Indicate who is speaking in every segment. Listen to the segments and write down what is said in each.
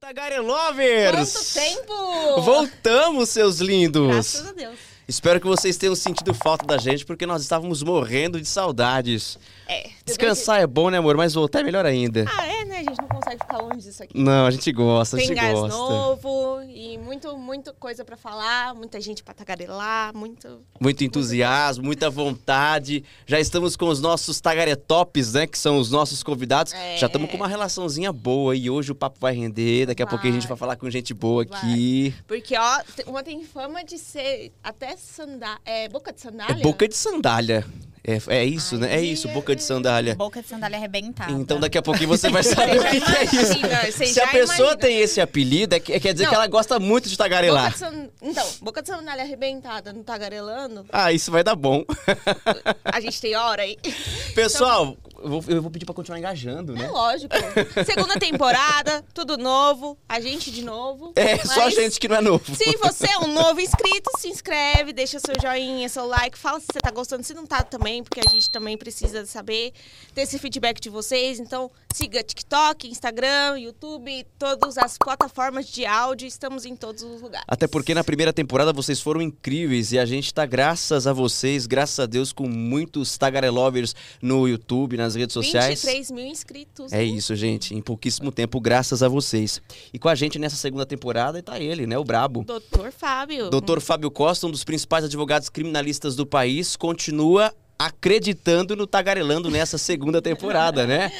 Speaker 1: Tagarelovers!
Speaker 2: Quanto tempo!
Speaker 1: Voltamos, seus lindos!
Speaker 2: Graças a Deus.
Speaker 1: Espero que vocês tenham sentido falta da gente, porque nós estávamos morrendo de saudades.
Speaker 2: É. tudo
Speaker 1: Descansar é bom, né, amor? Mas voltar é melhor ainda.
Speaker 2: bem que- Ah, é, né? A gente não consegue ficar longe disso aqui.
Speaker 1: Não, a gente gosta, a
Speaker 2: Tem
Speaker 1: gente
Speaker 2: gás
Speaker 1: gosta.
Speaker 2: novo e muito, muito coisa pra falar, muita gente pra tagarelar, muito.
Speaker 1: Muito entusiasmo, muita vontade. Já estamos com os nossos tagaretops, né? Que são os nossos convidados.
Speaker 2: É.
Speaker 1: Já estamos com uma relaçãozinha boa e hoje o papo vai render. Daqui a
Speaker 2: Vai.
Speaker 1: pouquinho a gente vai falar com gente boa aqui.
Speaker 2: Porque, ó, te- uma tem fama de ser até sanda... é, boca de
Speaker 1: É
Speaker 2: sandália.
Speaker 1: boca de sandália. É, é isso, né? É
Speaker 2: Ai,
Speaker 1: isso,
Speaker 2: é-
Speaker 1: boca de sandália.
Speaker 3: Boca de sandália arrebentada.
Speaker 1: Então daqui a pouquinho você vai saber o
Speaker 2: já
Speaker 1: que, que é isso.
Speaker 2: imagina, você
Speaker 1: Se
Speaker 2: já
Speaker 1: a pessoa
Speaker 2: imagina.
Speaker 1: tem esse apelido, é que- quer dizer
Speaker 2: Não.
Speaker 1: que ela gosta muito de
Speaker 2: Boca
Speaker 1: tagarelar.
Speaker 2: de san- Então, boca de sandália arrebentada no tagarelando,
Speaker 1: Ah, isso vai dar bom.
Speaker 2: Então- a gente tem hora aí.
Speaker 1: Pessoal, eu vou- eu vou pedir pra continuar engajando,
Speaker 2: É
Speaker 1: né?
Speaker 2: lógico. Segunda temporada, tudo novo, a gente de novo.
Speaker 1: É,
Speaker 2: Mas
Speaker 1: só gente que não é novo.
Speaker 2: Se você é um novo inscrito, se inscreve, deixa seu joinha, seu like, fala se você tá gostando, se não tá também, porque a gente também precisa saber ter esse feedback de vocês. Então, siga TikTok, Instagram, YouTube, todas as plataformas de áudio, estamos em todos os lugares.
Speaker 1: Até porque na primeira temporada vocês foram incríveis e a gente tá, graças a vocês, graças a Deus, com muitos tagarelovers no YouTube, nas redes sociais.
Speaker 2: 23 mil inscritos.
Speaker 1: É isso, gente. Em pouquíssimo tempo, graças a vocês. E com a gente nessa segunda temporada tá ele, né? O Brabo.
Speaker 2: Doutor Fábio.
Speaker 1: Doutor Fábio Costa, um dos principais advogados criminalistas do país, continua acreditando no Tagarelando nessa segunda temporada, né?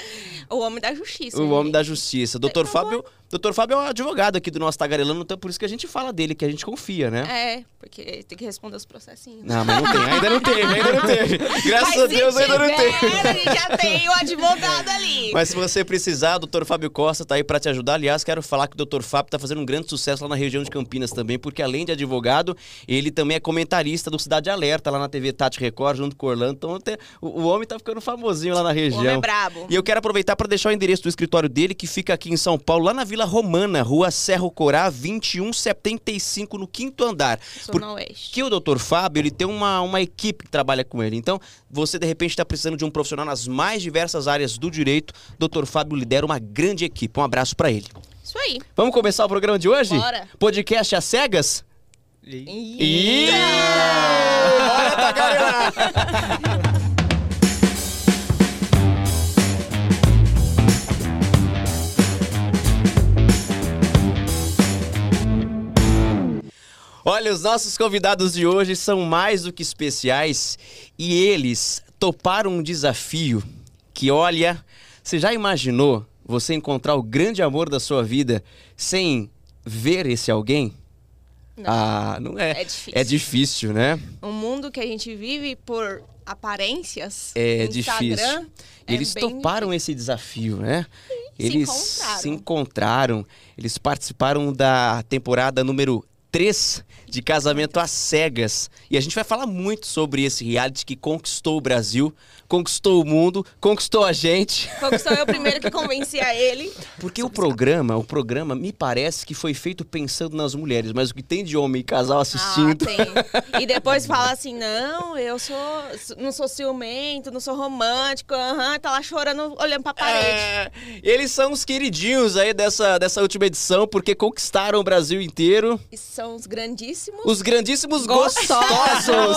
Speaker 2: O homem da justiça.
Speaker 1: O
Speaker 2: né,
Speaker 1: homem da
Speaker 2: gente?
Speaker 1: justiça. Doutor
Speaker 2: Pelo
Speaker 1: Fábio, doutor Fábio é um advogado aqui do nosso Tagarelando, então por isso que a gente fala dele, que a gente confia, né?
Speaker 2: É, porque tem que responder os processinhos.
Speaker 1: Não, mas não tem, ainda não teve, ainda não teve. Graças
Speaker 2: Mas
Speaker 1: a Deus
Speaker 2: se
Speaker 1: ainda não
Speaker 2: tiver,
Speaker 1: teve.
Speaker 2: a gente já tem o advogado ali.
Speaker 1: Mas se você precisar, o doutor Fábio Costa tá aí para te ajudar. Aliás, quero falar que o doutor Fábio tá fazendo um grande sucesso lá na região de Campinas também, porque além de advogado, ele também é comentarista do Cidade Alerta, lá na TV Tati Record, junto com o Orlando. Então até- o- o homem tá ficando famosinho lá na
Speaker 2: O homem é
Speaker 1: região.
Speaker 2: brabo.
Speaker 1: E eu quero aproveitar para deixar o endereço do escritório dele, que fica aqui em São Paulo, lá na Vila Romana, Rua Serro Corá, 2175, no quinto andar por-
Speaker 2: Zona Oeste.
Speaker 1: que o Dr. Fábio ele tem uma, uma equipe que trabalha com ele. Então, você de repente está precisando de um profissional nas mais diversas áreas do direito, Dr. Fábio lidera uma grande equipe. Um abraço para ele.
Speaker 2: Isso aí.
Speaker 1: Vamos começar o programa de hoje?
Speaker 2: Bora.
Speaker 1: Podcast às cegas? Ih! tá Bora tagarelar! Olha, os nossos convidados de hoje são mais do que especiais e eles toparam um desafio que, olha, você já imaginou você encontrar o grande amor da sua vida sem ver esse alguém?
Speaker 2: Não,
Speaker 1: Ah, não é.
Speaker 2: é difícil.
Speaker 1: É difícil, né?
Speaker 2: Um mundo que a gente vive por aparências.
Speaker 1: É
Speaker 2: Instagram, é
Speaker 1: difícil. Eles
Speaker 2: bem
Speaker 1: toparam esse desafio, né?
Speaker 2: se
Speaker 1: eles
Speaker 2: encontraram.
Speaker 1: se encontraram. Eles participaram da temporada número 3 de Casamento às Cegas. E a gente vai falar muito sobre esse reality que conquistou o Brasil, conquistou o mundo, conquistou a gente.
Speaker 2: Como sou eu primeiro que convenci a ele.
Speaker 1: Porque o programa, o programa me parece que foi feito pensando nas mulheres, mas o que tem de homem e casal assistindo.
Speaker 2: Ah, tem. E depois fala assim: não, eu sou. Não sou ciumento, não sou romântico. Aham, tá lá chorando, olhando pra parede.
Speaker 1: É, eles são os queridinhos aí dessa, dessa última edição, porque conquistaram o Brasil inteiro.
Speaker 2: E são os grandíssimos.
Speaker 1: Os grandíssimos gostosos!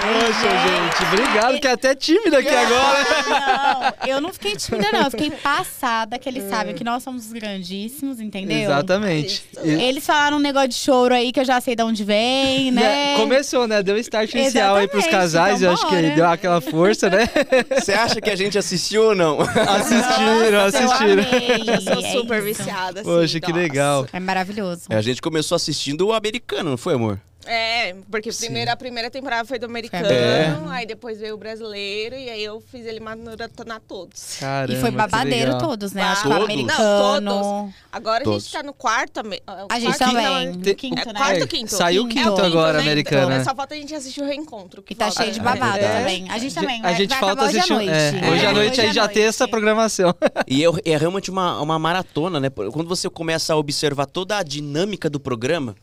Speaker 4: Poxa, gente, obrigado, que é até tímida aqui agora.
Speaker 3: Não, eu não fiquei tímida, não. Eu fiquei passada que eles sabem que nós somos os grandíssimos, entendeu?
Speaker 4: Exatamente. E-
Speaker 3: Eles falaram um negócio de choro aí que eu já sei de onde vem, né?
Speaker 4: Começou, né? Deu start inicial aí pros
Speaker 3: Exatamente,
Speaker 4: casais, eu
Speaker 3: então
Speaker 4: acho que
Speaker 3: bora.
Speaker 4: deu aquela força, né?
Speaker 1: Você acha que a gente assistiu ou não?
Speaker 4: assistiram,
Speaker 3: Nossa,
Speaker 4: assistiram.
Speaker 3: Então, Eu, amei,
Speaker 2: Eu sou
Speaker 3: é
Speaker 2: super
Speaker 3: isso.
Speaker 2: viciada. Assim,
Speaker 4: Poxa, que
Speaker 2: nossa.
Speaker 4: legal.
Speaker 3: É maravilhoso.
Speaker 1: A gente começou assistindo o americano, não foi, amor?
Speaker 2: É, porque primeiro, a primeira temporada foi do americano,
Speaker 1: É.
Speaker 3: americano.
Speaker 2: aí depois veio o brasileiro, e aí eu fiz ele maratonar todos.
Speaker 4: Caramba,
Speaker 3: e foi
Speaker 4: que
Speaker 3: babadeiro
Speaker 4: legal.
Speaker 3: todos, né?
Speaker 2: Ah,
Speaker 3: Acho que o
Speaker 1: todos?
Speaker 3: americano.
Speaker 2: Não, Agora a
Speaker 1: Todos.
Speaker 2: gente tá no quarto. ame- ah,
Speaker 3: A gente tá
Speaker 2: quarto,
Speaker 3: também.
Speaker 2: não,
Speaker 3: O
Speaker 4: Te-
Speaker 3: quinto,
Speaker 2: É
Speaker 3: né?
Speaker 2: quarto
Speaker 4: É,
Speaker 2: ou quinto?
Speaker 4: saiu o
Speaker 2: É
Speaker 4: quinto agora,
Speaker 2: né?
Speaker 4: americana.
Speaker 2: Então, Só falta a gente assistir o reencontro. que
Speaker 3: E tá
Speaker 2: falta.
Speaker 3: cheio de babado
Speaker 4: É.
Speaker 3: também. A gente também.
Speaker 4: A
Speaker 3: vai-
Speaker 4: gente
Speaker 3: vai
Speaker 4: falta
Speaker 3: acabar hoje
Speaker 4: assistir.
Speaker 3: à noite.
Speaker 4: é, hoje
Speaker 3: É,
Speaker 4: à noite aí
Speaker 3: à
Speaker 4: já tem essa
Speaker 3: noite.
Speaker 4: programação.
Speaker 1: E eu- é realmente uma, uma maratona, né? Quando você começa a observar toda a dinâmica do programa,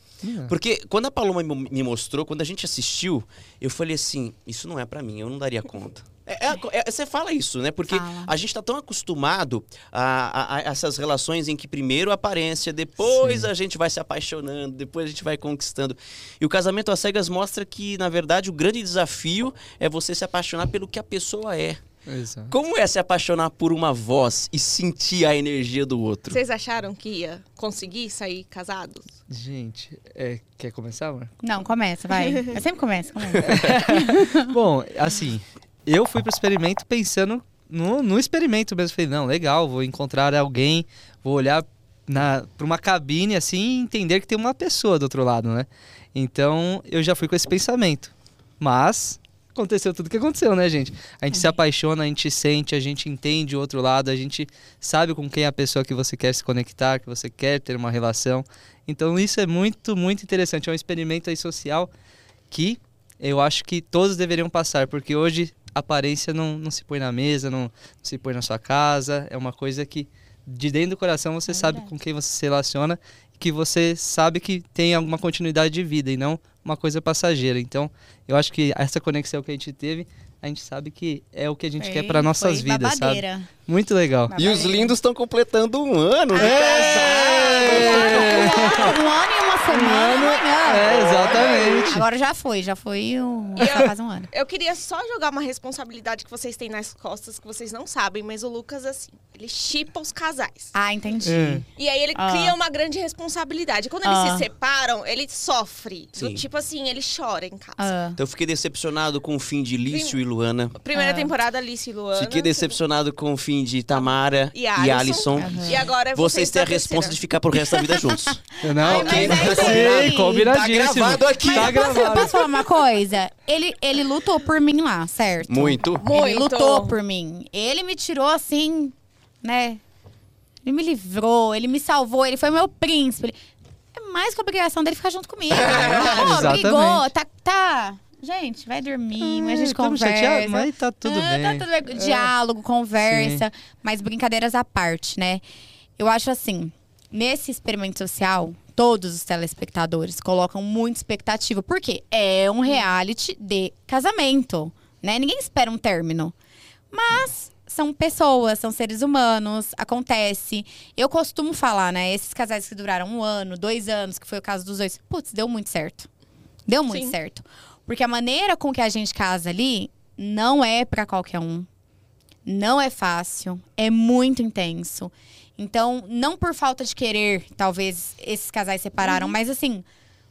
Speaker 1: Porque quando a Paloma me me mostrou, quando a gente assistiu, eu falei assim: isso não é pra mim, eu não daria conta. É- é- é- você fala isso, né? Porque
Speaker 3: Fala.
Speaker 1: a gente tá tão acostumado a, a- a essas relações em que primeiro a aparência, depois a gente vai se apaixonando, depois a gente vai conquistando. E o casamento às cegas mostra que, na verdade, o grande desafio é você se apaixonar pelo que a pessoa é.
Speaker 4: Exato.
Speaker 1: Como é se apaixonar por uma voz e sentir a energia do outro?
Speaker 2: Vocês acharam que ia conseguir sair casados?
Speaker 4: Gente, é, quer começar, Marco?
Speaker 3: Não, começa, vai. Eu sempre começo, começa.
Speaker 4: Bom, assim, eu fui pro experimento pensando no, no experimento mesmo. Falei, não, legal, vou encontrar alguém, vou olhar na, pra uma cabine assim e entender que tem uma pessoa do outro lado, né? Então eu já fui com esse pensamento. Mas aconteceu tudo o que aconteceu, né, gente? A gente
Speaker 3: Uhum.
Speaker 4: se apaixona, a gente sente, a gente entende o outro lado, a gente sabe com quem é a pessoa que você quer se conectar, que você quer ter uma relação. Então isso é muito, muito interessante. É um experimento aí social que eu acho que todos deveriam passar, porque hoje a aparência não, não se põe na mesa, não, não se põe na sua casa. É uma coisa que de dentro do coração você
Speaker 3: É
Speaker 4: sabe
Speaker 3: verdade.
Speaker 4: com quem você se relaciona e que você sabe que tem alguma continuidade de vida e não uma coisa passageira. Então, eu acho que essa conexão que a gente teve, a gente sabe que é o que a gente quer para nossas vidas, sabe? Muito legal.
Speaker 1: E os lindos estão completando um ano, né?
Speaker 3: Um ano e uma semana amanhã.
Speaker 4: É, exatamente.
Speaker 3: Agora já foi, já foi um...
Speaker 2: E eu-
Speaker 3: já faz um ano.
Speaker 2: Eu queria só jogar uma responsabilidade que vocês têm nas costas, que vocês não sabem, mas o Lucas, assim, ele chipa os casais.
Speaker 3: Ah, entendi.
Speaker 4: É.
Speaker 2: E aí ele
Speaker 3: Ah.
Speaker 2: cria uma grande responsabilidade. Quando eles
Speaker 3: Ah.
Speaker 2: se separam, ele sofre. Do
Speaker 1: Sim.
Speaker 2: tipo assim, ele chora em casa.
Speaker 3: Ah,
Speaker 1: Então eu fiquei decepcionado com o fim de Lício e Luana.
Speaker 2: Primeira
Speaker 3: Ah.
Speaker 2: temporada, Alice e Luana.
Speaker 1: Fiquei decepcionado com o fim de Tamara
Speaker 2: E
Speaker 1: e
Speaker 2: Alisson.
Speaker 1: Alisson.
Speaker 3: Aham.
Speaker 2: E agora é
Speaker 1: Vocês têm a
Speaker 2: da terceira.
Speaker 1: responsa de ficar pro resto da vida juntos.
Speaker 4: Não,
Speaker 2: Ai, mas é isso
Speaker 3: aí.
Speaker 4: Sim, combinadíssimo.
Speaker 1: Tá gravado aqui.
Speaker 4: Tá
Speaker 1: Mas
Speaker 3: Posso,
Speaker 4: gravado.
Speaker 3: posso falar uma coisa? Ele, ele lutou por mim lá, certo?
Speaker 1: Muito.
Speaker 3: Ele
Speaker 2: Muito.
Speaker 3: lutou por mim. Ele me tirou assim, né? Ele me livrou, ele me salvou, ele foi meu príncipe. Ele- É mais que obrigação dele ficar junto comigo. Pô, brigou,
Speaker 4: Exatamente.
Speaker 3: tá, tá. Gente, vai dormir, mas a gente
Speaker 4: Estamos
Speaker 3: conversa.
Speaker 4: chateados, mas tá tudo
Speaker 3: Ah,
Speaker 4: bem. É.
Speaker 3: tá tudo bem. Diálogo, conversa, mas brincadeiras à parte, né? Eu acho assim, nesse experimento social, todos os telespectadores colocam muita expectativa. Por quê? É um reality de casamento, né? Ninguém espera um término. Mas são pessoas, são seres humanos, acontece. Eu costumo falar, né? Esses casais que duraram um ano, dois anos, que foi o caso dos dois. Putz, deu muito certo. Deu muito
Speaker 2: Sim.
Speaker 3: certo. Porque a maneira com que a gente casa ali não é pra qualquer um. Não é fácil, é muito intenso. Então, não por falta de querer, talvez esses casais separaram, mas assim,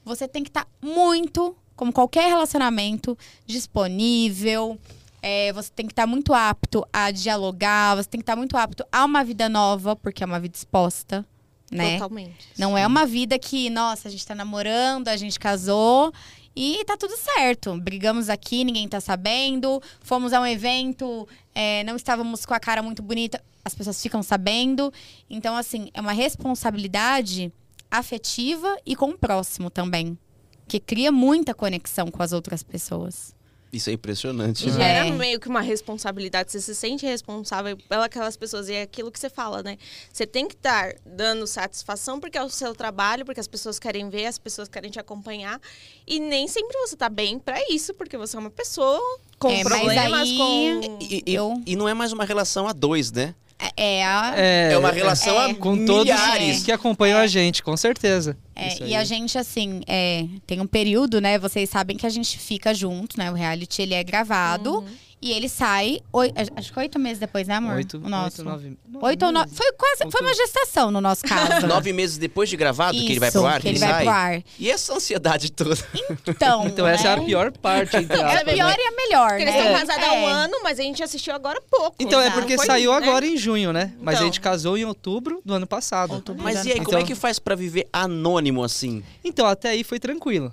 Speaker 3: você tem que estar muito, como qualquer relacionamento, disponível. é, você tem que estar muito apto a dialogar, você tem que estar muito apto a uma vida nova, porque é uma vida exposta, né?
Speaker 2: Totalmente.
Speaker 3: Não é uma vida que, nossa, a gente tá namorando, a gente casou e tá tudo certo. Brigamos aqui, ninguém tá sabendo. Fomos a um evento, é, não estávamos com a cara muito bonita, as pessoas ficam sabendo. Então, assim, é uma responsabilidade afetiva e com o próximo também. Que cria muita conexão com as outras pessoas.
Speaker 1: Isso é impressionante.
Speaker 2: E
Speaker 1: né?
Speaker 2: gera
Speaker 3: É.
Speaker 2: meio que uma responsabilidade. Você se sente responsável pelas pessoas. E é aquilo que você fala, né? Você tem que estar dando satisfação porque é o seu trabalho, porque as pessoas querem ver, as pessoas querem te acompanhar. E nem sempre você tá bem pra isso, porque você é uma pessoa com
Speaker 3: É, mas
Speaker 2: problemas,
Speaker 3: aí-
Speaker 2: com.
Speaker 1: E, e-
Speaker 3: Eu-
Speaker 1: e não é mais uma relação a dois, né?
Speaker 3: É, é a,
Speaker 1: É, uma
Speaker 4: é.
Speaker 1: relação
Speaker 3: É.
Speaker 1: a
Speaker 4: com todos
Speaker 1: milhares.
Speaker 4: os que acompanham a gente, com certeza.
Speaker 3: É,
Speaker 4: Isso
Speaker 3: e a
Speaker 4: aí.
Speaker 3: gente, assim, é, tem um período, né? Vocês sabem que a gente fica junto, né? O reality, ele é
Speaker 2: Uhum.
Speaker 3: gravado. E ele sai, oi- a- acho que oito meses depois, né, amor?
Speaker 4: Oito,
Speaker 3: o nosso.
Speaker 4: oito, nove.
Speaker 3: Oito ou nove.
Speaker 4: meses.
Speaker 3: Foi quase, foi uma gestação no nosso caso.
Speaker 1: Nove meses depois de gravado que ele vai
Speaker 3: Isso,
Speaker 1: pro ar,
Speaker 3: que ele
Speaker 1: sai.
Speaker 3: vai pro ar.
Speaker 1: E essa ansiedade toda.
Speaker 3: Então,
Speaker 4: Então essa é a
Speaker 3: né?
Speaker 4: pior parte. entre
Speaker 3: É a
Speaker 4: aspas,
Speaker 3: pior
Speaker 4: né?
Speaker 3: e a melhor,
Speaker 2: Porque
Speaker 3: né?
Speaker 2: eles estão casados há um
Speaker 3: É.
Speaker 2: ano, mas a gente assistiu agora há pouco.
Speaker 4: Então é
Speaker 3: Exato.
Speaker 4: porque
Speaker 2: Foi,
Speaker 4: saiu
Speaker 2: né?
Speaker 4: agora em junho, né? Mas
Speaker 2: Então.
Speaker 4: a gente casou em outubro do ano passado.
Speaker 3: Outubro.
Speaker 1: Mas e aí, como
Speaker 4: Então-
Speaker 1: é que faz pra viver anônimo assim?
Speaker 4: Então até aí foi tranquilo.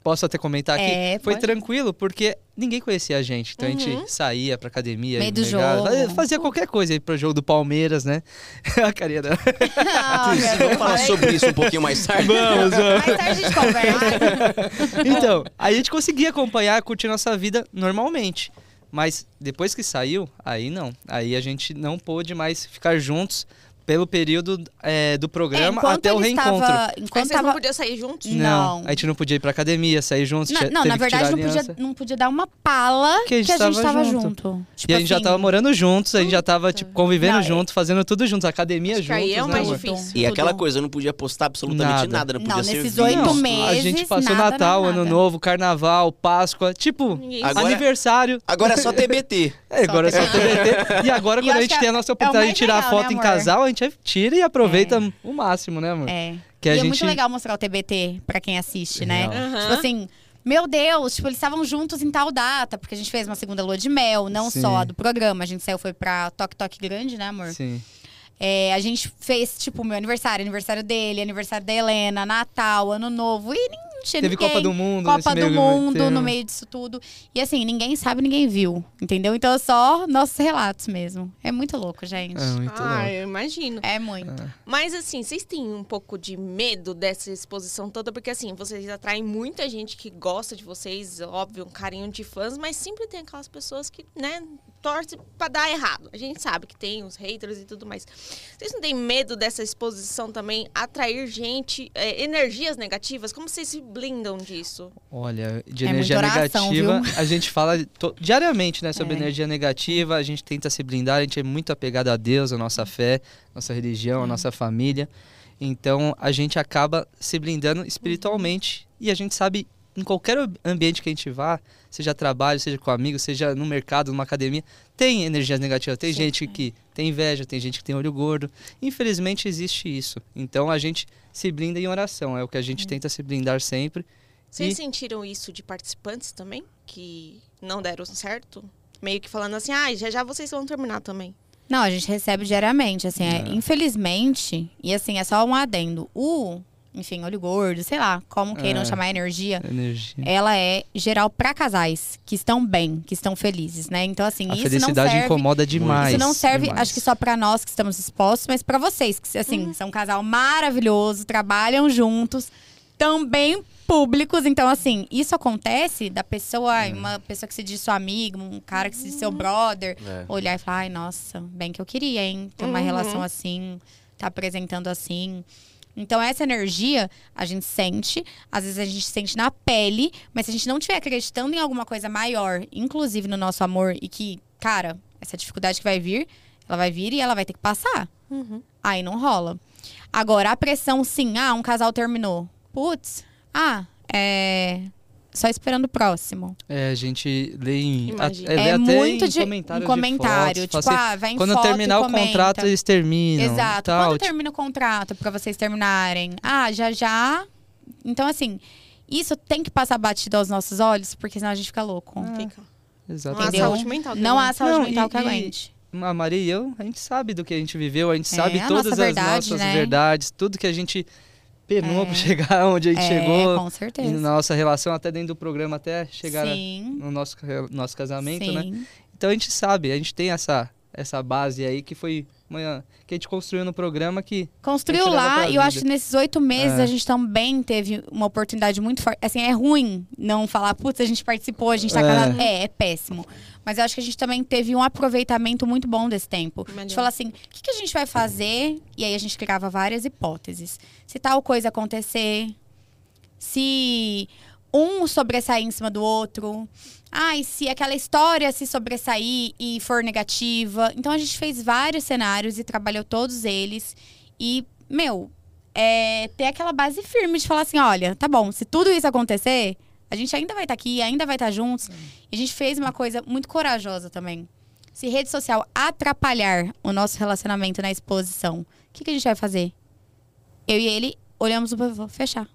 Speaker 4: Posso até comentar aqui?
Speaker 3: É,
Speaker 4: foi
Speaker 3: pode.
Speaker 4: tranquilo porque ninguém conhecia a gente. Então a
Speaker 2: Uhum.
Speaker 4: gente saía pra academia,
Speaker 3: Meio
Speaker 4: ia
Speaker 3: do
Speaker 4: brigar,
Speaker 3: jogo.
Speaker 4: fazia- fazia qualquer coisa aí pro jogo do Palmeiras, né? a carinha dela.
Speaker 3: Ah, meu
Speaker 1: Vamos
Speaker 3: Deus.
Speaker 1: falar sobre isso um pouquinho mais tarde.
Speaker 4: Vamos, vamos.
Speaker 3: Mais tarde a gente conversa.
Speaker 4: Então, a gente conseguia acompanhar, curtir nossa vida normalmente. Mas depois que saiu, aí não. Aí a gente não pôde mais ficar juntos pelo período é, do programa
Speaker 3: enquanto
Speaker 4: até o
Speaker 3: ele
Speaker 4: reencontro.
Speaker 3: Tava,
Speaker 2: Mas
Speaker 3: enquanto
Speaker 2: vocês não
Speaker 3: tava...
Speaker 2: podiam sair juntos?
Speaker 4: Não,
Speaker 3: Não.
Speaker 4: a gente não podia ir pra academia, sair juntos.
Speaker 3: Na-
Speaker 4: tinha-
Speaker 3: não,
Speaker 4: teve
Speaker 3: na
Speaker 4: que tirar
Speaker 3: verdade não
Speaker 4: a
Speaker 3: podia,
Speaker 4: aliança.
Speaker 3: não podia dar uma pala que a gente, tava junto. Tipo
Speaker 4: E a gente já
Speaker 3: assim,
Speaker 4: tava morando juntos, a gente já tava, tipo, convivendo
Speaker 3: Não, é-
Speaker 4: junto, fazendo tudo juntos, academia
Speaker 2: Acho que
Speaker 4: juntos.
Speaker 2: aí é o
Speaker 4: né,
Speaker 2: mais
Speaker 4: amor?
Speaker 2: difícil.
Speaker 1: E aquela
Speaker 3: Tudo.
Speaker 1: coisa, eu não podia postar absolutamente nada,
Speaker 4: Nada.
Speaker 1: não podia
Speaker 3: Não,
Speaker 1: ser
Speaker 3: nesses
Speaker 1: vídeo.
Speaker 3: oito
Speaker 4: Não,
Speaker 3: meses,
Speaker 4: A gente passou
Speaker 3: nada, é
Speaker 4: Natal,
Speaker 3: nada.
Speaker 4: Ano Novo, Carnaval, Páscoa, tipo,
Speaker 2: Isso.
Speaker 1: Agora-
Speaker 4: aniversário.
Speaker 1: Agora é só TBT.
Speaker 4: É,
Speaker 3: Só
Speaker 4: agora é só
Speaker 3: TBT.
Speaker 4: TBT. E agora,
Speaker 3: E
Speaker 4: quando
Speaker 3: eu
Speaker 4: a
Speaker 3: acho
Speaker 4: gente
Speaker 3: que
Speaker 4: tem
Speaker 3: é-
Speaker 4: a nossa
Speaker 3: é o
Speaker 4: oportunidade
Speaker 3: mais
Speaker 4: de tirar
Speaker 3: legal,
Speaker 4: foto
Speaker 3: né,
Speaker 4: em
Speaker 3: amor?
Speaker 4: casal, a gente tira e aproveita o máximo, né, amor?
Speaker 3: É.
Speaker 4: Que a
Speaker 3: e é
Speaker 4: gente-
Speaker 3: muito legal mostrar o TBT pra quem assiste, né?
Speaker 4: Real.
Speaker 2: Aham.
Speaker 3: Tipo assim, meu Deus, tipo, eles estavam juntos em tal data, porque a gente fez uma segunda lua de mel, não
Speaker 4: Sim.
Speaker 3: só a do programa. A gente saiu, foi pra Toque Toque Grande, né, amor?
Speaker 4: Sim.
Speaker 3: É, a gente fez, tipo, meu aniversário, aniversário dele, aniversário da Helena, Natal, Ano Novo, e nem não tinha
Speaker 4: Teve
Speaker 3: ninguém.
Speaker 4: Copa do Mundo.
Speaker 3: Copa
Speaker 4: nesse
Speaker 3: do
Speaker 4: meio
Speaker 3: Mundo
Speaker 4: tempo.
Speaker 3: no meio disso tudo. E assim, ninguém sabe, ninguém viu. Entendeu? Então é só nossos relatos mesmo. É muito louco, gente.
Speaker 4: É, muito
Speaker 2: Ah,
Speaker 4: louco.
Speaker 2: eu imagino.
Speaker 3: É muito.
Speaker 2: Mas assim, vocês têm um pouco de medo dessa exposição toda, porque assim, vocês atraem muita gente que gosta de vocês, óbvio, um carinho de fãs, mas sempre tem aquelas pessoas que, né, torce pra dar errado. A gente sabe que tem os haters e tudo mais. Vocês não têm medo dessa exposição também atrair gente, eh, energias negativas? Como vocês se blindam disso?
Speaker 4: Olha, de
Speaker 3: É
Speaker 4: energia
Speaker 3: muita oração,
Speaker 4: negativa, a gente fala to- diariamente, né, sobre
Speaker 3: É.
Speaker 4: energia negativa, a gente tenta se blindar, a gente é muito apegado a Deus, a nossa fé, nossa religião, a nossa família. Então, a gente acaba se blindando espiritualmente
Speaker 3: Uhum.
Speaker 4: e a gente sabe em qualquer ob- ambiente que a gente vá, seja trabalho, seja com amigos, seja no mercado, numa academia, tem energias negativas, tem
Speaker 3: Sim.
Speaker 4: gente que tem inveja, tem gente que tem olho gordo. Infelizmente existe isso. Então a gente se blinda em oração, é o que a gente tenta se blindar sempre.
Speaker 2: Vocês
Speaker 4: E-
Speaker 2: sentiram isso de participantes também? Que não deram certo? Meio que falando assim, ah, já já vocês vão terminar também.
Speaker 3: Não, a gente recebe diariamente, assim, é-
Speaker 4: É.
Speaker 3: infelizmente, e assim, é só um adendo. O, enfim, olho gordo, sei lá, como queiram
Speaker 4: É.
Speaker 3: chamar a energia,
Speaker 4: Energia.
Speaker 3: ela é geral pra casais que estão bem, que estão felizes, né? Então, assim,
Speaker 4: A
Speaker 3: isso
Speaker 4: felicidade
Speaker 3: não serve.
Speaker 4: incomoda demais.
Speaker 3: Isso não serve,
Speaker 4: demais.
Speaker 3: acho que só pra nós que estamos expostos, mas pra vocês que assim, são um casal maravilhoso, trabalham juntos, também públicos, então assim, isso acontece da pessoa,
Speaker 4: É.
Speaker 3: ai, uma pessoa que se diz seu amigo, um cara que se diz seu brother,
Speaker 1: É.
Speaker 3: olhar e falar, ai, nossa, bem que eu queria, hein, ter uma
Speaker 2: Uhum.
Speaker 3: relação assim, tá apresentando assim. Então essa energia a gente sente, às vezes a gente sente na pele, mas se a gente não estiver acreditando em alguma coisa maior, inclusive no nosso amor, e que, cara, essa dificuldade que vai vir, ela vai vir e ela vai ter que passar. Aí não rola. Agora, a pressão, sim, ah, um casal terminou. Putz, ah, é. Só esperando o próximo.
Speaker 4: É, a gente lê em. a-
Speaker 2: Imagina.
Speaker 4: lê
Speaker 3: É
Speaker 4: até
Speaker 3: muito
Speaker 4: em
Speaker 3: de-
Speaker 4: comentário.
Speaker 3: um
Speaker 4: de
Speaker 3: comentário,
Speaker 4: fotos,
Speaker 3: tipo,
Speaker 4: fala assim,
Speaker 3: ah, vai em
Speaker 4: Quando
Speaker 3: foto e
Speaker 4: terminar o
Speaker 3: comenta."
Speaker 4: contrato, eles Tá terminam. e
Speaker 3: Exato.
Speaker 4: Tal,
Speaker 3: Quando termina o contrato pra vocês terminarem? Ah, já já. Então, assim, isso tem que passar batido aos nossos olhos, porque senão a gente fica louco.
Speaker 2: Fica.
Speaker 4: tipo, exato.
Speaker 2: Não há
Speaker 3: Entendeu?
Speaker 2: saúde mental.
Speaker 3: Não há saúde
Speaker 4: Não,
Speaker 3: mental
Speaker 4: e-
Speaker 3: que
Speaker 4: e-
Speaker 3: aguente.
Speaker 4: A Maria e eu, a gente sabe do que a gente viveu, a gente
Speaker 3: É,
Speaker 4: sabe
Speaker 3: a
Speaker 4: todas
Speaker 3: nossa
Speaker 4: as
Speaker 3: verdade,
Speaker 4: nossas
Speaker 3: né?
Speaker 4: verdades, tudo que a gente penou pra chegar onde a gente
Speaker 3: é,
Speaker 4: chegou.
Speaker 3: com
Speaker 4: E
Speaker 3: certeza.
Speaker 4: na nossa relação, até dentro do programa, até chegar
Speaker 3: Sim.
Speaker 4: no nosso, nosso casamento,
Speaker 3: sim.
Speaker 4: né? Então a gente sabe, a gente tem essa, essa base aí que foi uma- que a gente construiu no programa que
Speaker 3: Construiu
Speaker 4: Tem que levar
Speaker 3: lá,
Speaker 4: pra
Speaker 3: e eu acho
Speaker 4: vida.
Speaker 3: que nesses oito meses
Speaker 4: É.
Speaker 3: a gente também teve uma oportunidade muito forte. Assim, é ruim não falar, putz, a gente participou, a gente tá
Speaker 4: É.
Speaker 3: casado. É, é péssimo. Mas eu acho que a gente também teve um aproveitamento muito bom desse tempo. A
Speaker 2: Melhor.
Speaker 3: gente falou assim, o que, que a gente vai fazer? E aí a gente criava várias hipóteses. Se tal coisa acontecer, se um sobressair em cima do outro. Ai, se aquela história se sobressair e for negativa. Então a gente fez vários cenários e trabalhou todos eles. E, meu, é ter aquela base firme de falar assim: olha, tá bom, se tudo isso acontecer, a gente ainda vai estar aqui, ainda vai tá estar juntos. E a gente fez uma coisa muito corajosa também. Se rede social atrapalhar o nosso relacionamento na exposição, o que, que a gente vai fazer? Eu e ele olhamos um pra outro, fechar.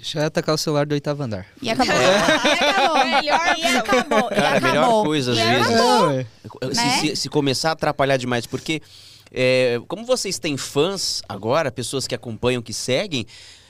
Speaker 4: já ia atacar o celular do oitavo andar.
Speaker 3: E acabou. E acabou.
Speaker 2: Melhor
Speaker 3: E acabou. E
Speaker 1: Cara, é a melhor
Speaker 3: acabou.
Speaker 1: coisa, às
Speaker 3: E
Speaker 1: vezes.
Speaker 3: acabou.
Speaker 1: Se-
Speaker 3: Né?
Speaker 1: Se, se começar a atrapalhar demais, porque é, como vocês têm fãs agora, pessoas que acompanham, que seguem,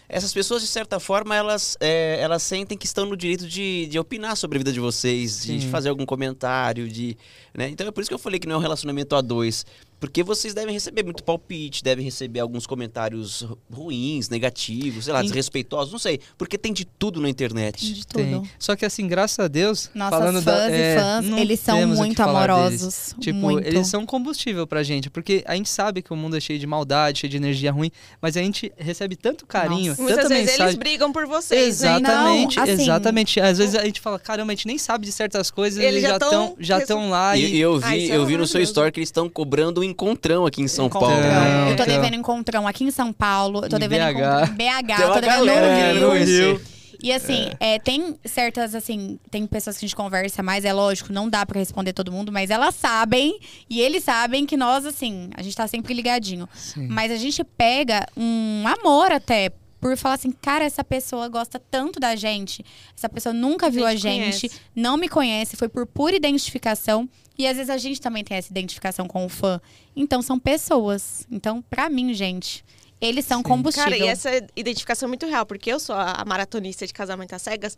Speaker 1: essas pessoas, de certa forma, elas, é, elas sentem que estão no direito de, de opinar sobre a vida de vocês, de,
Speaker 4: Sim.
Speaker 1: fazer algum comentário, de. né? Então é por isso que eu falei que não é um relacionamento a dois. Porque vocês devem receber muito palpite, devem receber alguns comentários ru- ruins, negativos, sei lá,
Speaker 4: Sim.
Speaker 1: desrespeitosos, não sei. Porque tem de tudo na internet.
Speaker 3: De tudo.
Speaker 4: Tem. Só que assim, graças a Deus,
Speaker 3: Nossas
Speaker 4: falando
Speaker 3: fãs
Speaker 4: da,
Speaker 3: e
Speaker 4: é,
Speaker 3: fãs,
Speaker 4: não
Speaker 3: eles são
Speaker 4: temos o que
Speaker 3: muito
Speaker 4: falar deles.
Speaker 3: amorosos.
Speaker 4: Tipo,
Speaker 3: muito.
Speaker 4: eles são combustível pra gente, porque a gente sabe que o mundo é cheio de maldade, cheio de energia ruim, mas a gente recebe tanto carinho,
Speaker 3: Nossa.
Speaker 2: Muitas
Speaker 4: tanta
Speaker 2: vezes
Speaker 4: mensagem.
Speaker 2: eles brigam por vocês, né?
Speaker 4: Exatamente,
Speaker 3: Não, assim-
Speaker 4: exatamente. Às vezes a gente fala, caramba, a gente nem sabe de certas coisas,
Speaker 2: Eles
Speaker 4: eles,
Speaker 2: já
Speaker 4: já
Speaker 2: tão
Speaker 4: estão já
Speaker 2: resu-
Speaker 4: tão lá
Speaker 1: E,
Speaker 4: e,
Speaker 1: e eu
Speaker 2: Ah,
Speaker 1: vi,
Speaker 2: isso é
Speaker 1: eu vi no seu
Speaker 2: maravilhoso.
Speaker 1: story que eles estão cobrando um encontrão aqui em São Paulo.
Speaker 4: Encontrão.
Speaker 1: né?
Speaker 3: eu tô
Speaker 4: então.
Speaker 3: devendo encontrão aqui em São Paulo, eu tô
Speaker 4: Em
Speaker 3: devendo
Speaker 4: BH.
Speaker 3: encontrão em BH,
Speaker 1: Tem
Speaker 3: eu
Speaker 1: uma
Speaker 3: tô devendo
Speaker 1: galera
Speaker 3: no
Speaker 1: querendo
Speaker 3: Rio.
Speaker 1: conhecer.
Speaker 3: E assim, é, tem certas, assim, tem pessoas que a gente conversa mais, é lógico, não dá pra responder todo mundo, mas elas sabem, e eles sabem que nós, assim, a gente tá sempre ligadinho.
Speaker 4: Sim.
Speaker 2: Uhum.
Speaker 3: Mas a gente pega um amor até. Por falar assim, cara, essa pessoa gosta tanto da gente. Essa pessoa nunca viu a
Speaker 2: gente
Speaker 3: gente,
Speaker 2: conhece.
Speaker 3: não me conhece, foi por pura identificação. E às vezes a gente também tem essa identificação com o fã. Então são pessoas. Então, pra mim, gente, eles são combustível.
Speaker 2: Cara, e essa identificação é muito real, porque eu sou a a maratonista de casamento às cegas.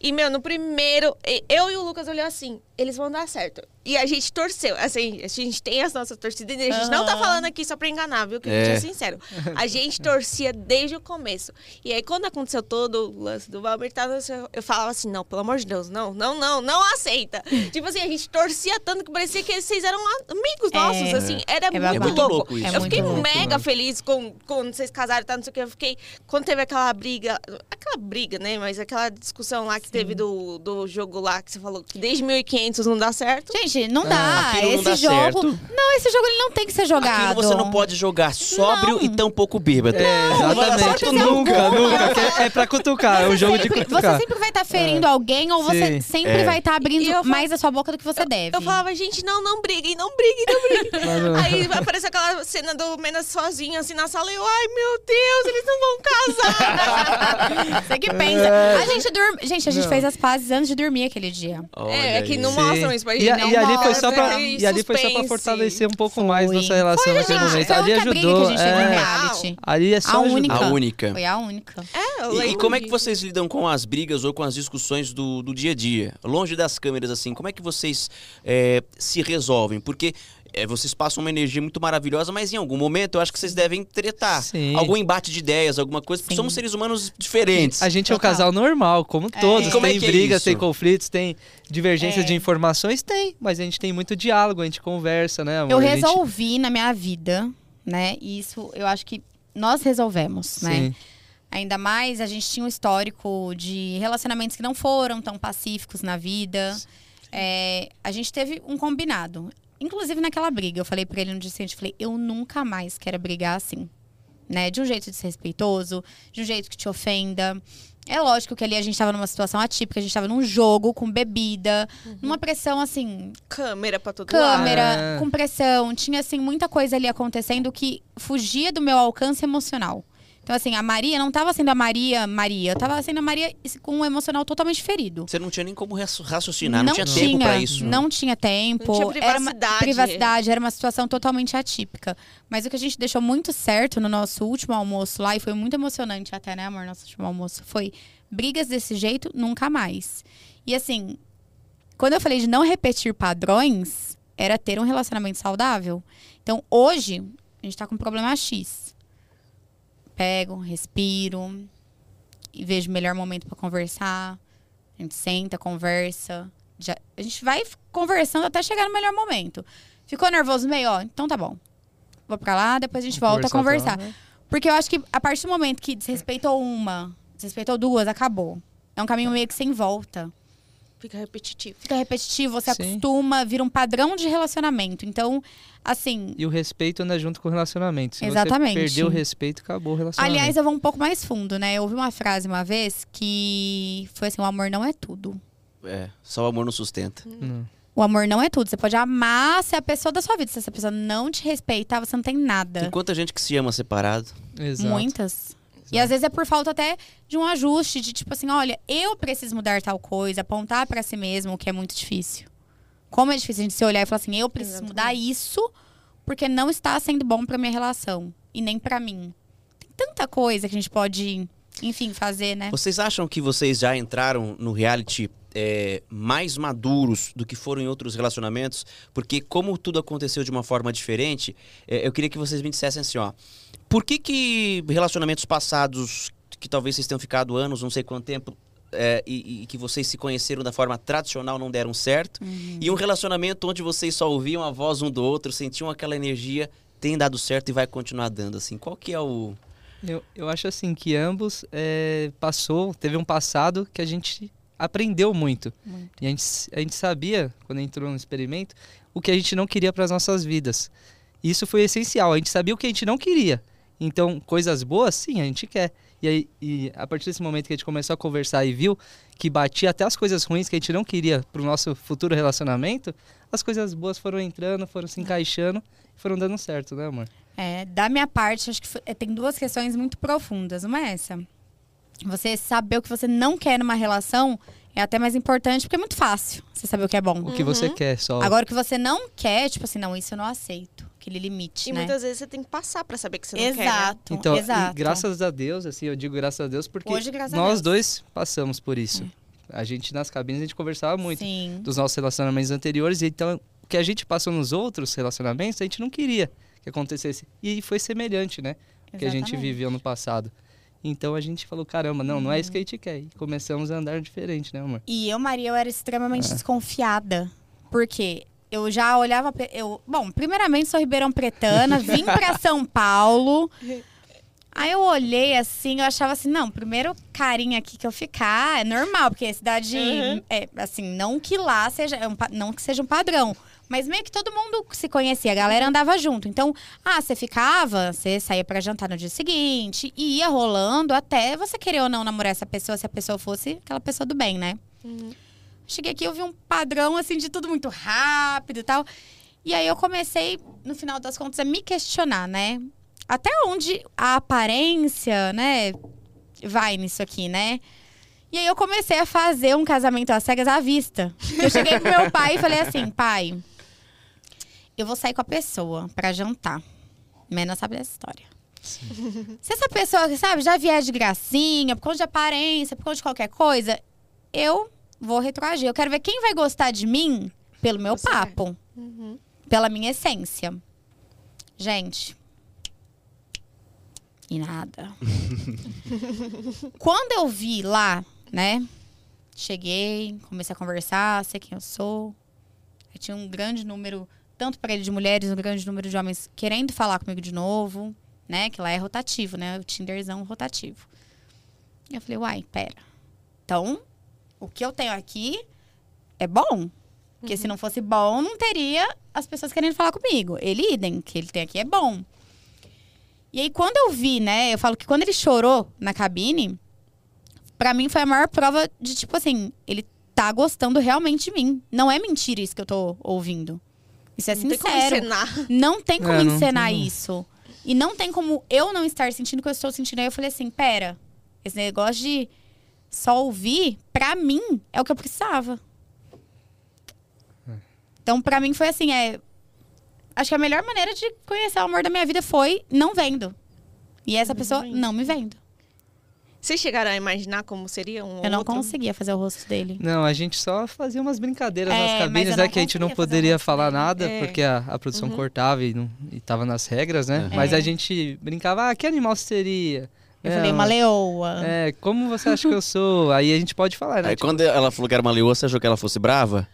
Speaker 2: E, meu, no primeiro, e- eu e o Lucas olhamos assim, eles vão dar certo. E a gente torceu. Assim, a gente tem as nossas torcidas e a gente não tá
Speaker 3: Aham.
Speaker 2: falando aqui só pra enganar, viu? Que a gente
Speaker 1: É.
Speaker 2: é sincero. A gente torcia desde o começo. E aí, quando aconteceu todo o lance do Valmir, tá, eu- eu falava assim, não, pelo amor de Deus, não, não, não, não aceita. tipo assim, a gente torcia tanto que parecia que vocês eram a- amigos
Speaker 3: É.
Speaker 2: nossos, assim. Era
Speaker 3: babado.
Speaker 2: muito,
Speaker 1: É muito
Speaker 2: louco.
Speaker 1: louco isso.
Speaker 3: É
Speaker 2: eu
Speaker 3: muito
Speaker 2: fiquei
Speaker 3: louco.
Speaker 2: mega feliz com, quando vocês casaram, tá? Não sei o que. Eu fiquei. Quando teve aquela briga. Aquela briga, né? Mas aquela discussão lá que teve do, do jogo lá que você falou que desde 1500 não dá certo.
Speaker 3: Gente, não dá.
Speaker 1: aquilo Ah, não
Speaker 3: esse
Speaker 1: dá
Speaker 3: jogo.
Speaker 1: certo.
Speaker 3: Não, esse jogo ele não tem que ser jogado.
Speaker 1: Aquilo você não pode jogar sóbrio
Speaker 3: Não.
Speaker 1: e tão pouco bêbado.
Speaker 4: É, exatamente.
Speaker 3: Não, não,
Speaker 1: um-
Speaker 3: não.
Speaker 4: Nunca, nunca. que É, é pra cutucar, é um jogo de
Speaker 3: Sempre-
Speaker 4: cutucar.
Speaker 3: um Você sempre vai estar
Speaker 1: É.
Speaker 3: ferindo alguém ou você
Speaker 4: Sim. É.
Speaker 3: sempre vai estar abrindo
Speaker 2: E eu falo-
Speaker 3: mais a sua boca do que você deve.
Speaker 2: Eu falava, gente, não, não briguem, não briguem, não briguem.
Speaker 4: Mano.
Speaker 2: Aí apareceu aquela cena do Menas sozinho, assim, na sala. E eu, ai, meu Deus, eles não vão casar.
Speaker 3: Você que pensa. A gente dorme. Gente, a gente
Speaker 4: É. Não.
Speaker 3: fez as pazes antes de dormir aquele dia.
Speaker 1: Olha
Speaker 2: é, é que
Speaker 1: aí.
Speaker 2: não mostram isso pra gente.
Speaker 4: E, a-
Speaker 2: não
Speaker 4: e ali foi
Speaker 2: mostra,
Speaker 4: só pra,
Speaker 2: tem
Speaker 4: e ali foi só pra
Speaker 2: suspense.
Speaker 4: fortalecer um pouco mais
Speaker 3: Foi.
Speaker 4: nossa relação naquele
Speaker 3: Gente,
Speaker 4: momento.
Speaker 3: foi a
Speaker 4: Ali
Speaker 3: única briga
Speaker 4: tá, ajudou.
Speaker 3: que a gente teve no
Speaker 4: é.
Speaker 3: reality.
Speaker 4: ali é só
Speaker 3: A
Speaker 4: ajudar.
Speaker 3: única.
Speaker 1: A única.
Speaker 3: Foi a única.
Speaker 2: É, eu
Speaker 1: E- E,
Speaker 2: lembro
Speaker 1: como é que
Speaker 2: disso.
Speaker 1: vocês lidam com as brigas ou com as discussões do, do dia a dia? Longe das câmeras, assim, como é que vocês é, se resolvem? Porque é, vocês passam uma energia muito maravilhosa, mas em algum momento eu acho que vocês devem tretar.
Speaker 4: Sim.
Speaker 1: Algum embate de ideias, alguma coisa, porque
Speaker 3: Sim.
Speaker 1: somos seres humanos diferentes.
Speaker 4: A gente é um
Speaker 3: Total.
Speaker 4: casal normal, como todos.
Speaker 3: É.
Speaker 1: Como é
Speaker 4: Tem
Speaker 1: que é
Speaker 4: brigas,
Speaker 1: isso?
Speaker 4: tem conflitos, tem divergências
Speaker 3: É.
Speaker 4: de informações, tem. Mas a gente tem muito diálogo, a gente conversa, né, amor?
Speaker 3: Eu
Speaker 4: A gente-
Speaker 3: resolvi na minha vida, né? E isso eu acho que nós resolvemos, né?
Speaker 4: Sim.
Speaker 3: Ainda mais a gente tinha um histórico de relacionamentos que não foram tão pacíficos na vida. É, a gente teve um combinado. Inclusive naquela briga, eu falei pra ele no dia seguinte, eu falei, eu nunca mais quero brigar assim. Né? De um jeito desrespeitoso, de um jeito que te ofenda. É lógico que ali a gente tava numa situação atípica, a gente tava num jogo com bebida, numa pressão assim,
Speaker 2: Câmera pra todo lado.
Speaker 3: câmera,
Speaker 4: Ah.
Speaker 3: com pressão. Tinha, assim, muita coisa ali acontecendo que fugia do meu alcance emocional. Então, assim, a Maria não tava sendo a Maria Maria. Eu tava sendo a Maria com um emocional totalmente ferido.
Speaker 1: Você não tinha nem como raci- raciocinar, não, tinha, tempo pra isso. né?
Speaker 3: Não tinha tempo.
Speaker 2: Não tinha
Speaker 3: Era uma-
Speaker 2: privacidade.
Speaker 3: privacidade, era uma situação totalmente atípica. Mas o que a gente deixou muito certo no nosso último almoço lá, e foi muito emocionante até, né, amor? Nosso último almoço foi brigas desse jeito, nunca mais. E assim, quando eu falei de não repetir padrões, era ter um relacionamento saudável. Então, hoje, a gente tá com um problema X. Pego, respiro, e vejo o melhor momento pra conversar. A gente senta, conversa. Já- a gente vai f- conversando até chegar no melhor momento. Ficou nervoso meio, ó, então tá bom. Vou pra lá, depois a gente volta a conversar.
Speaker 4: tá, né?
Speaker 3: Porque eu acho que a partir do momento que desrespeitou uma, desrespeitou duas, acabou. É um caminho meio que sem volta.
Speaker 2: Fica repetitivo.
Speaker 3: Fica repetitivo, você
Speaker 4: Sim.
Speaker 3: acostuma, vira um padrão de relacionamento. Então, assim,
Speaker 4: E o respeito anda junto com o relacionamento. Se
Speaker 3: Exatamente.
Speaker 4: Você perdeu o respeito, acabou o relacionamento.
Speaker 3: Aliás, eu vou um pouco mais fundo, né? Eu ouvi uma frase uma vez que foi assim: o amor não é tudo.
Speaker 1: É, só o amor não sustenta.
Speaker 4: Não.
Speaker 3: O amor não é tudo. Você pode amar ser a pessoa da sua vida. Se essa pessoa não te respeitar, você não tem
Speaker 1: Tem
Speaker 3: nada.
Speaker 1: quanta gente que se ama separado.
Speaker 4: Exato.
Speaker 3: Muitas. E às vezes é por falta até de um ajuste, de tipo assim, olha, eu preciso mudar tal coisa, apontar pra si mesmo, o que é muito difícil. Como é difícil a gente se olhar e falar assim, eu preciso
Speaker 2: Exatamente.
Speaker 3: mudar isso porque não está sendo bom pra minha relação e nem pra mim. Tem tanta coisa que a gente pode enfim, fazer, né?
Speaker 1: Vocês acham que vocês já entraram no reality é, mais maduros do que foram em outros relacionamentos? Porque como tudo aconteceu de uma forma diferente, é, eu queria que vocês me dissessem assim, ó. Por que que relacionamentos passados, que talvez vocês tenham ficado anos, não sei quanto tempo, é, e, e que vocês se conheceram da forma tradicional não deram certo? E um relacionamento onde vocês só ouviam a voz um do outro, sentiam aquela energia, tem dado certo e vai continuar dando, assim. Qual que é o...
Speaker 4: Eu, eu acho assim que ambos é, passou, teve um passado que a gente aprendeu muito.
Speaker 3: Muito.
Speaker 4: E a gente, s- a gente sabia, quando entrou no experimento, o que a gente não queria para as nossas vidas. Isso foi essencial, a gente sabia o que a gente não queria. Então, coisas boas, sim, a gente quer. E, aí, e a partir desse momento que a gente começou a conversar e viu que batia até as coisas ruins que a gente não queria para o nosso futuro relacionamento, as coisas boas foram entrando, foram se encaixando, foram dando certo, né, amor?
Speaker 3: É, da minha parte, acho que foi- é, tem duas questões muito profundas. Uma é essa. Você saber o que você não quer numa relação é até mais importante, porque é muito fácil você saber o que é bom.
Speaker 4: O que você quer só.
Speaker 3: Agora, o que você não quer, tipo assim, não, isso eu não aceito. Aquele limite,
Speaker 2: E
Speaker 3: né?
Speaker 2: muitas vezes você tem que passar pra saber que você não quer. né?
Speaker 3: exato,
Speaker 4: Então, e
Speaker 3: exato.
Speaker 4: graças a Deus, assim, eu digo graças a Deus porque
Speaker 3: Hoje, graças a Deus.
Speaker 4: nós
Speaker 3: É.
Speaker 4: dois passamos por isso. A gente nas cabines a gente conversava muito
Speaker 3: Sim.
Speaker 4: dos nossos relacionamentos anteriores e então o que a gente passou nos outros relacionamentos, a gente não queria que acontecesse. E foi semelhante, né? O que a gente
Speaker 3: Exatamente.
Speaker 4: viveu no passado. Então a gente falou, caramba, não, não é isso
Speaker 3: Uhum.
Speaker 4: que a gente quer. E começamos a andar diferente, né, amor?
Speaker 3: E eu, Maria, eu era extremamente desconfiada. Porque eu já olhava. pe- Eu, bom, primeiramente sou Ribeirão Pretana, vim pra São Paulo. Aí eu olhei assim, eu achava assim, não, primeiro carinha aqui que eu ficar é normal, porque a cidade,
Speaker 2: Uhum.
Speaker 3: é, assim, não que lá seja, é um pa- não que seja um padrão, mas meio que todo mundo se conhecia, a galera andava junto. Então, ah, você ficava, você saía pra jantar no dia seguinte, e ia rolando até você querer ou não namorar essa pessoa, se a pessoa fosse aquela pessoa do bem, né? Cheguei aqui, eu vi um padrão, assim, de tudo muito rápido e tal. E aí eu comecei, no final das contas, a me questionar, né? Até onde a aparência, né, vai nisso aqui, né? E aí eu comecei a fazer um casamento às cegas à vista. Eu cheguei pro meu pai e falei assim, pai, eu vou sair com a pessoa pra jantar. Mena sabe dessa história. Se essa pessoa, sabe, já vier de gracinha, por conta de aparência, por conta de qualquer coisa, eu vou retroagir. Eu quero ver quem vai gostar de mim pelo meu
Speaker 2: Você quer.
Speaker 3: papo, pela minha essência. Gente. E nada. Quando eu vi lá, né? Cheguei, comecei a conversar, sei quem eu sou. Eu tinha um grande número, tanto para ele de mulheres, um grande número de homens querendo falar comigo de novo, né? Que lá é rotativo, né? O Tinderzão rotativo. E eu falei, uai, pera. Então, o que eu tenho aqui é bom. Porque
Speaker 2: Uhum.
Speaker 3: se não fosse bom, não teria as pessoas querendo falar comigo. Ele idem, o que ele tem aqui é bom. E aí, quando eu vi, né? Eu falo que quando ele chorou na cabine, pra mim foi a maior prova de, tipo assim, ele tá gostando realmente de mim. Não é mentira isso que eu tô ouvindo. Isso é
Speaker 2: Não tem
Speaker 3: sincero.
Speaker 2: como encenar.
Speaker 3: Não tem como
Speaker 4: É, não-
Speaker 3: encenar
Speaker 4: não-
Speaker 3: isso. E não tem como eu não estar sentindo o que eu estou sentindo. Aí eu falei assim, pera, esse negócio de só ouvir, pra mim, é o que eu precisava. Então, pra mim, foi assim, é... Acho que a melhor maneira de conhecer o amor da minha vida foi não vendo. E essa pessoa
Speaker 2: vendo.
Speaker 3: não me vendo.
Speaker 2: Vocês chegaram a imaginar como seria um
Speaker 3: Eu não
Speaker 2: outro?
Speaker 3: conseguia fazer o rosto dele.
Speaker 4: Não, a gente só fazia umas brincadeiras
Speaker 3: É,
Speaker 4: nas
Speaker 3: mas eu
Speaker 4: cabines,
Speaker 3: não
Speaker 4: né? Que a gente não
Speaker 3: conseguia fazer
Speaker 4: poderia
Speaker 3: muito
Speaker 4: falar
Speaker 3: bem. né? Uhum.
Speaker 4: nada,
Speaker 2: É.
Speaker 4: porque a, a produção cortava e, não, e tava nas regras, né?
Speaker 1: Uhum.
Speaker 4: Mas a
Speaker 3: É.
Speaker 4: gente brincava, ah, que animal você seria?
Speaker 3: Eu
Speaker 4: É,
Speaker 3: falei, uma leoa.
Speaker 4: É, como você acha que eu sou? Aí a gente pode falar, né?
Speaker 1: Aí quando ela falou que era uma leoa, você achou que ela fosse brava?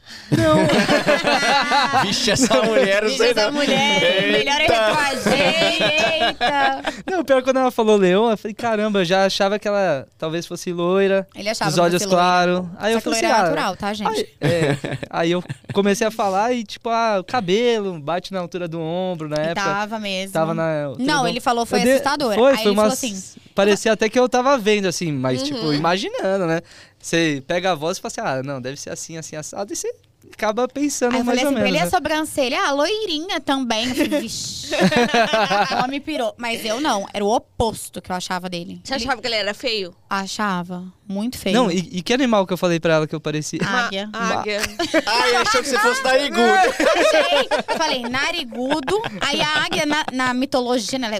Speaker 1: Vixe, essa mulher, não
Speaker 3: Bicho,
Speaker 1: sei
Speaker 3: Ah. essa
Speaker 1: não.
Speaker 3: mulher, melhor é
Speaker 1: Eita.
Speaker 3: retroagir. Eita!
Speaker 4: Não, pior quando ela falou leão, eu falei, caramba, eu já achava que ela talvez fosse loira,
Speaker 3: Ele achava
Speaker 4: dos
Speaker 3: que
Speaker 4: olhos
Speaker 3: fosse loira.
Speaker 4: claros. Aí
Speaker 3: Só
Speaker 4: eu
Speaker 3: que loira
Speaker 4: falei assim,
Speaker 3: é
Speaker 4: ah,
Speaker 3: natural, tá, gente?
Speaker 4: Aí, é, aí eu comecei a falar e, tipo, ah, o cabelo bate na altura do ombro na
Speaker 3: E
Speaker 4: época.
Speaker 3: tava mesmo.
Speaker 4: Tava na. altura
Speaker 3: Não,
Speaker 4: do-
Speaker 3: ele falou foi
Speaker 4: Eu dei-
Speaker 3: assustador.
Speaker 4: Foi,
Speaker 3: Aí
Speaker 4: foi
Speaker 3: ele
Speaker 4: umas-
Speaker 3: falou assim. Uhum.
Speaker 4: Parecia até que eu tava vendo, assim, mas, tipo, imaginando, né? Você pega a voz e fala assim, ah, não, deve ser assim, assim, assado, e você acaba pensando
Speaker 3: Aí eu
Speaker 4: mais
Speaker 3: falei assim,
Speaker 4: ou
Speaker 3: pra ele
Speaker 4: menos. né?"
Speaker 3: a sobrancelha, ah, loirinha também. Eu falei, Vixe. o homem pirou. Mas eu não, era o oposto que eu achava dele.
Speaker 2: Você
Speaker 3: Ele
Speaker 2: achava que ele era feio?
Speaker 3: achava. Muito feio.
Speaker 4: né?" Não, e, e que animal que eu falei pra ela que eu parecia?
Speaker 3: Águia.
Speaker 2: Uma águia.
Speaker 1: Ai, achou que você fosse narigudo.
Speaker 3: Achei. Eu falei, narigudo. Aí a águia, na, na mitologia, né, ela,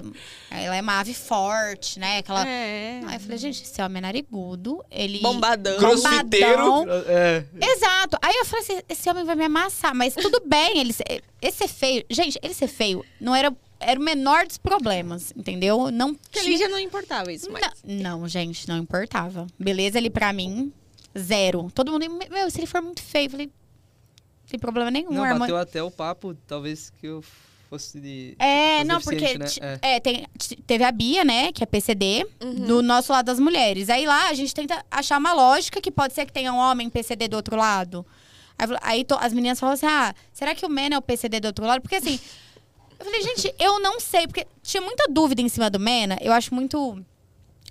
Speaker 3: é, ela é uma ave forte, né? Aquela...
Speaker 2: É.
Speaker 3: Aí eu falei, gente, esse homem é narigudo. Ele...
Speaker 2: Bombadão.
Speaker 1: Cross- Crossfiteiro.
Speaker 4: É.
Speaker 3: Exato. Aí eu falei assim, esse homem vai me amassar. Mas tudo bem, ele ser, ele ser feio. Gente, ele ser feio não era, era o menor dos problemas, entendeu? Não
Speaker 2: Porque ali
Speaker 3: tinha...
Speaker 2: já não importava isso, mas...
Speaker 3: Não, não, gente, não importava. Beleza, ele pra mim, zero. Todo mundo, meu, se ele for muito feio, eu falei, não tem problema nenhum,
Speaker 4: Não,
Speaker 3: irmã.
Speaker 4: bateu até o papo, talvez que eu fosse de... tipo,
Speaker 3: É,
Speaker 4: fosse
Speaker 3: não, porque
Speaker 4: deficiente,
Speaker 3: ti-
Speaker 4: né?
Speaker 3: é, tem- ti- teve a Bia, né, que é PCD, do nosso lado das mulheres. Aí lá a gente tenta achar uma lógica que pode ser que tenha um homem PCD do outro lado. Aí, fala- aí to- as meninas falam assim: ah, será que o Man é o PCD do outro lado? Porque assim, eu falei, gente, eu não sei, porque tinha muita dúvida em cima do Mena, eu acho muito.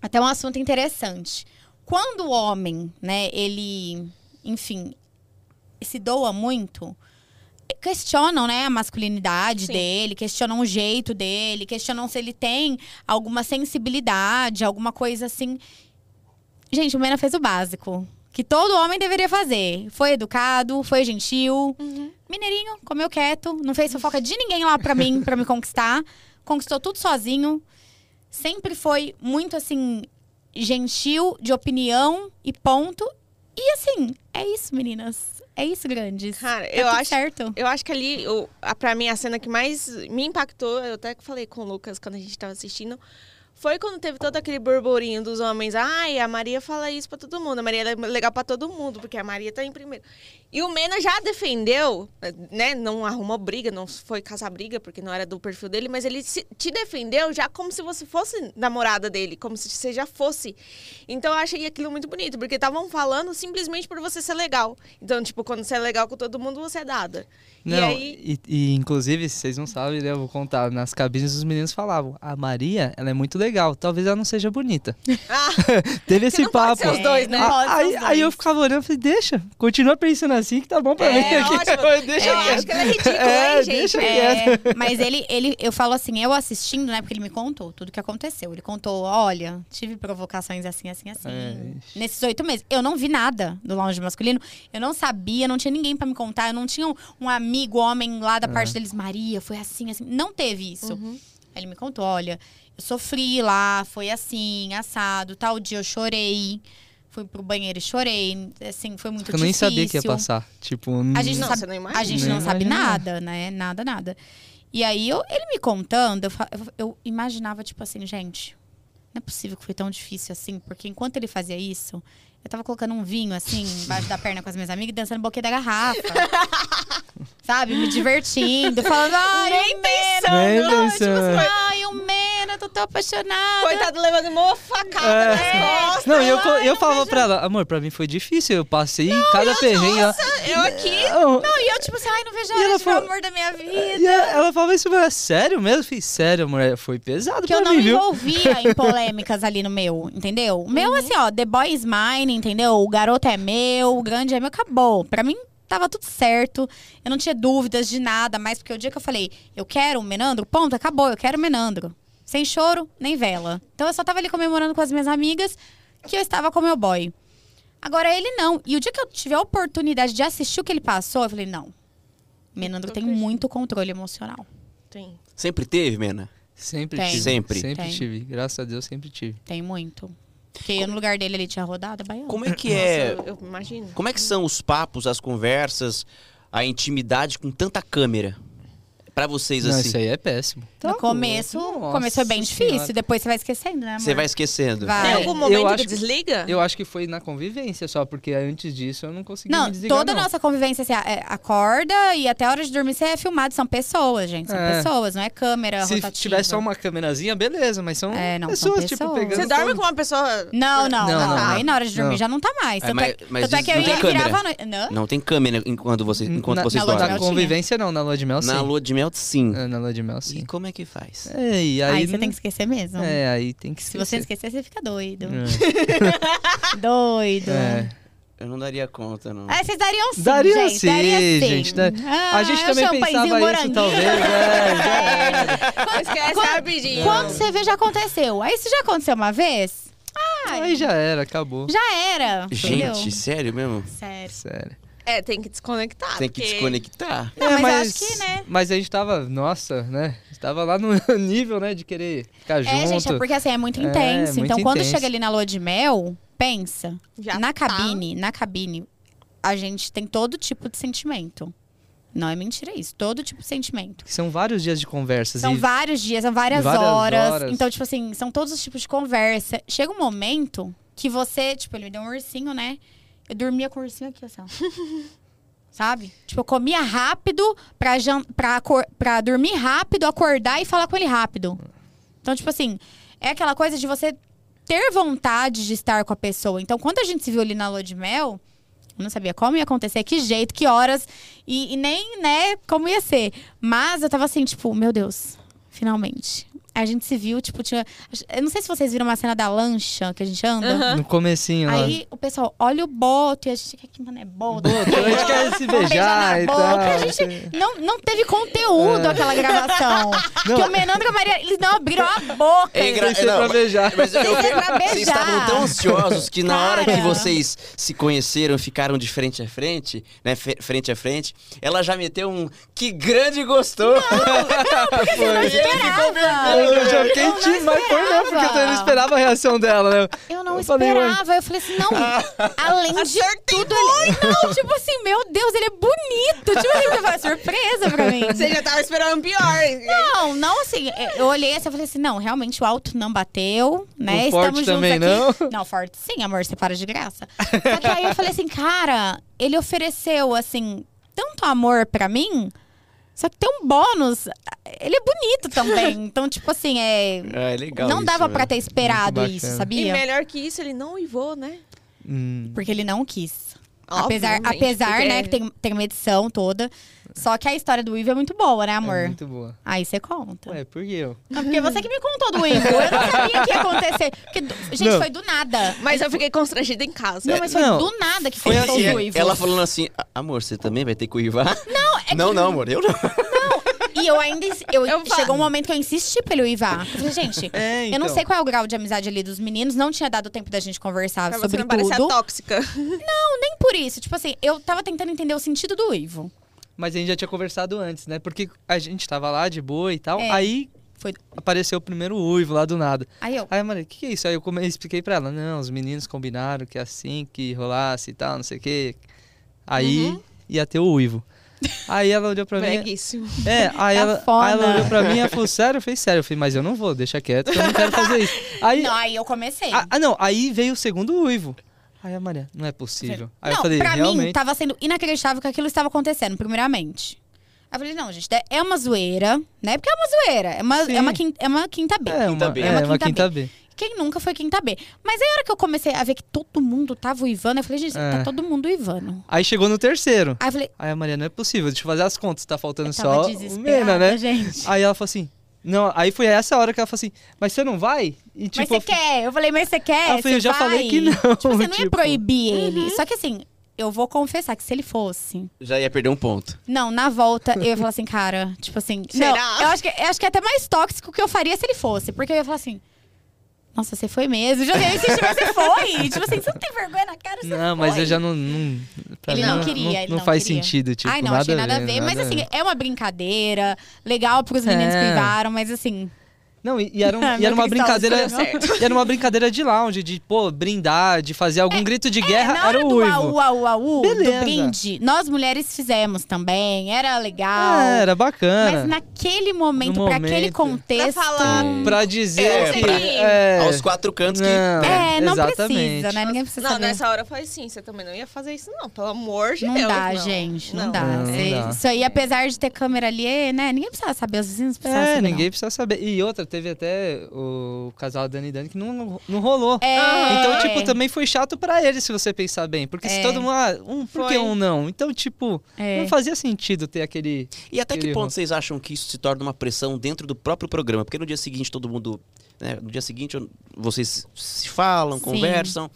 Speaker 3: Até um assunto interessante. Quando o homem, né, ele, enfim, se doa muito, questionam, né, a masculinidade
Speaker 2: Sim.
Speaker 3: dele, questionam o jeito dele, questionam se ele tem alguma sensibilidade, alguma coisa assim. Gente, o Mena fez o básico. Que todo homem deveria fazer. Foi educado, foi gentil,
Speaker 2: Uhum.
Speaker 3: Mineirinho, comeu quieto, não fez fofoca de ninguém lá pra mim, pra me conquistar. Conquistou tudo sozinho. Sempre foi muito assim gentil, de opinião e ponto. E assim, é isso, meninas. É isso, grandes.
Speaker 2: Cara,
Speaker 3: Tá
Speaker 2: eu
Speaker 3: tudo
Speaker 2: acho
Speaker 3: certo.
Speaker 2: Eu acho que ali, o- a, pra mim, a cena que mais me impactou, eu até falei com o Lucas quando a gente tava assistindo, foi quando teve todo aquele burburinho dos homens. Ai, a Maria fala isso pra todo mundo. A Maria é legal pra todo mundo, porque a Maria tá em primeiro. E o Mena já defendeu, né? Não arrumou briga, não foi caçar briga, porque não era do perfil dele, mas ele se- te defendeu já como se você fosse namorada dele, como se você já fosse. Então eu achei aquilo muito bonito, porque estavam falando simplesmente por você ser legal. Então, tipo, quando você é legal com todo mundo, você é dada. e
Speaker 4: Não,
Speaker 2: aí.
Speaker 4: e, e, inclusive, se vocês não sabem, né, eu vou contar. Nas cabines os meninos falavam, a Maria, ela é muito legal, talvez ela não seja bonita.
Speaker 2: Ah,
Speaker 4: Teve esse
Speaker 2: não pode
Speaker 4: papo.
Speaker 2: ser os dois,
Speaker 3: É,
Speaker 2: né?
Speaker 3: não. pode
Speaker 4: A-
Speaker 3: ser
Speaker 4: aí,
Speaker 3: os
Speaker 4: aí eu
Speaker 3: dois.
Speaker 4: ficava olhando e falei, deixa, continua pensando assim que tá bom pra
Speaker 2: É,
Speaker 4: mim
Speaker 2: ótimo.
Speaker 4: aqui. deixa
Speaker 2: eu
Speaker 4: quieto.
Speaker 2: acho que ela é ridícula,
Speaker 4: É,
Speaker 2: hein, gente?
Speaker 4: deixa quieto.
Speaker 3: É, mas ele, ele, eu falo assim, eu assistindo, né? Porque ele me contou tudo que aconteceu. Ele contou, olha, tive provocações assim, assim, assim.
Speaker 4: É.
Speaker 3: Nesses oito meses. Eu não vi nada do lounge masculino. Eu não sabia, não tinha ninguém pra me contar. Eu não tinha um, um amigo homem lá da
Speaker 4: É.
Speaker 3: parte deles, Maria, foi assim, assim. Não teve isso. Aí ele me contou, olha, eu sofri lá, foi assim, assado, tal dia eu chorei. Fui pro banheiro e chorei. Assim, foi muito
Speaker 4: Eu nem
Speaker 3: difícil.
Speaker 4: sabia que ia passar. Tipo,
Speaker 3: A gente
Speaker 2: Não,
Speaker 3: sabe-
Speaker 2: você não imagina.
Speaker 3: A gente
Speaker 4: Nem
Speaker 3: não sabe
Speaker 4: imaginava.
Speaker 3: nada, né? Nada, nada. E aí, eu- ele me contando, eu, fa- eu- eu imaginava, tipo assim, gente, não é possível que foi tão difícil assim, porque enquanto ele fazia isso, eu tava colocando um vinho, assim, embaixo da perna com as minhas amigas, e dançando boquinha da garrafa. Sabe? Me divertindo, falando, ai,
Speaker 2: Nem
Speaker 3: o
Speaker 2: pensando.
Speaker 4: Nem
Speaker 3: Mena, tipo
Speaker 4: pensando.
Speaker 3: assim, ai, o Mena, eu tô tão apaixonada.
Speaker 2: Coitado levando uma facada
Speaker 3: É.
Speaker 2: nas costas.
Speaker 4: Não, e eu, co- eu falava pra ela, amor, pra mim foi difícil, eu passei cada perrengue. Ela,
Speaker 2: Eu aqui.
Speaker 4: "Não,
Speaker 3: Não, e eu, tipo assim, ai, não vejo a
Speaker 4: E ela
Speaker 3: hora de ver o
Speaker 4: falou-
Speaker 3: amor da minha vida.
Speaker 4: E a- ela falava isso, mas é sério mesmo? Eu falei, sério, amor, é, foi pesado
Speaker 3: que
Speaker 4: pra
Speaker 3: eu não
Speaker 4: mim,
Speaker 3: me
Speaker 4: viu?
Speaker 3: envolvia em polêmicas ali no meu, entendeu? O meu, assim, ó, The Boy is Mine, entendeu? O garoto é meu, o grande é meu, acabou. Pra mim, tava tudo certo. Eu não tinha dúvidas de nada, mas porque o dia que eu falei, eu quero o Menandro, ponto, acabou, eu quero o Menandro. Sem choro, nem vela. Então eu só tava ali comemorando com as minhas amigas que eu estava com o meu boy. Agora ele não. E o dia que eu tive a oportunidade de assistir o que ele passou, eu falei, não. Menandro
Speaker 2: Tô
Speaker 3: tem
Speaker 2: acreditando.
Speaker 3: muito controle emocional.
Speaker 2: Tem.
Speaker 1: Sempre teve, Mena?
Speaker 4: Sempre
Speaker 3: Tem.
Speaker 4: tive.
Speaker 1: Sempre.
Speaker 4: Sempre
Speaker 3: Tem.
Speaker 4: tive. Graças a Deus, sempre tive.
Speaker 3: Tem muito. Porque eu, no lugar dele, ele tinha rodado a baiana.
Speaker 1: Como é que é...
Speaker 2: Nossa, eu, eu imagino.
Speaker 1: Como é que são os papos, as conversas, a intimidade com tanta câmera? Pra vocês,
Speaker 4: Não,
Speaker 1: assim.
Speaker 4: isso aí é péssimo. Tá
Speaker 3: no começo,
Speaker 4: louco.
Speaker 3: começou
Speaker 4: Nossa
Speaker 3: bem difícil.
Speaker 4: Senhora.
Speaker 3: Depois você vai esquecendo, né, amor?
Speaker 1: Você vai esquecendo.
Speaker 3: Vai.
Speaker 2: Tem
Speaker 3: Ah,
Speaker 2: algum
Speaker 4: eu
Speaker 2: momento
Speaker 4: acho
Speaker 2: que
Speaker 4: que-
Speaker 2: desliga?
Speaker 4: Eu acho que foi na convivência só, porque antes disso eu não consegui
Speaker 3: Não,
Speaker 4: me desligar,
Speaker 3: toda a
Speaker 4: não.
Speaker 3: nossa convivência, assim, é, acorda e até a hora de dormir você é filmado. São pessoas, gente. São
Speaker 4: É.
Speaker 3: pessoas, não é câmera
Speaker 4: Se
Speaker 3: rotativa.
Speaker 4: tivesse só uma câmerazinha, beleza, mas são,
Speaker 3: É, não, são
Speaker 4: pessoas, tipo,
Speaker 3: pessoas.
Speaker 4: pegando...
Speaker 2: Você dorme com uma pessoa.
Speaker 3: Não, não,
Speaker 4: Não,
Speaker 3: não.
Speaker 4: não,
Speaker 3: Aí na hora de dormir
Speaker 4: não.
Speaker 3: já não tá mais.
Speaker 1: É,
Speaker 3: Tanto
Speaker 1: mas-
Speaker 3: é,
Speaker 1: mas
Speaker 3: tanto é
Speaker 1: isso
Speaker 3: que eu
Speaker 1: não tem
Speaker 3: ia
Speaker 1: câmera.
Speaker 3: virava a noite. Não?
Speaker 1: Não tem câmera enquanto, você, enquanto
Speaker 4: na,
Speaker 1: vocês
Speaker 4: na,
Speaker 1: dormem.
Speaker 4: na
Speaker 3: tinha.
Speaker 4: convivência, não. Na lua de mel, sim.
Speaker 1: Na lua de mel, sim.
Speaker 4: É, Na lua de mel,
Speaker 1: E
Speaker 4: sim.
Speaker 1: como é que faz?
Speaker 4: É, e aí...
Speaker 3: Aí, você tem que esquecer mesmo.
Speaker 4: É, aí tem que
Speaker 3: Se você
Speaker 4: esquecer.
Speaker 3: esquecer, você fica doido.
Speaker 4: É.
Speaker 3: Doido.
Speaker 4: É.
Speaker 1: Eu não daria conta, não.
Speaker 3: Ah, vocês dariam sim,
Speaker 4: Daria
Speaker 3: gente.
Speaker 4: sim, gente, da-
Speaker 3: Ah,
Speaker 4: A gente
Speaker 3: é o
Speaker 4: também
Speaker 3: champanhezinho
Speaker 4: pensava isso,
Speaker 3: moranguinho.
Speaker 4: talvez. é, já era.
Speaker 2: Esquece
Speaker 3: quando-
Speaker 2: rapidinho.
Speaker 3: Quando você vê, já aconteceu. Aí isso já aconteceu uma vez? Ah, verdade.
Speaker 4: Aí já era, acabou.
Speaker 3: Já era. entendeu?
Speaker 1: Gente, sério mesmo?
Speaker 3: Sério.
Speaker 4: Sério. É,
Speaker 2: É, tem que desconectar.
Speaker 1: Tem que
Speaker 2: porque-
Speaker 1: desconectar.
Speaker 3: Não, mas eu acho que, né?
Speaker 4: Mas a gente tava, nossa, né? A gente tava lá no nível, né, de querer ficar junto.
Speaker 3: É, gente, é porque assim, é muito
Speaker 4: É,
Speaker 3: intenso.
Speaker 4: muito
Speaker 3: então, quando
Speaker 4: intenso.
Speaker 3: chega ali na lua de mel, pensa.
Speaker 2: Já
Speaker 3: na
Speaker 2: tá.
Speaker 3: cabine, na cabine, a gente tem todo tipo de sentimento. Não é mentira isso. Todo tipo de sentimento.
Speaker 4: São vários dias de conversas.
Speaker 3: São
Speaker 4: e...
Speaker 3: vários dias, são várias,
Speaker 4: várias
Speaker 3: horas.
Speaker 4: horas.
Speaker 3: Então, tipo assim, são todos os tipos de conversa. Chega um momento que você, tipo, ele me deu um ursinho, né? Eu dormia com o ursinho aqui, assim. ó. Sabe? Tipo, eu comia rápido pra, jan- pra, acor- pra dormir rápido, acordar e falar com ele rápido. Então, tipo assim, é aquela coisa de você ter vontade de estar com a pessoa. Então, quando a gente se viu ali na lua de mel, eu não sabia como ia acontecer, que jeito, que horas, e, e nem, né, como ia ser. Mas eu tava assim, tipo, meu Deus, finalmente. A gente se viu, tipo, tinha. Eu não sei se vocês viram uma cena da lancha que a gente anda.
Speaker 2: Aham.
Speaker 4: No comecinho lá.
Speaker 3: Aí o pessoal olha o boto e a gente, que que mano é boto?
Speaker 4: A gente quer se beijar
Speaker 3: na
Speaker 4: e
Speaker 3: boca,
Speaker 4: tal. assim. É.
Speaker 3: a gente não, não teve conteúdo aquela gravação. Porque o Menandro e a Maria, eles não abriram a boca.
Speaker 1: É engra-
Speaker 4: Tem que ser pra
Speaker 1: mas-
Speaker 4: beijar.
Speaker 1: mas eu-
Speaker 3: Tem que ser pra
Speaker 1: Vocês
Speaker 3: beijar.
Speaker 1: estavam tão ansiosos que na hora que
Speaker 3: Cara.
Speaker 1: vocês se conheceram, ficaram de frente a frente, né? fe- Frente a frente, ela já meteu um que grande gostou. E ele
Speaker 3: eu não
Speaker 1: ficou né?
Speaker 3: esperava.
Speaker 4: Eu já fiquei demais, foi mesmo, né? porque eu também não esperava a reação dela, né?
Speaker 3: Eu não
Speaker 4: Eu falei, ué.
Speaker 3: esperava. eu falei assim, não. Além de
Speaker 2: Acertei
Speaker 3: tudo, ele... não, tipo assim, meu Deus, ele é bonito. Tipo assim, foi uma surpresa pra mim.
Speaker 2: Você já tava esperando um pior.
Speaker 3: Não, não assim, eu olhei assim e falei assim, não, realmente o alto não bateu, né?
Speaker 4: O forte
Speaker 3: juntos
Speaker 4: também não?
Speaker 3: Não, forte sim, amor, você para de graça. Só que aí eu falei assim, cara, ele ofereceu, assim, tanto amor pra mim, só que tem um bônus, ele é bonito também. Então, tipo assim, é...
Speaker 1: É legal.
Speaker 3: não
Speaker 1: isso,
Speaker 3: dava
Speaker 1: né?
Speaker 3: pra ter esperado
Speaker 4: Muito
Speaker 3: isso,
Speaker 4: bacana.
Speaker 2: E
Speaker 3: sabia?
Speaker 2: melhor que isso, ele não uivou, né?
Speaker 4: Hum.
Speaker 3: Porque ele não quis. Apesar,
Speaker 2: Obviamente,
Speaker 3: apesar
Speaker 2: porque-
Speaker 3: né, que tem, tem uma edição toda. Só que a história do Ivo é muito boa, né, amor?
Speaker 4: É muito boa.
Speaker 3: Aí você conta.
Speaker 4: Ué, por que eu?
Speaker 3: Ah, Porque você que me contou do Ivo. Eu não sabia que ia acontecer. Porque, do- gente,
Speaker 4: Não.
Speaker 3: foi do nada.
Speaker 2: Mas eu fiquei constrangida em casa.
Speaker 3: Não, mas foi
Speaker 4: Não.
Speaker 3: do nada que
Speaker 1: Foi
Speaker 3: foi
Speaker 1: assim,
Speaker 3: o do
Speaker 1: é-
Speaker 3: Ivo.
Speaker 1: ela falando assim, "Ah, amor, você também vai ter que uivar? Não, é Não, não, amor, eu não.
Speaker 3: E eu ainda. ins- Eu,
Speaker 2: Eu falo.
Speaker 3: chegou um momento que eu insisti pra ele Ivar. Eu falei, gente,
Speaker 4: É,
Speaker 3: eu não
Speaker 4: então.
Speaker 3: sei qual é o grau de amizade ali dos meninos. Não tinha dado tempo da gente conversar
Speaker 2: Pra você
Speaker 3: sobre
Speaker 2: não parecer a
Speaker 3: tudo.
Speaker 2: tóxica.
Speaker 3: Nem por isso. Tipo assim, eu tava tentando entender o sentido do Ivo.
Speaker 4: Mas a gente já tinha conversado antes, né? Porque a gente tava lá de boa e tal.
Speaker 3: É.
Speaker 4: Aí
Speaker 3: Foi-
Speaker 4: apareceu o primeiro uivo lá do nada.
Speaker 3: Aí eu.
Speaker 4: Aí, mano, o que, que é isso? Aí eu come- expliquei pra ela, não, os meninos combinaram que assim que rolasse e tal, não sei o quê. Aí
Speaker 3: Uhum.
Speaker 4: ia ter o uivo. Aí ela olhou pra mim.
Speaker 2: Breguíssimo.
Speaker 3: Tá
Speaker 4: É, aí ela,
Speaker 3: Cafona.
Speaker 4: aí ela olhou pra mim e falou, sério? Eu falei, sério. Eu falei, mas eu não vou, deixa quieto, que eu não quero fazer isso. Aí,
Speaker 3: Não, aí eu comecei.
Speaker 4: ah, ah, não, aí veio o segundo uivo. Aí a Maria, não é possível. Aí
Speaker 3: não,
Speaker 4: eu falei,
Speaker 3: pra
Speaker 4: realmente.
Speaker 3: mim, tá tava sendo inacreditável que aquilo estava acontecendo, primeiramente. Aí eu falei, não, gente, é uma zoeira, né? Porque é uma zoeira. É uma,
Speaker 4: Sim.
Speaker 3: é uma, quin- é uma quinta B.
Speaker 4: É uma,
Speaker 1: B.
Speaker 4: é
Speaker 1: É uma
Speaker 4: uma
Speaker 3: quinta
Speaker 4: quinta B.
Speaker 3: Quem nunca foi quinta B? Mas aí a hora que eu comecei a ver que todo mundo tava uivando, eu falei, gente,
Speaker 4: É.
Speaker 3: tá todo mundo uivando.
Speaker 4: Aí chegou no terceiro.
Speaker 3: Aí eu falei,
Speaker 4: Aí a Maria, não é possível, deixa eu fazer as contas, tá faltando
Speaker 3: eu
Speaker 4: só
Speaker 3: tava
Speaker 4: o
Speaker 3: desesperada,
Speaker 4: Mena, né?
Speaker 3: gente.
Speaker 4: Aí ela falou assim, não, aí foi essa hora que ela falou assim, mas você não vai? E
Speaker 3: Mas
Speaker 4: tipo,
Speaker 3: você quer? Eu falei, mas você quer?
Speaker 4: Ah, filho, eu
Speaker 3: Você
Speaker 4: já falei que não,
Speaker 3: Tipo, você não ia
Speaker 4: tipo.
Speaker 3: proibir ele. Só que assim, eu vou confessar que se ele fosse...
Speaker 1: Já ia perder um ponto.
Speaker 3: Não, na volta eu ia falar assim, cara, tipo assim.
Speaker 2: Será?
Speaker 3: Não, eu acho, que, eu acho que é até mais tóxico que eu faria se ele fosse. Porque eu ia falar assim. Nossa, você foi mesmo. Já eu insisti, mas você foi. Tipo assim, você não tem vergonha na cara, você
Speaker 4: não, mas
Speaker 3: foi.
Speaker 4: eu já não, não pra
Speaker 3: Ele
Speaker 4: mim
Speaker 3: não queria, ele não
Speaker 4: faz
Speaker 3: queria.
Speaker 4: sentido, tipo,
Speaker 3: Ai, não,
Speaker 4: nada
Speaker 3: achei nada a ver. Mas assim, é uma brincadeira. Legal pros meninos
Speaker 4: É.
Speaker 3: que vivaram, mas assim.
Speaker 4: Não, e, e era, um-
Speaker 3: Ah,
Speaker 4: e era
Speaker 3: meu
Speaker 4: uma
Speaker 3: cristal
Speaker 4: brincadeira.
Speaker 3: escuro,
Speaker 4: e era uma brincadeira de lounge, de, pô, brindar, de fazer algum grito de guerra,
Speaker 3: É, na hora
Speaker 4: era o
Speaker 3: do
Speaker 4: uivo.
Speaker 3: au, au, au,
Speaker 4: Beleza.
Speaker 3: do brinde, nós mulheres fizemos também. Era legal.
Speaker 4: É, era bacana.
Speaker 3: Mas naquele momento, pra
Speaker 4: momento.
Speaker 3: aquele
Speaker 4: Pra
Speaker 3: contexto.
Speaker 2: falar,
Speaker 4: Pra dizer
Speaker 1: É,
Speaker 4: que.
Speaker 1: pra-
Speaker 4: é,
Speaker 1: Aos quatro cantos que...
Speaker 4: não,
Speaker 3: É, não
Speaker 4: exatamente.
Speaker 3: precisa, né? Ninguém precisa
Speaker 2: Não,
Speaker 3: saber.
Speaker 2: nessa hora eu falei assim, você também não ia fazer isso não, pelo amor de
Speaker 3: Não
Speaker 2: Deus.
Speaker 3: dá, gente. Não, dá.
Speaker 4: É, Não, não
Speaker 3: Cê-
Speaker 4: dá.
Speaker 3: Isso aí, apesar de ter câmera ali, é, né? Ninguém precisava saber, os vizinhos precisavam
Speaker 4: É,
Speaker 3: saber. não.
Speaker 4: ninguém precisa saber. E outra, teve até o casal Dani e Dani que não, não rolou.
Speaker 3: É.
Speaker 4: Então, tipo, também foi chato pra eles, se você pensar bem. Porque se
Speaker 3: É.
Speaker 4: todo mundo. Ah, um, por que
Speaker 2: Foi.
Speaker 4: um não? Então, tipo,
Speaker 3: É.
Speaker 4: não fazia sentido ter aquele.
Speaker 1: E até que
Speaker 4: Aquele
Speaker 1: ponto
Speaker 4: rosto.
Speaker 1: vocês acham que isso se torna uma pressão dentro do próprio programa? Porque no dia seguinte todo mundo. né, no dia seguinte eu- vocês se falam,
Speaker 3: Sim.
Speaker 1: conversam.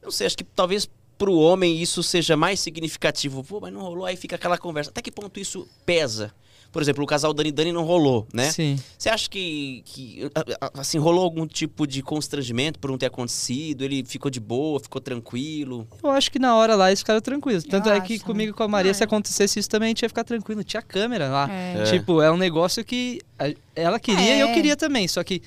Speaker 1: Eu Não sei, acho que talvez pro homem isso seja mais significativo. Pô, mas não rolou, aí fica aquela conversa. Até que ponto isso pesa? Por exemplo, o casal Dani Dani não rolou, né?
Speaker 4: Sim.
Speaker 1: Você acha que, que, a- a- assim, rolou algum tipo de constrangimento por não ter acontecido? Ele ficou de boa, ficou tranquilo?
Speaker 4: Eu acho que na hora lá eles ficaram tranquilos. Tanto é que
Speaker 3: acho,
Speaker 4: comigo e com a Maria,
Speaker 2: Ah,
Speaker 4: se acontecesse isso também, a gente ia ficar tranquilo. Tinha câmera lá.
Speaker 3: É.
Speaker 1: É.
Speaker 4: Tipo, é um negócio que a- ela queria e eu
Speaker 3: É.
Speaker 4: queria também. Só que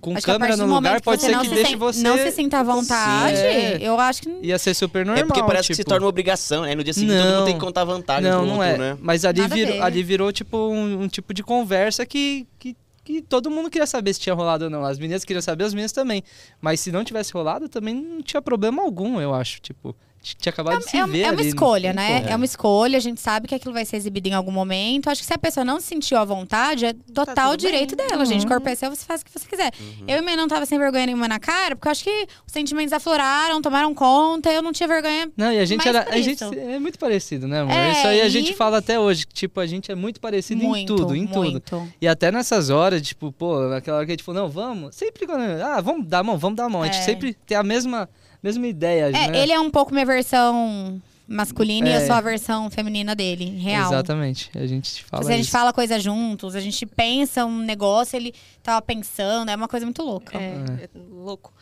Speaker 4: com
Speaker 3: Acho que a
Speaker 4: câmera
Speaker 3: partir
Speaker 4: no
Speaker 3: do momento
Speaker 4: lugar pode
Speaker 3: você
Speaker 4: ser
Speaker 3: não
Speaker 4: que
Speaker 3: se
Speaker 4: deixe
Speaker 3: sen-
Speaker 4: você.
Speaker 3: Não se sinta à vontade.
Speaker 4: É.
Speaker 3: Eu acho que.
Speaker 4: Ia ser super normal.
Speaker 1: é porque parece que se
Speaker 4: tipo.
Speaker 1: torna uma obrigação, né? No dia seguinte todo
Speaker 4: Não.
Speaker 1: mundo tem que contar vantagem
Speaker 4: Não,
Speaker 1: pro
Speaker 4: não
Speaker 1: outro,
Speaker 4: é.
Speaker 1: né?
Speaker 4: Mas ali
Speaker 3: Nada a
Speaker 4: virou,
Speaker 3: ver.
Speaker 4: ali virou tipo um, um tipo de conversa que, que, que todo mundo queria saber se tinha rolado ou não. As meninas queriam saber, as meninas também. Mas se não tivesse rolado, também não tinha problema algum, eu acho. Tipo, t- tinha acabado de se
Speaker 3: É, é uma-
Speaker 4: ver.
Speaker 3: é uma
Speaker 4: ali, não
Speaker 3: escolha,
Speaker 4: tem
Speaker 3: né?
Speaker 4: como.
Speaker 3: É uma escolha, a gente sabe que aquilo vai ser exibido em algum momento. Acho que se a pessoa não se sentiu à vontade, é total
Speaker 2: Tá tudo
Speaker 3: direito
Speaker 2: bem.
Speaker 3: dela,
Speaker 4: Uhum.
Speaker 3: gente. Corpo é seu, você faz o que você quiser. Eu e minha não tava sem vergonha nenhuma na cara, porque eu acho que os sentimentos afloraram, tomaram conta, eu não tinha vergonha.
Speaker 4: Não, e a gente
Speaker 3: Mas
Speaker 4: era.
Speaker 3: por
Speaker 4: A gente
Speaker 3: isso.
Speaker 4: é muito parecido, né, amor?
Speaker 3: É,
Speaker 4: isso aí a
Speaker 3: e-
Speaker 4: gente fala até hoje. que, Tipo, a gente é muito parecido
Speaker 3: muito,
Speaker 4: em tudo, em tudo.
Speaker 3: muito.
Speaker 4: E até nessas horas, tipo, pô, aquela hora que a gente falou, não, vamos. Sempre quando. Ah, vamos dar a mão, vamos dar a mão. A gente
Speaker 3: É.
Speaker 4: sempre tem a mesma, mesma ideia,
Speaker 3: É,
Speaker 4: né?
Speaker 3: ele é um pouco minha versão masculina e
Speaker 4: É.
Speaker 3: eu sou a versão feminina dele, é real.
Speaker 4: Exatamente. A gente fala.
Speaker 3: Tipo, se a gente
Speaker 4: isso.
Speaker 3: fala coisa juntos, a gente pensa um negócio, ele tava pensando, é uma coisa muito louca.
Speaker 2: É, é louco.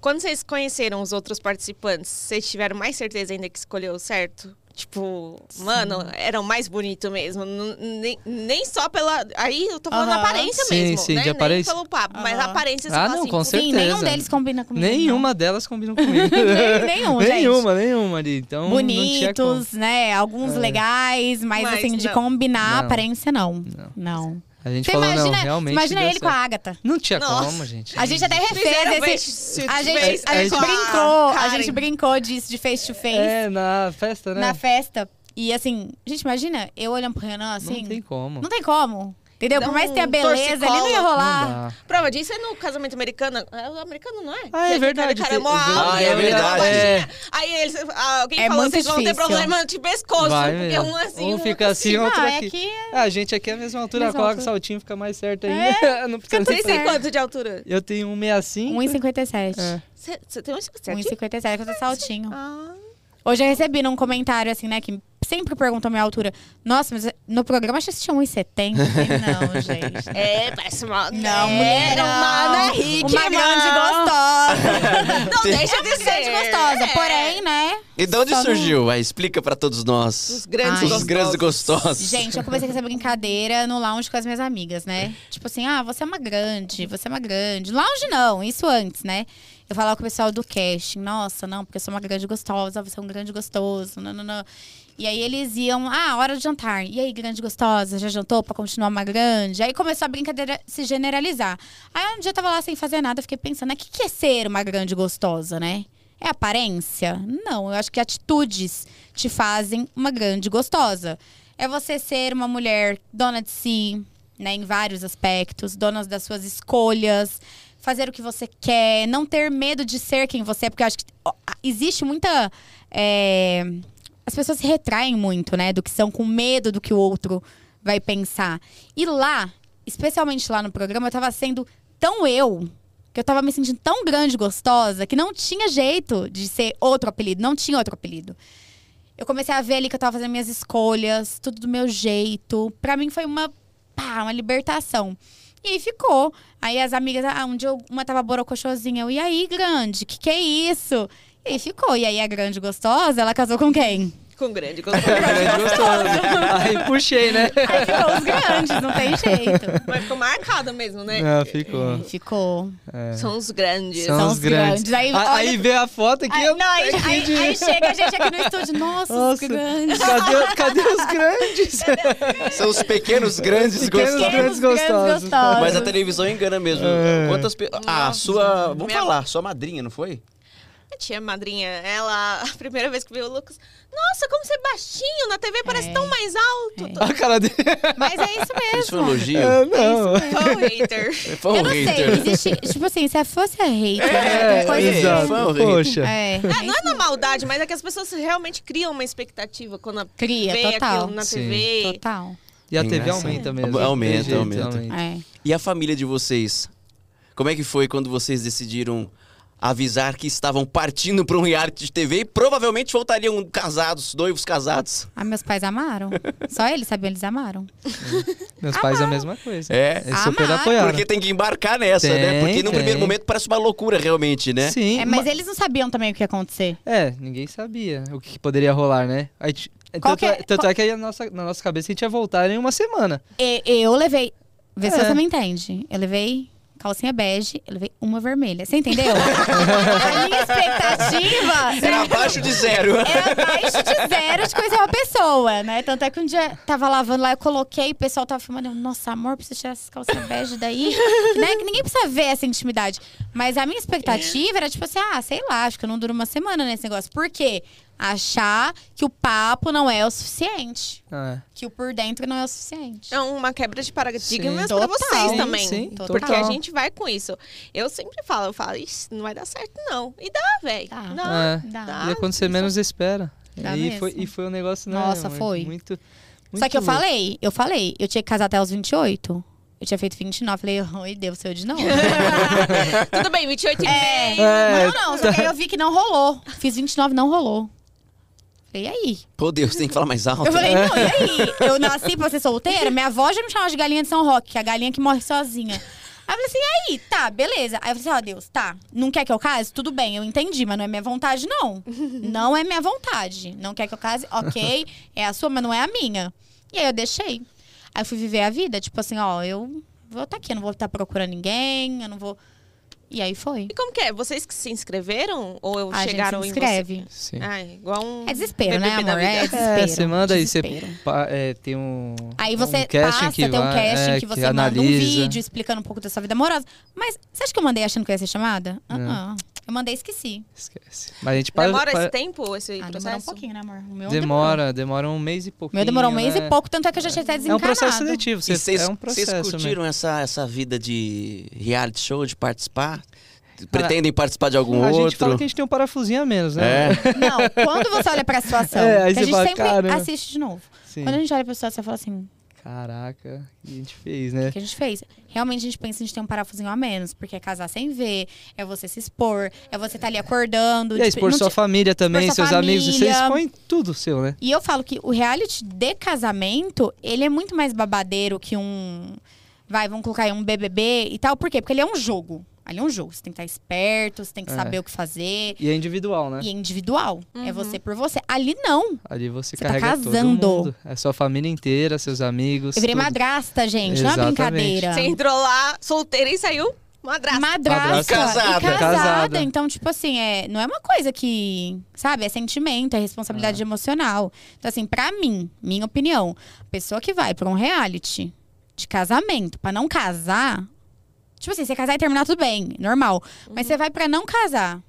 Speaker 2: Quando vocês conheceram os outros participantes, vocês tiveram mais certeza ainda que escolheu o certo? Tipo, mano, eram mais bonito mesmo. N- Nem, nem só pela. Aí eu tô falando
Speaker 3: Aham.
Speaker 2: aparência
Speaker 4: Sim,
Speaker 2: mesmo.
Speaker 4: sim, de
Speaker 2: né?
Speaker 4: aparência.
Speaker 2: Nem pelo papo, mas
Speaker 3: Aham.
Speaker 2: aparência você
Speaker 4: Ah,
Speaker 2: fala
Speaker 4: não,
Speaker 2: assim,
Speaker 4: com
Speaker 2: putz,
Speaker 3: Sim, nenhum
Speaker 4: certeza.
Speaker 3: deles combina comigo. né?
Speaker 4: Nenhuma delas combinam comigo.
Speaker 3: Nem- nenhum, gente.
Speaker 4: nenhuma, nenhuma ali. Então, não tinha como. É.
Speaker 3: Bonitos, né? Alguns legais, mas,
Speaker 2: Mas
Speaker 3: assim, de
Speaker 2: não.
Speaker 3: combinar a
Speaker 4: Não.
Speaker 3: aparência, não.
Speaker 4: Não.
Speaker 3: Não.
Speaker 4: A gente
Speaker 3: Você
Speaker 4: falou,
Speaker 3: imagina,
Speaker 4: não, realmente.
Speaker 3: imagina
Speaker 4: deu
Speaker 3: ele com a
Speaker 4: certo.
Speaker 3: Ágata.
Speaker 4: Não tinha
Speaker 2: Nossa.
Speaker 4: como, gente.
Speaker 3: A gente até
Speaker 2: Fizeram
Speaker 3: refez esse...
Speaker 2: face-
Speaker 3: A gente,
Speaker 2: face
Speaker 3: a gente
Speaker 2: com
Speaker 3: brincou, a
Speaker 2: "Ah, Karen.
Speaker 3: gente brincou disso de face to face
Speaker 4: É, na festa, né?
Speaker 3: na festa. E assim, gente, imagina, eu olhando pro Renan assim.
Speaker 4: Não tem como.
Speaker 3: não tem como, Entendeu?
Speaker 2: Dá
Speaker 3: Por mais que tenha
Speaker 2: um
Speaker 3: beleza, ele não ia
Speaker 2: torcicolo.
Speaker 3: rolar.
Speaker 4: Não dá.
Speaker 2: Prova disso é no casamento americano. É o americano, não é?
Speaker 4: Ah, é
Speaker 2: Aquele
Speaker 4: verdade.
Speaker 2: Cara, é mó
Speaker 4: tem-
Speaker 2: alto,
Speaker 1: Ah, é
Speaker 3: né?
Speaker 2: aquele cara mó
Speaker 1: verdade.
Speaker 2: baixinho.
Speaker 4: É,
Speaker 2: Aí eles, ah, alguém
Speaker 3: É
Speaker 2: falou,
Speaker 3: muito
Speaker 2: vocês vão ter
Speaker 3: difícil.
Speaker 2: problema de pescoço.
Speaker 4: Vai
Speaker 2: porque
Speaker 4: mesmo.
Speaker 2: um assim,
Speaker 4: Um
Speaker 2: o
Speaker 4: fica
Speaker 2: outro
Speaker 4: assim, outro
Speaker 3: não, é
Speaker 4: aqui.
Speaker 3: que
Speaker 4: Ah, a gente aqui é a mesma altura,
Speaker 3: Mesma
Speaker 4: coloca
Speaker 3: altura. É.
Speaker 4: o saltinho, fica mais certo ainda. não precisa
Speaker 3: Fica
Speaker 2: Vocês
Speaker 3: tudo
Speaker 4: nem fazer.
Speaker 2: têm
Speaker 3: certo.
Speaker 2: quanto de altura?
Speaker 4: Eu tenho 1,65.
Speaker 3: 1,57.
Speaker 4: É.
Speaker 2: Você você tem um certinho?
Speaker 3: 1,57 é que eu tô saltinho.
Speaker 2: Ah,
Speaker 3: Hoje eu recebi num comentário, assim, né, que sempre perguntam a minha altura. Nossa, mas no programa acho que tinha 1,70. Eu falei, Não, gente.
Speaker 2: É, parece uma...
Speaker 3: Não, mulher,
Speaker 2: mulher, uma Ana
Speaker 3: não.
Speaker 2: Hickman.
Speaker 3: Uma grande gostosa.
Speaker 2: Não, deixa de ser.
Speaker 3: grande gostosa,
Speaker 2: É.
Speaker 3: porém, né?
Speaker 1: E de onde
Speaker 3: Só não-
Speaker 1: surgiu? Vai, explica pra todos nós.
Speaker 2: Os grandes
Speaker 3: Ai.
Speaker 1: Os grandes gostosos.
Speaker 3: Gente, eu comecei com essa brincadeira no lounge com as minhas amigas, né? Tipo assim, ah, você é uma grande, você é uma grande. Lounge não, isso antes, né? Eu falava com o pessoal do casting, nossa, não, porque eu sou uma grande gostosa, você é um grande gostoso, não, não, não. E aí eles iam, ah, hora de jantar. E aí, grande gostosa, já jantou pra continuar uma grande? Aí começou a brincadeira se generalizar. Aí um dia eu tava lá sem fazer nada, eu fiquei pensando, né, o que, que é ser uma grande gostosa, né? É aparência? Não, eu acho que atitudes te fazem uma grande gostosa. É você ser uma mulher dona de si, né, em vários aspectos, dona das suas escolhas, fazer o que você quer, não ter medo de ser quem você é, porque eu acho que ó, a- existe muita. é, as pessoas se retraem muito, né, do que são, com medo do que o outro vai pensar. E lá, especialmente lá no programa, eu tava sendo tão eu. Que eu tava me sentindo tão grande e gostosa que não tinha jeito de ser outro apelido, não tinha outro apelido. Eu comecei a ver ali que eu tava fazendo minhas escolhas, tudo do meu jeito. Pra mim foi uma, pá, uma libertação. E aí ficou. Aí as amigas, ah, um dia eu- uma tava borocochosinha. Eu, e aí, grande, que que é isso? E aí ficou. E aí a grande gostosa, ela casou com quem?
Speaker 2: Com grande
Speaker 4: A
Speaker 2: gostosa.
Speaker 4: gente gostou, né? Aí puxei, né?
Speaker 3: Aí ficou os grandes, não tem jeito.
Speaker 2: Mas ficou marcado mesmo, né?
Speaker 1: É,
Speaker 4: Não, ficou.
Speaker 3: E ficou.
Speaker 2: São os grandes.
Speaker 4: São, os grandes. Aí,
Speaker 3: olha-
Speaker 4: aí vê a foto aqui.
Speaker 3: Aí,
Speaker 4: eu-
Speaker 3: não, aí,
Speaker 4: aqui
Speaker 3: aí-
Speaker 4: de-
Speaker 3: aí chega a gente aqui no estúdio, nossa, os
Speaker 4: Nossa.
Speaker 3: grandes.
Speaker 4: Cadê, cadê os grandes?
Speaker 3: É
Speaker 1: São os pequenos grandes
Speaker 4: Pequenos
Speaker 1: gostosos.
Speaker 4: grandes.
Speaker 3: Os grandes
Speaker 4: gostosos.
Speaker 3: gostosos.
Speaker 1: Mas a televisão engana mesmo.
Speaker 4: É.
Speaker 1: Quantas pe... Ah, sua. Vamos
Speaker 2: Minha-
Speaker 1: falar, sua madrinha, não foi?
Speaker 2: Minha tia madrinha, ela, a primeira vez que viu o Lucas, nossa, como você é baixinho, na TV parece
Speaker 3: É.
Speaker 2: tão mais alto.
Speaker 4: A cara dele.
Speaker 3: Mas é isso mesmo.
Speaker 1: Isso foi um elogio?
Speaker 4: É, não.
Speaker 2: Tô hater.
Speaker 1: Foi um
Speaker 3: eu não
Speaker 1: hater.
Speaker 3: sei, existe. Tipo assim, se fosse a hater,
Speaker 1: É,
Speaker 3: né, coisa
Speaker 1: exato.
Speaker 3: assim.
Speaker 1: Foi horrível.
Speaker 4: Poxa.
Speaker 3: É,
Speaker 2: Ah, não é na maldade, mas é que as pessoas realmente criam uma expectativa quando a-
Speaker 3: Cria,
Speaker 2: vê
Speaker 3: total.
Speaker 2: aquilo na
Speaker 4: Sim.
Speaker 2: TV.
Speaker 3: É, Total.
Speaker 4: E a TV
Speaker 1: Engraçado.
Speaker 4: aumenta mesmo.
Speaker 1: Aumenta,
Speaker 4: Tem jeito,
Speaker 1: aumenta.
Speaker 3: É.
Speaker 1: E a família de vocês? Como é que foi quando vocês decidiram? avisar que estavam partindo para um reality de TV e provavelmente voltariam casados, noivos casados.
Speaker 3: Ah, meus pais amaram. Só eles sabiam, eles amaram.
Speaker 4: Meus pais é a mesma coisa.
Speaker 1: É.
Speaker 4: Eles super
Speaker 3: Amado.
Speaker 4: apoiaram.
Speaker 1: Porque tem que embarcar nessa, né?
Speaker 4: Tem,
Speaker 1: Porque no
Speaker 4: tem.
Speaker 1: primeiro momento parece uma loucura realmente, né?
Speaker 4: Sim.
Speaker 3: É,
Speaker 4: ma-
Speaker 3: mas eles não sabiam também o que ia acontecer.
Speaker 4: É, ninguém sabia o que poderia rolar, né? A gente-
Speaker 3: Qual
Speaker 4: tanto
Speaker 3: que é-
Speaker 4: é, tanto é que aí a nossa, na nossa cabeça a gente ia voltar em uma semana.
Speaker 3: E- eu levei. Vê se
Speaker 4: É.
Speaker 3: você me entende. Eu levei calcinha bege, eu levei uma vermelha. Você entendeu? a minha expectativa
Speaker 1: Era abaixo de zero.
Speaker 3: era abaixo de zero de conhecer uma pessoa, né? Tanto é que um dia tava lavando lá, eu coloquei, o pessoal tava filmando. eu, Nossa, amor, preciso tirar essas calcinhas bege daí. né? Que ninguém precisa ver essa intimidade. Mas a minha expectativa era tipo assim: ah, sei lá, acho que eu não duro uma semana nesse negócio. Por quê? Achar que o papo não é o suficiente.
Speaker 4: Ah,
Speaker 3: Que o por dentro não é o suficiente.
Speaker 2: É uma quebra de paradigmas pra
Speaker 3: Sim, total.
Speaker 2: vocês
Speaker 3: Sim,
Speaker 2: também.
Speaker 4: sim,
Speaker 3: total.
Speaker 2: porque a gente vai com isso. Eu sempre falo, eu falo, isso não vai dar certo não. E dá, velho.
Speaker 3: Dá.
Speaker 2: Dá.
Speaker 4: é.
Speaker 3: Dá.
Speaker 2: Dá. Ah,
Speaker 4: e quando você menos espera.
Speaker 3: Dá
Speaker 4: e,
Speaker 3: tá mesmo.
Speaker 4: foi, e foi um negócio, né?
Speaker 3: Nossa,
Speaker 4: mãe?
Speaker 3: foi.
Speaker 4: Muito,
Speaker 3: Só
Speaker 4: muito
Speaker 3: que eu
Speaker 4: louco.
Speaker 3: falei, eu falei, eu tinha que casar até os 28. Eu tinha feito 29, falei, oi, Deus, sou eu de novo.
Speaker 2: Tudo bem, 28 e
Speaker 3: né,
Speaker 2: meio.
Speaker 4: É,
Speaker 3: não, não, só que aí eu vi que não rolou. Fiz 29, não rolou. Falei, e aí?
Speaker 1: Pô, Deus, tem que falar mais alto. né?
Speaker 3: Eu falei, não, e aí? Eu nasci pra ser solteira, minha avó já me chamava de galinha de São Roque, que é a galinha que morre sozinha. Aí eu falei assim, e aí, tá, beleza. Aí eu falei assim, ó, Deus, tá, não quer que eu case? Tudo bem, eu entendi, mas não é minha vontade, não. Não é minha vontade. Não quer que eu case? Ok, é a sua, mas não é a minha. E aí eu deixei. Aí eu fui viver a vida, tipo assim, ó, eu vou estar aqui, eu não vou estar procurando ninguém, eu não vou... E aí foi.
Speaker 2: E como que é? Vocês que se inscreveram? Ou eu
Speaker 3: A gente
Speaker 2: chegaram
Speaker 3: se
Speaker 2: em
Speaker 3: inscreve.
Speaker 4: Sim.
Speaker 2: você? Ah, igual um...
Speaker 3: É desespero, né,
Speaker 2: BBB da
Speaker 3: amor? É
Speaker 2: vida.
Speaker 3: desespero.
Speaker 4: É, você manda aí, você
Speaker 3: desespero.
Speaker 4: pa- é, tem um.
Speaker 3: Aí você
Speaker 4: um casting
Speaker 3: passa,
Speaker 4: que
Speaker 3: tem um
Speaker 4: vai-
Speaker 3: casting
Speaker 4: é,
Speaker 3: que você manda um
Speaker 4: analisa.
Speaker 3: vídeo explicando um pouco da sua vida amorosa. Mas você acha que eu mandei achando que eu ia ser chamada?
Speaker 4: É.
Speaker 3: Ah, ah. Eu mandei e esqueci.
Speaker 4: Esquece. Mas a gente para.
Speaker 2: Demora
Speaker 4: para-
Speaker 2: esse tempo, esse
Speaker 3: Ah, demorou um
Speaker 2: processo?
Speaker 3: pouquinho, né, amor? O meu demorou.
Speaker 4: demora, demora um mês e
Speaker 3: O
Speaker 4: pouquinho.
Speaker 3: meu demorou um mês
Speaker 4: né?
Speaker 3: e pouco, tanto é que eu já tinha até
Speaker 4: É um
Speaker 3: desencanado.
Speaker 4: processo seletivo. Você,
Speaker 1: E vocês
Speaker 4: é um
Speaker 1: vocês
Speaker 4: processo. mesmo.
Speaker 1: curtiram essa, essa vida de reality show, de participar? Pretendem participar de algum
Speaker 4: a
Speaker 1: outro?
Speaker 4: gente fala que a gente tem um parafusinho a menos, né?
Speaker 1: É.
Speaker 3: Não, quando você olha pra situação,
Speaker 4: É, aí
Speaker 3: que a
Speaker 4: você
Speaker 3: gente
Speaker 4: fala,
Speaker 3: sempre
Speaker 4: "Caramba."
Speaker 3: assiste de novo.
Speaker 4: Sim.
Speaker 3: Quando a gente olha pra situação, você fala assim,
Speaker 4: Caraca, o que a gente fez,
Speaker 3: o
Speaker 4: né?
Speaker 3: que a gente fez? Realmente a gente pensa que a gente tem um parafusinho a menos, porque é casar sem ver, é você se expor, é você estar ali acordando.
Speaker 4: E aí,
Speaker 3: tipo,
Speaker 4: expor
Speaker 3: não
Speaker 4: sua
Speaker 3: ti-
Speaker 4: família também,
Speaker 3: expor sua
Speaker 4: seus amigos. Você
Speaker 3: família.
Speaker 4: expõe tudo seu, né?
Speaker 3: E eu falo que o reality de casamento, ele é muito mais babadeiro que um. Vai, vamos colocar aí um BBB e tal. Por quê? Porque ele é um jogo. Ali é um jogo. Você tem que estar esperto, você tem que
Speaker 4: É.
Speaker 3: saber o que fazer.
Speaker 4: E é individual, né?
Speaker 3: E é individual. É você por você. Ali não.
Speaker 4: Ali você,
Speaker 3: Você tá
Speaker 4: carrega
Speaker 3: casando.
Speaker 4: todo mundo. É sua família inteira, seus amigos.
Speaker 3: Eu virei
Speaker 4: tudo.
Speaker 3: madrasta, gente. Não é
Speaker 4: Exatamente.
Speaker 3: brincadeira.
Speaker 2: Você entrou lá, solteira e saiu madrasta.
Speaker 3: Madrasta
Speaker 1: E casada.
Speaker 3: e casada.
Speaker 4: Casada.
Speaker 3: Então, tipo assim, é, não é uma coisa que, sabe, é sentimento, é responsabilidade emocional. Então, assim, pra mim, minha opinião, a pessoa que vai pra um reality de casamento, pra não casar, tipo assim, você casar e terminar tudo bem, normal.
Speaker 4: Uhum.
Speaker 3: Mas você vai pra não casar.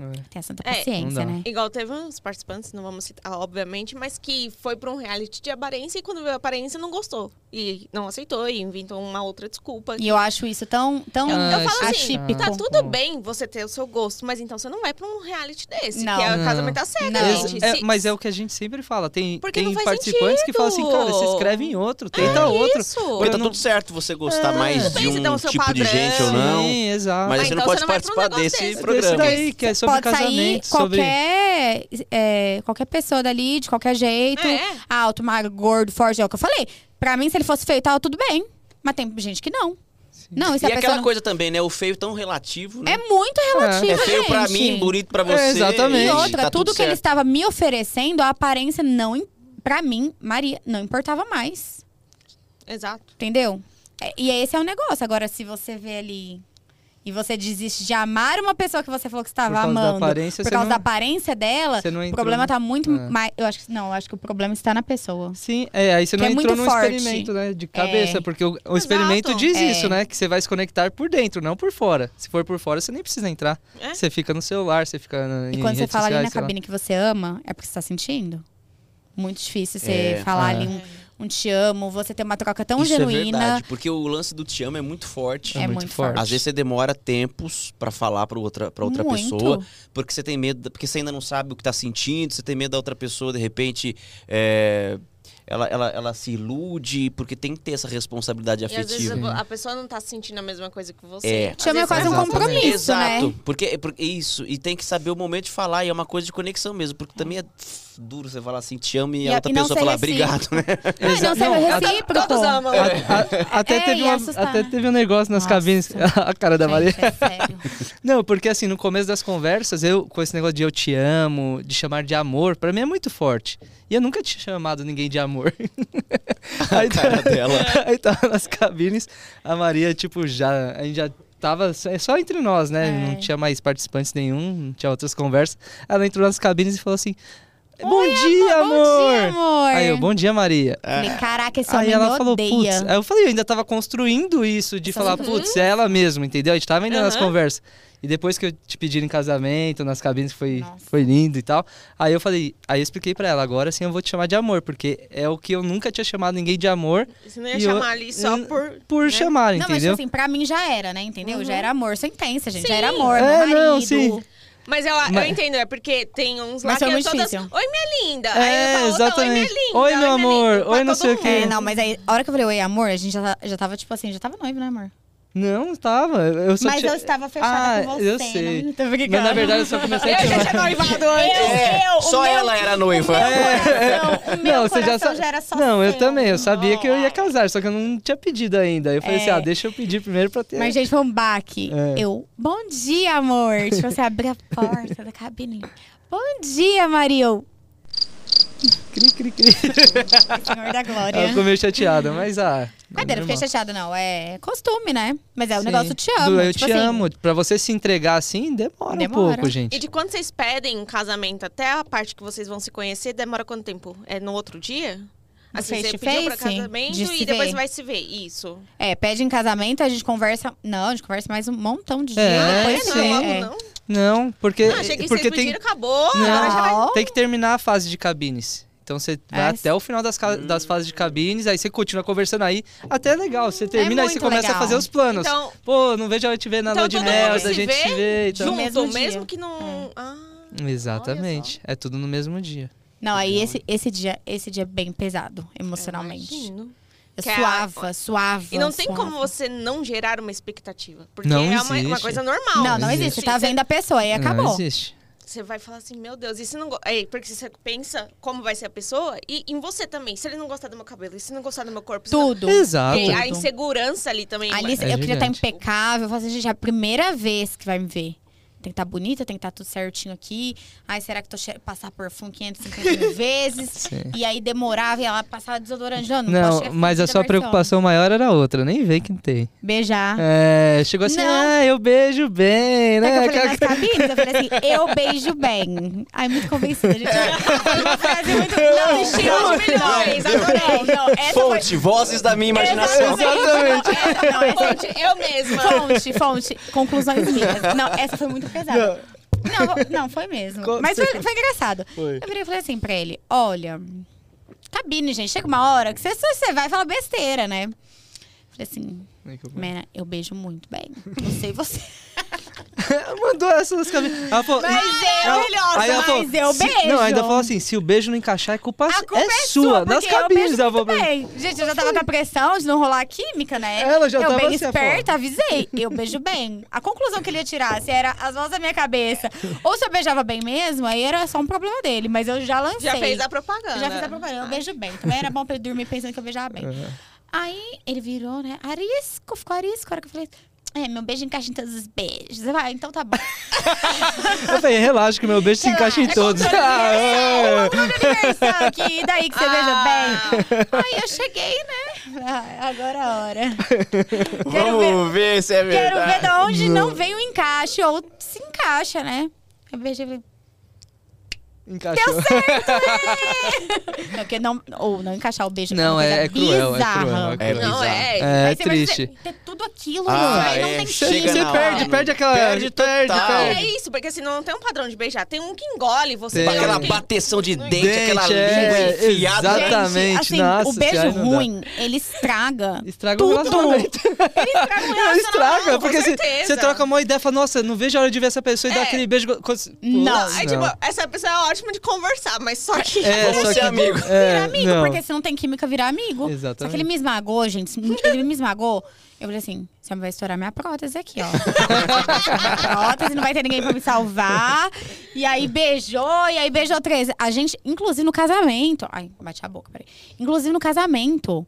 Speaker 4: É.
Speaker 3: Tem a santa
Speaker 2: É,
Speaker 4: não
Speaker 3: paciência,
Speaker 4: dá.
Speaker 3: né?
Speaker 2: Igual teve uns participantes, não vamos citar, obviamente, mas que foi pra um reality de aparência e quando veio a aparência não gostou. E não aceitou e inventou uma outra desculpa.
Speaker 3: E é, eu acho isso tão, tão
Speaker 4: Eu- eu falo
Speaker 2: assim,
Speaker 3: atípico.
Speaker 2: Tá
Speaker 4: Bom,
Speaker 2: tudo
Speaker 4: bom.
Speaker 2: bem você ter o seu gosto, mas então você não vai pra um reality desse.
Speaker 3: Não.
Speaker 2: Que é
Speaker 4: Não.
Speaker 2: o casamento à cega,
Speaker 3: Não.
Speaker 2: gente.
Speaker 4: Ex- é,
Speaker 2: Se-
Speaker 4: mas é o que a gente sempre fala. Tem,
Speaker 2: Porque
Speaker 4: tem
Speaker 2: não faz
Speaker 4: participantes que falam assim, cara, você
Speaker 2: sentido.
Speaker 4: escreve em outro,
Speaker 3: É
Speaker 4: tenta outro.
Speaker 2: Isso.
Speaker 1: Porque
Speaker 4: Eu
Speaker 1: tá
Speaker 4: não-
Speaker 1: tudo certo você gostar
Speaker 4: É.
Speaker 1: mais de
Speaker 2: Tem que
Speaker 1: um
Speaker 2: dar o seu
Speaker 1: tipo de
Speaker 2: padrão.
Speaker 1: gente ou não.
Speaker 4: Sim, exato.
Speaker 1: Mas
Speaker 2: Ah,
Speaker 1: você não
Speaker 2: então
Speaker 1: pode
Speaker 2: você não vai pra um
Speaker 1: participar
Speaker 2: negócio
Speaker 1: desse
Speaker 2: desse.
Speaker 4: Esse
Speaker 1: programa.
Speaker 4: daí, que é sobre
Speaker 3: Pode sair
Speaker 4: casamento, sobre...
Speaker 3: qualquer, é, qualquer pessoa dali, de qualquer jeito.
Speaker 2: É.
Speaker 3: Alto, magro, gordo, forte, é o que eu falei. Pra mim, se ele fosse feio e tal, tudo bem. Mas tem gente que não. Não,
Speaker 1: E
Speaker 3: isso é
Speaker 1: aquela coisa também, né? O feio tão relativo, né?
Speaker 3: É muito relativo,
Speaker 1: É feio
Speaker 3: gente.
Speaker 1: pra mim, bonito pra você.
Speaker 4: É, exatamente.
Speaker 3: E
Speaker 4: gente,
Speaker 3: outra,
Speaker 1: tá
Speaker 3: tudo, que ele
Speaker 1: certo.
Speaker 3: estava me oferecendo, a aparência não... im- Pra mim, Maria, não importava mais.
Speaker 2: Exato.
Speaker 3: Entendeu? É, E esse é o negócio. Agora, se você vê ali... E você desiste de amar uma pessoa que você falou que estava
Speaker 4: Por causa da
Speaker 3: amando.
Speaker 4: aparência,
Speaker 3: por
Speaker 4: Então,
Speaker 3: causa
Speaker 4: você não-
Speaker 3: da aparência dela,
Speaker 4: você não
Speaker 3: o
Speaker 4: entrou
Speaker 3: problema
Speaker 4: no-
Speaker 3: tá muito
Speaker 4: É.
Speaker 3: mais. Eu acho que. Não, eu acho que o problema está na pessoa.
Speaker 4: Sim, é, aí você
Speaker 3: Que
Speaker 4: não
Speaker 3: é
Speaker 4: entrou
Speaker 3: muito
Speaker 4: num
Speaker 3: forte.
Speaker 4: experimento, né? De cabeça, porque o, o experimento
Speaker 2: Exato.
Speaker 4: diz
Speaker 3: É.
Speaker 4: isso, né? Que você vai se conectar por dentro, não por fora. Se for por fora, você nem precisa entrar.
Speaker 2: É.
Speaker 4: Você fica no celular, você fica na,
Speaker 3: E
Speaker 4: em
Speaker 3: quando você
Speaker 4: redes
Speaker 3: fala ali
Speaker 4: sociais,
Speaker 3: na
Speaker 4: sei lá.
Speaker 3: cabine que você ama, é porque você tá sentindo. Muito difícil você
Speaker 1: É,
Speaker 3: falar
Speaker 4: é.
Speaker 3: ali um, um te amo, você ter uma troca tão
Speaker 1: Isso é
Speaker 3: genuína.
Speaker 1: verdade, porque o lance do te amo é muito forte.
Speaker 3: É, muito forte.
Speaker 1: Às vezes você demora tempos pra falar pra outra, pra outra
Speaker 3: Muito.
Speaker 1: pessoa, porque você tem medo, da- porque você ainda não sabe o que tá sentindo, você tem medo da outra pessoa de repente é, ela, ela, ela se ilude, porque tem que ter essa responsabilidade
Speaker 2: É. E às vezes
Speaker 3: é né?
Speaker 1: afetiva.
Speaker 2: a a pessoa não tá sentindo a mesma coisa que você.
Speaker 1: É.
Speaker 2: Às
Speaker 3: Chama
Speaker 2: vezes
Speaker 3: quase um
Speaker 2: você-
Speaker 3: compromisso,
Speaker 1: Exato,
Speaker 3: né?
Speaker 1: porque, é, porque isso, e tem que saber o momento de falar, e é uma coisa de conexão mesmo, porque também é f- duro você falar assim, te amo e,
Speaker 3: E
Speaker 1: a
Speaker 3: a-
Speaker 1: outra
Speaker 3: e não
Speaker 1: pessoa
Speaker 3: ser assim.
Speaker 1: falar, obrigado,
Speaker 3: recíproco.
Speaker 1: né?
Speaker 3: Não, e não
Speaker 4: Exato. Não,
Speaker 3: ser
Speaker 4: a-
Speaker 3: recíproco.
Speaker 2: é. Todos amam.
Speaker 4: a- a- até,
Speaker 3: É,
Speaker 4: teve
Speaker 3: e
Speaker 4: uma-
Speaker 3: assustar.
Speaker 4: até teve um negócio nas
Speaker 3: Nossa.
Speaker 4: cabines. A cara da Maria.
Speaker 3: Gente, é sério.
Speaker 4: Não, porque assim, no começo das conversas, eu com esse negócio de eu te amo, de chamar de amor, pra mim é muito forte. E eu nunca tinha chamado ninguém de amor. aí, tá-
Speaker 1: cara dela.
Speaker 4: aí tava nas cabines, a Maria, tipo, já. A gente já tava. só- É só entre nós, né?
Speaker 3: É.
Speaker 4: Não tinha mais participantes nenhum, não tinha outras conversas. Ela entrou nas cabines e falou assim: Bom dia, amor!
Speaker 3: Bom dia, amor.
Speaker 4: Aí eu, bom dia, Maria.
Speaker 3: Falei, caraca, esse
Speaker 4: Aí
Speaker 3: homem
Speaker 4: ela
Speaker 3: me
Speaker 4: falou,
Speaker 3: odeia.
Speaker 4: putz. é, Aí eu falei, eu ainda tava construindo isso de falar, putz, é ela mesmo, entendeu? A gente tava ainda nas
Speaker 2: Aham.
Speaker 4: conversas. E depois que eu te pedi em casamento, nas cabines, que foi,
Speaker 3: Nossa.
Speaker 4: foi lindo e tal. Aí eu falei, aí eu expliquei pra ela, agora sim eu vou te chamar de amor, porque é o que eu nunca tinha chamado ninguém de amor
Speaker 2: Você não ia
Speaker 4: E eu-
Speaker 2: chamar ali só
Speaker 4: Hum,
Speaker 2: por.
Speaker 4: por
Speaker 2: né?
Speaker 4: chamar,
Speaker 3: Não, mas tipo
Speaker 4: entendeu? Uhum.
Speaker 3: assim, pra mim já era, né? Entendeu? Já era amor sentença, gente. Já era
Speaker 2: Sim.
Speaker 3: amor, meu
Speaker 4: É,
Speaker 3: marido.
Speaker 4: não, sim.
Speaker 2: Mas eu, eu
Speaker 4: Mas-
Speaker 2: entendo, é porque tem uns lá
Speaker 3: Mas
Speaker 2: que
Speaker 3: foi
Speaker 2: é
Speaker 3: muito
Speaker 2: todas.
Speaker 3: difícil.
Speaker 2: Oi, minha linda.
Speaker 4: É,
Speaker 2: assim, Aí eu falo, outra, Oi, minha
Speaker 4: exatamente.
Speaker 2: linda. é
Speaker 4: Oi, meu
Speaker 2: minha linda",
Speaker 4: amor.
Speaker 2: pra
Speaker 4: Oi, não
Speaker 2: todo
Speaker 4: sei o quê.
Speaker 3: É,
Speaker 2: mundo.
Speaker 3: não, mas aí, a hora que eu falei, oi, amor, a gente já, tá- já tava, tipo assim, já tava noivo, né, amor?
Speaker 4: Não, tava. Eu só
Speaker 3: Mas
Speaker 4: tinha-
Speaker 3: eu estava fechada
Speaker 4: Ah,
Speaker 3: com você.
Speaker 4: eu sei.
Speaker 3: Não, tô brincando.
Speaker 4: Mas na verdade eu só comecei a te
Speaker 2: Eu já
Speaker 4: chamar.
Speaker 2: tinha noivado antes.
Speaker 1: É,
Speaker 3: eu, o
Speaker 1: só
Speaker 3: Então, meu-
Speaker 1: ela era noiva. É.
Speaker 3: Coração, o meu
Speaker 4: Não, você
Speaker 3: coração
Speaker 4: já
Speaker 3: já,
Speaker 4: sa-
Speaker 3: era só
Speaker 4: Não, eu
Speaker 3: seu.
Speaker 4: também. Eu sabia que eu ia casar, só que eu não tinha pedido ainda. Eu falei
Speaker 3: É.
Speaker 4: assim, ah, deixa eu pedir primeiro pra ter.
Speaker 3: Mas, gente, foi um baque.
Speaker 4: É.
Speaker 3: Eu, bom dia, amor. tipo, você abrir a porta da cabine. Bom dia, Maria. Eu,
Speaker 4: Cri, cri, cri.
Speaker 3: Senhor da Glória.
Speaker 4: Ela ficou meio chateada, mas ah.
Speaker 3: Mas eu não fiquei
Speaker 4: normal.
Speaker 3: chateada, não. É costume, né? Mas é o
Speaker 4: Sim.
Speaker 3: negócio te amo.
Speaker 4: Do eu
Speaker 3: tipo
Speaker 4: te
Speaker 3: assim,
Speaker 4: amo. Pra você se entregar assim, demora, um
Speaker 3: Demora.
Speaker 4: pouco,
Speaker 2: E
Speaker 4: gente.
Speaker 2: de quando vocês pedem um casamento até a parte que vocês vão se conhecer, demora quanto tempo? É no outro dia?
Speaker 3: No
Speaker 2: Assim,
Speaker 3: face
Speaker 2: você
Speaker 3: to
Speaker 2: pediu pra
Speaker 3: face?
Speaker 2: casamento
Speaker 3: De se
Speaker 2: e depois
Speaker 3: ver.
Speaker 2: vai se ver. Isso.
Speaker 3: É, pede em casamento, a gente conversa. Não, a gente conversa mais um montão de dias.
Speaker 4: É,
Speaker 3: depois
Speaker 2: não,
Speaker 4: sim.
Speaker 2: é logo
Speaker 3: É.
Speaker 2: não.
Speaker 4: Não, porque.
Speaker 2: Ah, achei que
Speaker 4: porque
Speaker 2: vocês
Speaker 4: tem,
Speaker 2: pediram, acabou.
Speaker 4: Não.
Speaker 2: Agora já vai.
Speaker 3: Ó,
Speaker 4: tem que terminar a fase de cabines. Então você vai
Speaker 3: tá É,
Speaker 4: até o final das, ca- das fases de cabines, aí você continua conversando aí. Até é legal, você termina aí, você
Speaker 3: muito
Speaker 4: começa a
Speaker 3: legal.
Speaker 4: fazer os planos.
Speaker 2: Então,
Speaker 4: Pô, não vejo a hora de te ver na
Speaker 2: Então
Speaker 4: lua de
Speaker 2: todo
Speaker 4: mel,
Speaker 2: mundo
Speaker 4: da
Speaker 2: se
Speaker 4: gente te
Speaker 2: vê
Speaker 4: ver e
Speaker 3: Então-
Speaker 2: junto,
Speaker 4: tal.
Speaker 3: mesmo
Speaker 2: mesmo,
Speaker 3: dia.
Speaker 2: que não. Ah,
Speaker 4: Exatamente. É tudo no mesmo dia.
Speaker 3: Não, aí esse, esse, dia, esse dia é bem pesado, emocionalmente.
Speaker 2: imagino.
Speaker 3: Eu
Speaker 2: Que é a-
Speaker 3: suava, suava.
Speaker 2: E não tem
Speaker 3: suava.
Speaker 2: como você não gerar uma expectativa. Porque
Speaker 4: Não
Speaker 2: é uma, uma
Speaker 4: existe.
Speaker 2: coisa normal.
Speaker 3: Não, não
Speaker 4: Não
Speaker 3: existe. Você
Speaker 2: Assim,
Speaker 3: tá
Speaker 2: você-
Speaker 3: vendo a pessoa e
Speaker 4: Não
Speaker 3: acabou.
Speaker 4: existe.
Speaker 2: Você vai falar assim, meu Deus, e se não. go- É, porque você pensa como vai ser a pessoa e em você também. Se ele não gostar do meu cabelo, e se não gostar do meu corpo, se não-
Speaker 3: Tudo.
Speaker 4: Exato.
Speaker 2: Tem a insegurança ali também.
Speaker 3: Ali
Speaker 2: mas-
Speaker 3: eu queria estar
Speaker 4: É gigante.
Speaker 3: impecável. Eu falo assim, gente, é a primeira vez que vai me ver. Tem que estar bonita, tem que estar tudo certinho aqui. Ai, será que tô che... passar perfume 550 mil vezes? E aí demorava e ela passava desodorante. Não, não, posso
Speaker 4: Não,
Speaker 3: chegar
Speaker 4: mas a
Speaker 3: fedida
Speaker 4: sua
Speaker 3: perto do
Speaker 4: preocupação maior era outra, nem vê quem tem.
Speaker 3: homem. Beijar.
Speaker 4: É, chegou assim,
Speaker 3: Não.
Speaker 4: ah, eu beijo
Speaker 3: Sabe
Speaker 4: bem, né?
Speaker 3: que eu falei nas
Speaker 4: Aquela-
Speaker 3: cabines? Eu falei assim, eu beijo bem. Ai, muito convencida, gente. Foi uma frase muito... Não, estilo de milhões, adorei. Não, essa foi...
Speaker 1: Fonte, vozes da minha imaginação.
Speaker 4: Exatamente.
Speaker 3: Não, essa
Speaker 2: Fonte, Tá eu mesma.
Speaker 3: Fonte, fonte, conclusões minhas. Não, essa foi muito pesada. Não, não, foi mesmo.
Speaker 4: Com
Speaker 3: Mas foi, foi engraçado.
Speaker 4: Foi.
Speaker 3: Eu virei e falei assim pra ele: olha, cabine, gente, chega uma hora que você, você vai falar besteira, né? Falei assim, Mena, eu beijo muito bem. Não sei você.
Speaker 4: Mandou essas cabeças. Ela falou,
Speaker 3: Mas eu,
Speaker 4: Ela- aí ela
Speaker 3: mas
Speaker 4: falou,
Speaker 3: eu
Speaker 4: "Se-"
Speaker 3: beijo.
Speaker 4: Não, ainda falou assim: se o beijo não encaixar, é culpa,
Speaker 3: A culpa
Speaker 4: é, sua. Nas
Speaker 3: porque eu
Speaker 4: cabines,
Speaker 3: beijo
Speaker 4: ela falou
Speaker 3: muito
Speaker 4: pra mim.
Speaker 3: bem. Gente, eu já tava com a pressão de não rolar a química, né?
Speaker 4: Ela já
Speaker 3: eu
Speaker 4: tava
Speaker 3: bem
Speaker 4: assim,
Speaker 3: esperta, avisei. Eu beijo bem. A conclusão que ele ia tirar, se era as mãos da minha cabeça ou se eu beijava bem mesmo, aí era só um problema dele. Mas eu já lancei.
Speaker 2: assim? Já fez a propaganda. um
Speaker 3: Já fiz a propaganda, eu beijo bem. Também era bom pra ele dormir pensando que eu beijava bem. Aí ele virou, né? Arisco, ficou arisco. A hora que eu falei, é, meu beijo encaixa em todos os beijos. Eu falei, Ah, então tá bom.
Speaker 4: Eu falei, relaxa que meu beijo se
Speaker 3: Relaxa,
Speaker 4: encaixa em
Speaker 3: é
Speaker 4: todos.
Speaker 3: controle
Speaker 4: Ah, é.
Speaker 3: Aniversário aqui, e daí que você
Speaker 2: Ah.
Speaker 3: beija bem. Aí eu cheguei, né? Ah, agora é a hora. Quero ver,
Speaker 1: Vamos ver se é
Speaker 3: quero
Speaker 1: verdade.
Speaker 3: ver de onde
Speaker 4: Hum.
Speaker 3: não vem o encaixe ou se encaixa, né? Eu beijei e falei,
Speaker 4: Encaixou.
Speaker 3: não, porque não, ou não encaixar o beijo.
Speaker 4: Não,
Speaker 3: uma
Speaker 4: é,
Speaker 3: coisa
Speaker 4: é cruel, é
Speaker 3: bizarra.
Speaker 4: cruel.
Speaker 1: É
Speaker 4: cruel.
Speaker 2: Não, é.
Speaker 4: É
Speaker 3: Aí você vai
Speaker 4: triste.
Speaker 3: dizer, Tem tudo aquilo,
Speaker 1: Ah,
Speaker 3: Lu. Aí não
Speaker 1: é,
Speaker 3: tem
Speaker 1: chega
Speaker 3: time.
Speaker 4: Você
Speaker 1: na hora,
Speaker 4: perde,
Speaker 1: não.
Speaker 4: perde aquela.
Speaker 1: Perde total.
Speaker 2: Não,
Speaker 1: É.
Speaker 2: é isso, porque senão não tem um padrão de beijar. Tem um que engole você.
Speaker 4: Tem.
Speaker 2: tem
Speaker 1: Aquela
Speaker 2: um que-
Speaker 1: bateção de dente,
Speaker 4: Dente,
Speaker 1: aquela
Speaker 4: é,
Speaker 1: língua enfiada.
Speaker 3: Gente,
Speaker 4: Exatamente,
Speaker 3: assim,
Speaker 4: nossa
Speaker 3: o beijo
Speaker 4: senhora, não dá.
Speaker 3: ruim, ele estraga.
Speaker 4: Estraga o
Speaker 3: Tudo.
Speaker 4: relacionamento.
Speaker 2: Ele estraga um
Speaker 4: Não, estraga,
Speaker 2: relacionamento,
Speaker 4: porque assim,
Speaker 2: com
Speaker 4: você,
Speaker 2: certeza.
Speaker 4: você troca uma ideia e fala, nossa, não vejo a hora de ver essa pessoa e dá
Speaker 2: É.
Speaker 4: aquele beijo. go- coisa-
Speaker 3: Não,
Speaker 4: Putz,
Speaker 2: Aí, tipo, essa pessoa é ótima de conversar, mas só que.
Speaker 4: É,
Speaker 1: Vamos
Speaker 4: só
Speaker 1: ser
Speaker 4: que-
Speaker 1: amigo.
Speaker 4: É,
Speaker 3: Virar amigo,
Speaker 4: não.
Speaker 3: porque se não tem química, virar amigo. Só que ele
Speaker 4: Exatamente.
Speaker 3: me esmagou, gente. Ele me esmagou. Eu falei assim, você vai estourar minha prótese aqui, ó. Minha prótese, não vai ter ninguém pra me salvar. E aí beijou, e aí beijou três. A gente, inclusive no casamento... Ai, bati a boca, peraí. Inclusive no casamento,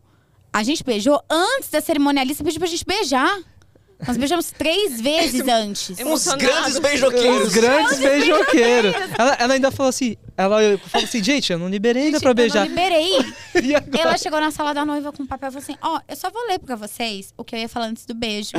Speaker 3: a gente beijou antes da cerimonialista pediu pra gente beijar. Nós beijamos três vezes antes.
Speaker 1: Uns
Speaker 2: Emocionado.
Speaker 1: grandes beijoqueiros.
Speaker 4: Os grandes beijoqueiros. Ela, ela ainda falou assim, ela eu- falou assim, gente, eu não liberei ainda pra
Speaker 3: Eu
Speaker 4: beijar.
Speaker 3: não liberei.
Speaker 4: E agora?
Speaker 3: Ela chegou na sala da noiva com papel e falou assim: Ó, eu só vou ler pra vocês o que eu ia falar antes do beijo.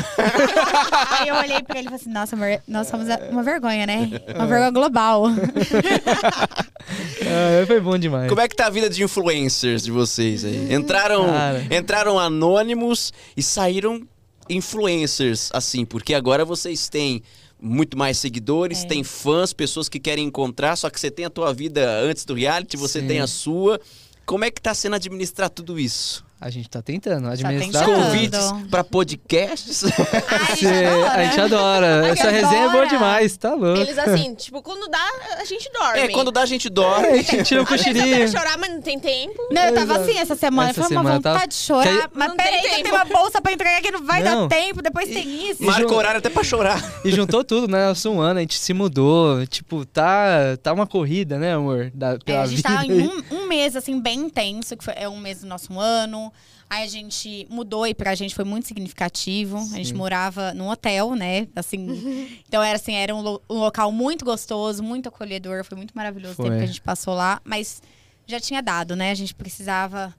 Speaker 3: Aí
Speaker 2: é
Speaker 3: eu olhei pra ele e falei assim: Nossa, amor, nós somos a- uma vergonha, né? Uma vergonha global.
Speaker 4: Ah, foi bom demais.
Speaker 1: Como é que tá a vida de influencers de vocês aí? Entraram,
Speaker 4: Cara.
Speaker 1: entraram anônimos e saíram influencers, assim, porque agora vocês têm muito mais seguidores, têm fãs, pessoas que querem encontrar, só que você tem a tua vida antes do reality, você
Speaker 4: Sim.
Speaker 1: tem a sua. Como é que tá sendo administrar tudo isso?
Speaker 4: A gente tá tentando
Speaker 3: tentando.
Speaker 4: administrar. tudo.
Speaker 1: Convites pra podcasts?
Speaker 3: Ai,
Speaker 4: Sim, a gente adora.
Speaker 3: Ai,
Speaker 4: Essa resenha é boa
Speaker 3: adora.
Speaker 4: demais, tá louco.
Speaker 2: Eles
Speaker 3: É.
Speaker 2: assim, tipo, quando dá, a gente dorme.
Speaker 1: é, quando dá a gente dorme.
Speaker 4: A gente tira o
Speaker 2: Às vezes eu
Speaker 4: cochilinho.
Speaker 2: quero chorar, mas não tem tempo.
Speaker 3: Não, eu tava assim essa semana.
Speaker 4: Essa
Speaker 3: foi uma
Speaker 4: semana
Speaker 3: vontade
Speaker 4: tava-
Speaker 3: de chorar.
Speaker 4: Que aí-
Speaker 3: Mas
Speaker 2: Não tem
Speaker 3: peraí, que eu
Speaker 2: tempo.
Speaker 3: tenho uma bolsa pra entregar que não vai dar
Speaker 4: Não.
Speaker 3: tempo. Depois tem isso.
Speaker 1: Marca
Speaker 4: Ju-
Speaker 1: horário até pra chorar.
Speaker 4: E juntou tudo, né? Nosso um ano, a gente se mudou. Tipo, tá, tá uma corrida, né, amor? Da,
Speaker 3: É,
Speaker 4: pela
Speaker 3: a gente
Speaker 4: vida.
Speaker 3: tá
Speaker 4: aí.
Speaker 3: em um, um mês, assim, bem intenso, que foi, é um mês do nosso um ano. Aí a gente mudou e pra gente foi muito significativo. A gente
Speaker 4: Sim.
Speaker 3: morava num hotel, né? Assim, então era assim, era um, lo- um local muito gostoso, muito acolhedor, foi muito maravilhoso o
Speaker 4: Foi.
Speaker 3: tempo que a gente passou lá, mas já tinha dado, né? A gente precisava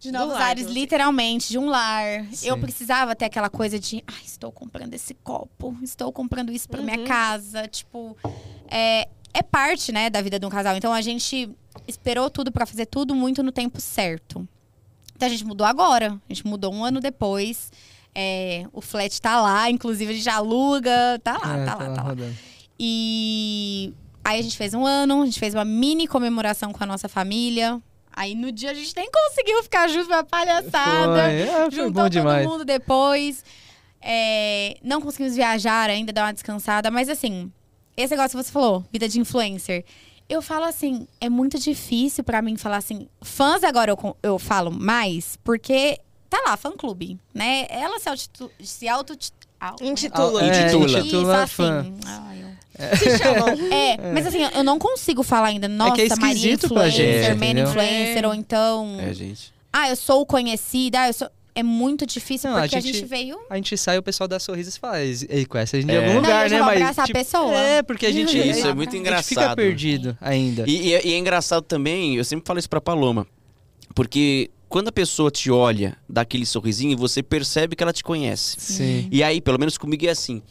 Speaker 3: de
Speaker 2: Do
Speaker 3: novos
Speaker 2: lar,
Speaker 3: ares,
Speaker 2: do-
Speaker 3: literalmente, de um lar.
Speaker 4: Sim.
Speaker 3: Eu precisava ter aquela coisa de, ah, estou comprando esse copo, estou comprando isso pra minha casa, tipo, é, é parte, né, da vida de um casal. Então a gente esperou tudo pra fazer tudo muito no tempo certo. Então a gente mudou agora. A gente mudou um ano depois. É, o flat tá lá, inclusive a gente aluga. Tá lá,
Speaker 4: É,
Speaker 3: tá lá, tá lá.
Speaker 4: rodando.
Speaker 3: E aí a gente fez um ano, a gente fez uma mini comemoração com a nossa família. Aí no dia a gente nem conseguiu ficar junto, foi uma
Speaker 4: Foi,
Speaker 3: palhaçada.
Speaker 4: é, foi
Speaker 3: Juntou
Speaker 4: bom demais.
Speaker 3: todo mundo depois. É, não conseguimos viajar ainda, dar uma descansada. Mas assim, esse negócio que você falou, vida de influencer. Eu falo assim, é muito difícil pra mim falar assim. Fãs agora eu, con- eu falo mais, porque tá lá, fã-clube, né? Ela se auto... Se auto
Speaker 2: Intitula.
Speaker 4: É,
Speaker 1: Intitula.
Speaker 4: intitula
Speaker 3: Isso,
Speaker 4: fã.
Speaker 3: assim. Ai, eu-
Speaker 2: Se chamam.
Speaker 3: é, mas assim, eu não consigo falar ainda, nossa, Maria
Speaker 4: esquisito pra
Speaker 3: influencer,
Speaker 1: gente,
Speaker 3: man
Speaker 4: entendeu?
Speaker 3: influencer, ou então,
Speaker 4: É,
Speaker 1: gente.
Speaker 3: ah, eu sou conhecida, ah, eu sou... É muito difícil,
Speaker 4: Não, a
Speaker 3: porque a
Speaker 4: gente-
Speaker 3: gente, veio...
Speaker 4: A gente sai, o pessoal dá sorrisos e fala, ei, conhece a gente
Speaker 1: É.
Speaker 4: em algum
Speaker 3: Não, e
Speaker 4: lugar,
Speaker 3: eu já
Speaker 4: né?
Speaker 3: vou
Speaker 4: Mas,
Speaker 3: abraçar a
Speaker 4: tipo,
Speaker 3: pessoa.
Speaker 4: É, porque a gente,
Speaker 1: Isso é
Speaker 4: a
Speaker 1: muito
Speaker 4: gente
Speaker 1: engraçado.
Speaker 4: fica perdido ainda.
Speaker 1: E, e é- e é engraçado também, eu sempre falo isso pra Paloma, porque quando a pessoa te olha, dá aquele sorrisinho, você percebe que ela te conhece.
Speaker 4: Sim.
Speaker 1: E aí, pelo menos comigo é assim.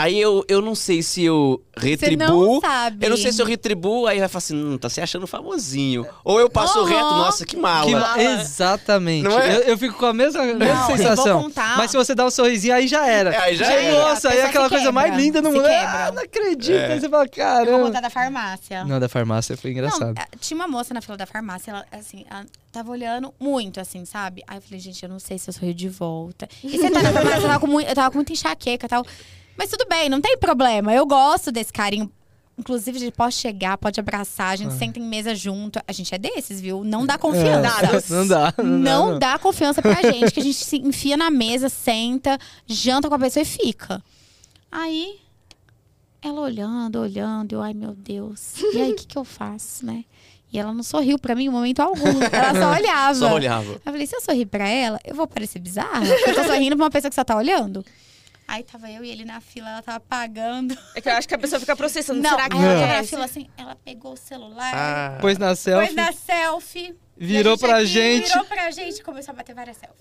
Speaker 1: Aí eu, eu não sei se eu
Speaker 3: Você não
Speaker 1: retribuo.
Speaker 3: sabe.
Speaker 1: Eu não sei se eu retribuo, aí vai falar assim, hum, tá se achando famosinho. Ou eu passo
Speaker 3: Uhum.
Speaker 1: reto, nossa, que mala.
Speaker 4: Que ma-
Speaker 2: Fala.
Speaker 4: Exatamente.
Speaker 1: Não é?
Speaker 4: eu, eu fico com a mesma,
Speaker 3: Não,
Speaker 4: mesma
Speaker 3: eu vou
Speaker 4: sensação.
Speaker 3: contar.
Speaker 4: Mas se você dá um sorrisinho, aí já era.
Speaker 1: É, aí já
Speaker 4: Aí,
Speaker 1: era.
Speaker 4: Nossa,
Speaker 3: A
Speaker 4: aí é
Speaker 3: pessoa
Speaker 4: aquela
Speaker 3: se
Speaker 4: coisa mais
Speaker 3: quebra,
Speaker 4: linda do
Speaker 3: se
Speaker 4: mundo.
Speaker 3: quebra.
Speaker 4: Ah, não acredito.
Speaker 1: É.
Speaker 4: Aí você fala,
Speaker 3: Eu vou
Speaker 4: caramba.
Speaker 3: contar da farmácia.
Speaker 4: Não, da farmácia foi
Speaker 3: Não,
Speaker 4: engraçado.
Speaker 3: a- tinha uma moça na fila da farmácia, ela, assim, ela tava olhando muito, assim, sabe? Aí eu falei, gente, eu não sei se eu sorrio de volta. E você tá na farmácia, eu tava com muito, eu tava com muita enxaqueca e tal. Mas tudo bem, não tem problema. Eu gosto desse carinho. Inclusive, a gente pode chegar, pode abraçar, a gente senta em mesa junto. A gente é desses, viu? Não dá
Speaker 4: É,
Speaker 3: confiança.
Speaker 4: não dá. Não,
Speaker 3: Não
Speaker 4: dá.
Speaker 3: dá confiança pra gente, que a gente se enfia na mesa, senta, janta com a pessoa e fica. Aí, ela olhando, olhando, eu, ai meu Deus, e aí o que, que eu faço, né? E ela não sorriu pra mim em momento algum, ela só olhava.
Speaker 1: Só olhava.
Speaker 3: Eu falei, se eu sorrir pra ela, eu vou parecer bizarra? Porque eu tô sorrindo pra uma pessoa que só tá olhando. Aí tava eu e ele na fila, ela tava pagando.
Speaker 2: É que eu acho que a pessoa fica processando.
Speaker 3: Não,
Speaker 2: Será que
Speaker 3: aí ela tava na
Speaker 2: acontece?
Speaker 3: fila assim, ela pegou o celular,
Speaker 1: Ah.
Speaker 4: Pois na
Speaker 3: foi
Speaker 4: selfie.
Speaker 3: na selfie. e a
Speaker 4: Virou pra
Speaker 3: aqui,
Speaker 4: gente.
Speaker 3: Virou pra gente, começou a bater várias selfies.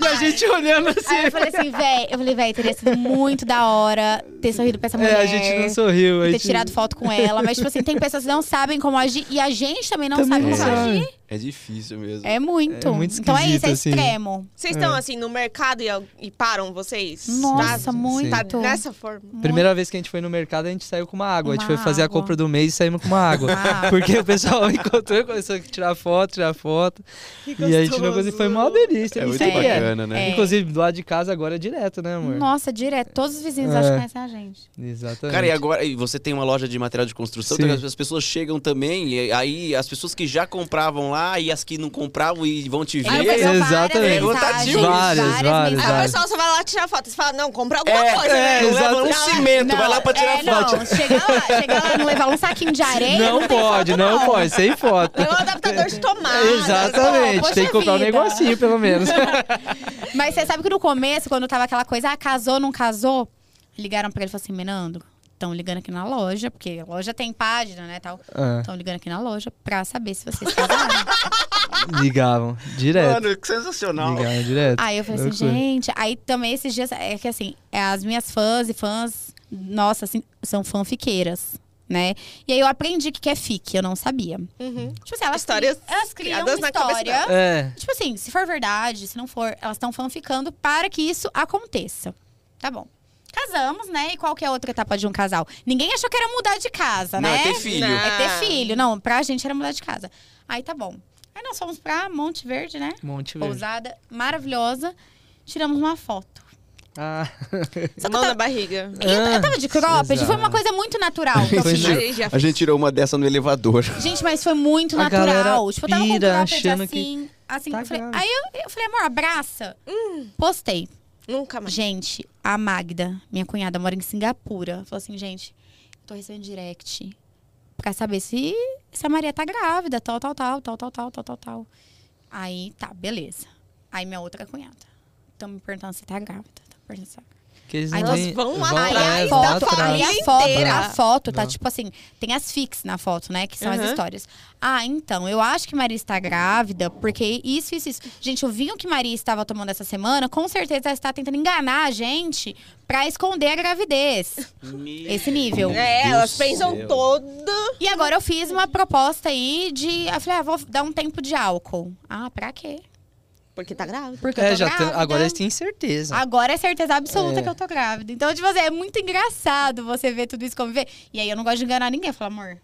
Speaker 4: E a gente olhando assim.
Speaker 3: Aí eu falei assim, véi, eu falei, véi, teria sido muito da hora ter sorrido pra essa mulher.
Speaker 4: É, a gente não sorriu. a
Speaker 3: Ter
Speaker 4: gente-
Speaker 3: tirado foto com ela. Mas, tipo assim, tem pessoas que não sabem como agir e a gente também não
Speaker 4: Também
Speaker 3: sabe
Speaker 4: não
Speaker 3: como
Speaker 4: sabe.
Speaker 3: agir.
Speaker 1: É difícil mesmo.
Speaker 3: É muito.
Speaker 4: É muito
Speaker 3: então é isso, é
Speaker 4: esquisito, assim.
Speaker 3: extremo.
Speaker 2: Vocês estão assim no mercado e, e param vocês?
Speaker 3: Nossa,
Speaker 2: Tá-
Speaker 3: muito.
Speaker 2: Tá
Speaker 4: é
Speaker 2: dessa forma.
Speaker 4: Primeira vez que a gente foi no mercado, a gente saiu com uma água. a gente
Speaker 3: Uma
Speaker 4: foi fazer a
Speaker 3: água.
Speaker 4: compra do mês e saímos com uma água.
Speaker 3: Ah,
Speaker 4: Porque o pessoal encontrou e começou a tirar foto, tirar foto.
Speaker 2: Que
Speaker 4: E a gente não
Speaker 2: gostoso.
Speaker 4: conseguiu. Foi mó delícia.
Speaker 1: É
Speaker 4: isso
Speaker 1: muito
Speaker 4: aí é.
Speaker 1: bacana, né?
Speaker 3: É.
Speaker 4: Inclusive, do lado de casa agora é direto, né, amor?
Speaker 3: Nossa, direto. Todos os vizinhos
Speaker 4: É.
Speaker 3: acham que conhecem a gente.
Speaker 4: Exatamente.
Speaker 1: Cara, e agora e você tem uma loja de material de construção,
Speaker 4: Sim.
Speaker 1: então as pessoas chegam também, e aí as pessoas que já compravam lá e as que não compravam e vão te ver.
Speaker 3: Aí o pessoal várias
Speaker 4: Exatamente.
Speaker 3: mensagens,
Speaker 4: Várias, várias,
Speaker 3: mensagens.
Speaker 2: Aí Ah, o
Speaker 4: várias.
Speaker 2: pessoal só vai lá tirar foto. Você fala, não, compra alguma
Speaker 1: É,
Speaker 2: coisa,
Speaker 4: é,
Speaker 2: né?
Speaker 1: não leva um cimento, vai lá pra tirar
Speaker 3: é,
Speaker 1: foto.
Speaker 3: Não, chega lá, chega lá, não levar um saquinho de areia.
Speaker 4: não
Speaker 3: tem
Speaker 4: pode,
Speaker 3: foto,
Speaker 4: não pode, sem foto.
Speaker 2: Leva um adaptador de tomada.
Speaker 4: Exatamente,
Speaker 3: poxa
Speaker 4: tem que comprar um
Speaker 3: vida.
Speaker 4: negocinho, pelo menos.
Speaker 3: Mas você sabe que no começo, quando tava aquela coisa, ah, casou, não casou, ligaram pra ele e falaram assim, Menando, estão ligando aqui na loja, porque a loja tem página, né, tal.
Speaker 4: Ah,
Speaker 3: Estão ligando aqui na loja pra saber se vocês casaram.
Speaker 4: ligavam, direto.
Speaker 1: Mano, que sensacional.
Speaker 4: Ligavam direto.
Speaker 3: aí eu falei assim,
Speaker 4: Loucura.
Speaker 3: gente... Aí também esses dias, é que assim, é, as minhas fãs e fãs, nossa, assim, são fanfiqueiras. Né? E aí eu aprendi o que que é fic, eu não sabia.
Speaker 2: Uhum.
Speaker 3: Tipo assim, elas,
Speaker 2: Histórias
Speaker 3: cri- elas criam uma
Speaker 2: criadas na cabeça
Speaker 3: história.
Speaker 4: É.
Speaker 3: Tipo assim, se for verdade, se não for, elas estão fanficando para que isso aconteça. Tá bom. Casamos, né? E qual que é a outra etapa de um casal? Ninguém achou que era mudar de casa,
Speaker 1: Não,
Speaker 3: né?
Speaker 1: é ter filho.
Speaker 2: Não.
Speaker 3: É ter filho. Não, pra gente era mudar de casa. Aí tá bom. Aí nós fomos pra Monte Verde, né?
Speaker 4: Monte Verde.
Speaker 3: Pousada maravilhosa. Tiramos uma foto.
Speaker 4: Ah,
Speaker 3: Só que eu
Speaker 2: Mão na
Speaker 3: tava,
Speaker 2: barriga.
Speaker 3: e eu, eu tava de cropped,
Speaker 4: Exato.
Speaker 3: foi uma coisa muito natural. que eu
Speaker 1: Foi
Speaker 3: fiz.
Speaker 1: natural.
Speaker 2: Aí já
Speaker 1: A gente tirou uma dessa no elevador.
Speaker 3: Gente, mas foi muito
Speaker 4: A
Speaker 3: natural.
Speaker 4: galera
Speaker 3: Tipo, eu tava com o
Speaker 4: pira
Speaker 3: cropped
Speaker 4: achando
Speaker 3: assim,
Speaker 4: que
Speaker 3: assim.
Speaker 4: tá
Speaker 3: eu falei-
Speaker 4: grávida.
Speaker 3: aí eu, eu falei, amor, abraça. Postei.
Speaker 2: Nunca mais.
Speaker 3: Gente, a Magda, minha cunhada, mora em Singapura. Falou assim, gente, eu tô recebendo direct pra saber se, se a Maria tá grávida, tal, tal, tal, tal, tal, tal, tal, tal, tal. Aí, tá, beleza. Aí minha outra cunhada. Tão me perguntando se tá grávida. tão me perguntando se tá grávida.
Speaker 4: que eles
Speaker 3: Aí
Speaker 4: não
Speaker 3: elas
Speaker 4: nem-
Speaker 2: vão
Speaker 4: vão
Speaker 2: atrás
Speaker 3: Aí a
Speaker 4: atrás,
Speaker 2: da
Speaker 4: vão
Speaker 3: foto, aí
Speaker 4: atrás.
Speaker 3: a
Speaker 2: família
Speaker 3: foto,
Speaker 2: inteira.
Speaker 3: a foto tá
Speaker 4: né? Não.
Speaker 3: tipo assim, tem as fix na foto, né? Que são as
Speaker 2: Uhum.
Speaker 3: histórias. Ah, então, eu acho que Maria está grávida, porque isso, isso, isso. Gente, o vinho que Maria estava tomando essa semana, com certeza ela está tentando enganar a gente pra esconder a gravidez. Esse nível.
Speaker 2: É,
Speaker 1: Deus
Speaker 2: elas pensam
Speaker 1: céu.
Speaker 2: todo.
Speaker 3: E agora eu fiz uma proposta aí de. Eu falei, ah, vou dar um tempo de álcool. Ah, pra quê?
Speaker 2: Porque tá grávida.
Speaker 3: Porque eu
Speaker 4: É,
Speaker 3: tô
Speaker 4: já tem-
Speaker 3: grávida.
Speaker 4: agora eles têm certeza.
Speaker 3: Agora é certeza absoluta
Speaker 4: É.
Speaker 3: que eu tô grávida. Então, tipo assim, é muito engraçado você ver tudo isso conviver. E aí eu não gosto de enganar ninguém. Eu falo, amor,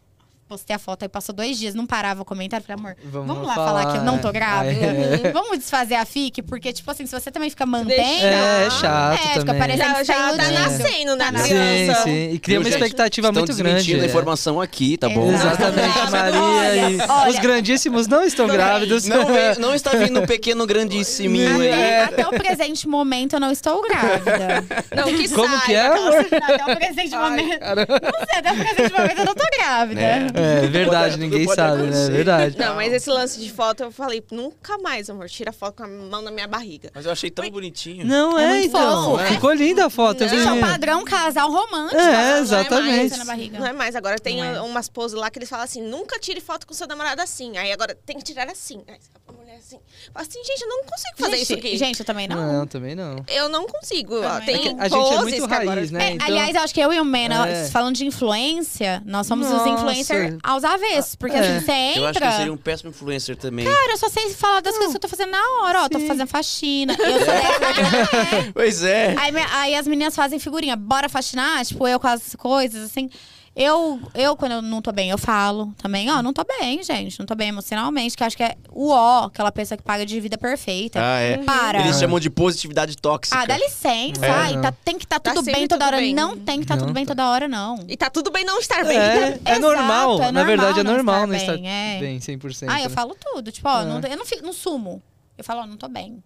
Speaker 3: postei a foto aí, passou dois dias, não parava o comentário. Eu Falei, amor, vamos, lá falar, que eu não tô
Speaker 4: é.
Speaker 3: grávida.
Speaker 4: É,
Speaker 3: Vamos desfazer a FIC, porque, tipo assim, se você também fica mantendo.
Speaker 2: Deixa.
Speaker 4: É, é chato
Speaker 3: É, fica
Speaker 4: também.
Speaker 3: parecendo
Speaker 2: Já,
Speaker 3: que tá
Speaker 2: já tá
Speaker 3: iludindo.
Speaker 2: nascendo na
Speaker 3: Tá nascendo.
Speaker 2: criança.
Speaker 4: Sim, sim. E cria
Speaker 1: Viu,
Speaker 4: uma
Speaker 1: gente?
Speaker 4: expectativa
Speaker 1: Estão
Speaker 4: muito
Speaker 1: desmentindo
Speaker 4: grande.
Speaker 1: a
Speaker 4: é.
Speaker 1: informação aqui, tá bom?
Speaker 4: Exatamente,
Speaker 3: Olha,
Speaker 4: Maria. e
Speaker 3: olha.
Speaker 4: Os grandíssimos não estão grávidos.
Speaker 1: Não, vem- não está vindo um pequeno grandíssimo aí.
Speaker 4: É.
Speaker 3: Até, até o presente momento eu não estou grávida.
Speaker 2: Não, que
Speaker 4: Como
Speaker 2: saiba,
Speaker 4: que é,
Speaker 2: aquelas-
Speaker 4: amor?
Speaker 3: até o presente momento. Não sei, até o presente momento eu não tô grávida.
Speaker 1: É.
Speaker 4: É verdade,
Speaker 1: Tudo
Speaker 4: ninguém
Speaker 1: pode
Speaker 4: sabe, né?
Speaker 1: acontecer.
Speaker 4: É verdade.
Speaker 2: Não, mas esse lance de foto, eu falei, nunca mais, amor. Tira foto com a mão na minha barriga.
Speaker 1: Mas eu achei tão bonitinho.
Speaker 4: Não
Speaker 3: É
Speaker 4: é,
Speaker 3: muito
Speaker 4: então.
Speaker 3: fofo.
Speaker 4: É. Ficou linda a foto. eu
Speaker 3: Gente, é
Speaker 4: vi.
Speaker 3: um padrão casal romântico.
Speaker 4: É,
Speaker 3: Não
Speaker 4: exatamente.
Speaker 3: mais na barriga.
Speaker 2: Não é mais. Agora tem
Speaker 3: Não é.
Speaker 2: umas poses lá que eles falam assim: nunca tire foto com seu namorado assim. Aí agora tem que tirar assim. Aí a mulher assim. Fala assim, gente, eu não consigo fazer
Speaker 3: gente,
Speaker 2: isso aqui.
Speaker 3: Gente, eu também não.
Speaker 4: Não, também não.
Speaker 2: Eu não consigo.
Speaker 3: Também
Speaker 2: ó,
Speaker 3: não.
Speaker 2: Tem
Speaker 3: É que
Speaker 4: a gente é
Speaker 2: poses
Speaker 4: muito
Speaker 2: que agora...
Speaker 4: raiz, né?
Speaker 3: É,
Speaker 4: então-
Speaker 3: aliás, eu acho que eu e o Mena,
Speaker 4: É.
Speaker 3: falando de influência, nós somos os
Speaker 4: Nossa.
Speaker 3: influencers aos avessos. Porque
Speaker 4: É.
Speaker 3: assim, você
Speaker 1: Eu acho que eu
Speaker 3: entra.
Speaker 1: seria um péssimo influencer também.
Speaker 3: Cara, eu só sei falar das coisas que eu tô fazendo na hora. Ó, tô
Speaker 4: Sim.
Speaker 3: fazendo faxina. Eu sou dessa. É.
Speaker 1: Pois é.
Speaker 3: aí, me- aí as meninas fazem figurinha. Bora faxinar? Tipo, eu com as coisas, assim. Eu, eu, quando eu não tô bem, eu falo também. Ó, não tô bem, gente. Não tô bem emocionalmente. Que eu acho que é o ó, aquela pessoa que paga de vida perfeita.
Speaker 1: Ah, é.
Speaker 3: Para.
Speaker 1: Eles chamam de positividade tóxica.
Speaker 3: Ah, dá licença.
Speaker 4: É.
Speaker 3: Ai, tá- tem que estar
Speaker 2: Tá
Speaker 3: tudo
Speaker 2: sempre
Speaker 3: bem toda
Speaker 2: tudo
Speaker 3: hora.
Speaker 2: bem.
Speaker 3: Não tem que estar
Speaker 4: Não
Speaker 3: tudo bem
Speaker 4: tá.
Speaker 3: toda hora, não.
Speaker 2: E tá tudo bem não estar bem.
Speaker 4: É, é
Speaker 3: Exato,
Speaker 4: normal.
Speaker 3: é
Speaker 4: Na verdade, é
Speaker 3: normal não
Speaker 4: normal
Speaker 3: estar
Speaker 4: não estar
Speaker 3: bem, é.
Speaker 4: bem 100%.
Speaker 3: Ah, eu
Speaker 4: né?
Speaker 3: falo tudo. Tipo, ó,
Speaker 4: É.
Speaker 3: não- eu não, fi- não sumo. Eu falo, ó, não tô bem.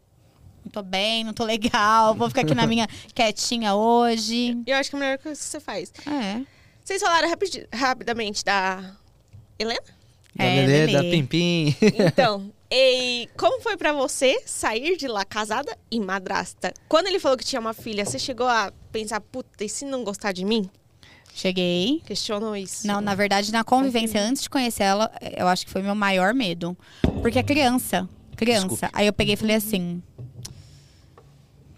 Speaker 3: Não tô bem, não tô legal. Vou ficar aqui na minha quietinha hoje.
Speaker 2: Eu acho que é a melhor coisa que você faz.
Speaker 3: É.
Speaker 2: Vocês falaram rapidi- rapidamente da Helena?
Speaker 4: Da
Speaker 3: É,
Speaker 4: Lelê, da
Speaker 3: Lelê.
Speaker 4: Pimpim.
Speaker 2: Então, e como foi pra você sair de lá casada e madrasta? Quando ele falou que tinha uma filha, você chegou a pensar, puta, e se não gostar de mim?
Speaker 3: Cheguei.
Speaker 2: Questionou isso.
Speaker 3: Não, na verdade, na convivência, antes de conhecer ela, eu acho que foi meu maior medo. Porque é criança. Criança.
Speaker 1: Desculpe.
Speaker 3: Aí eu peguei e falei assim.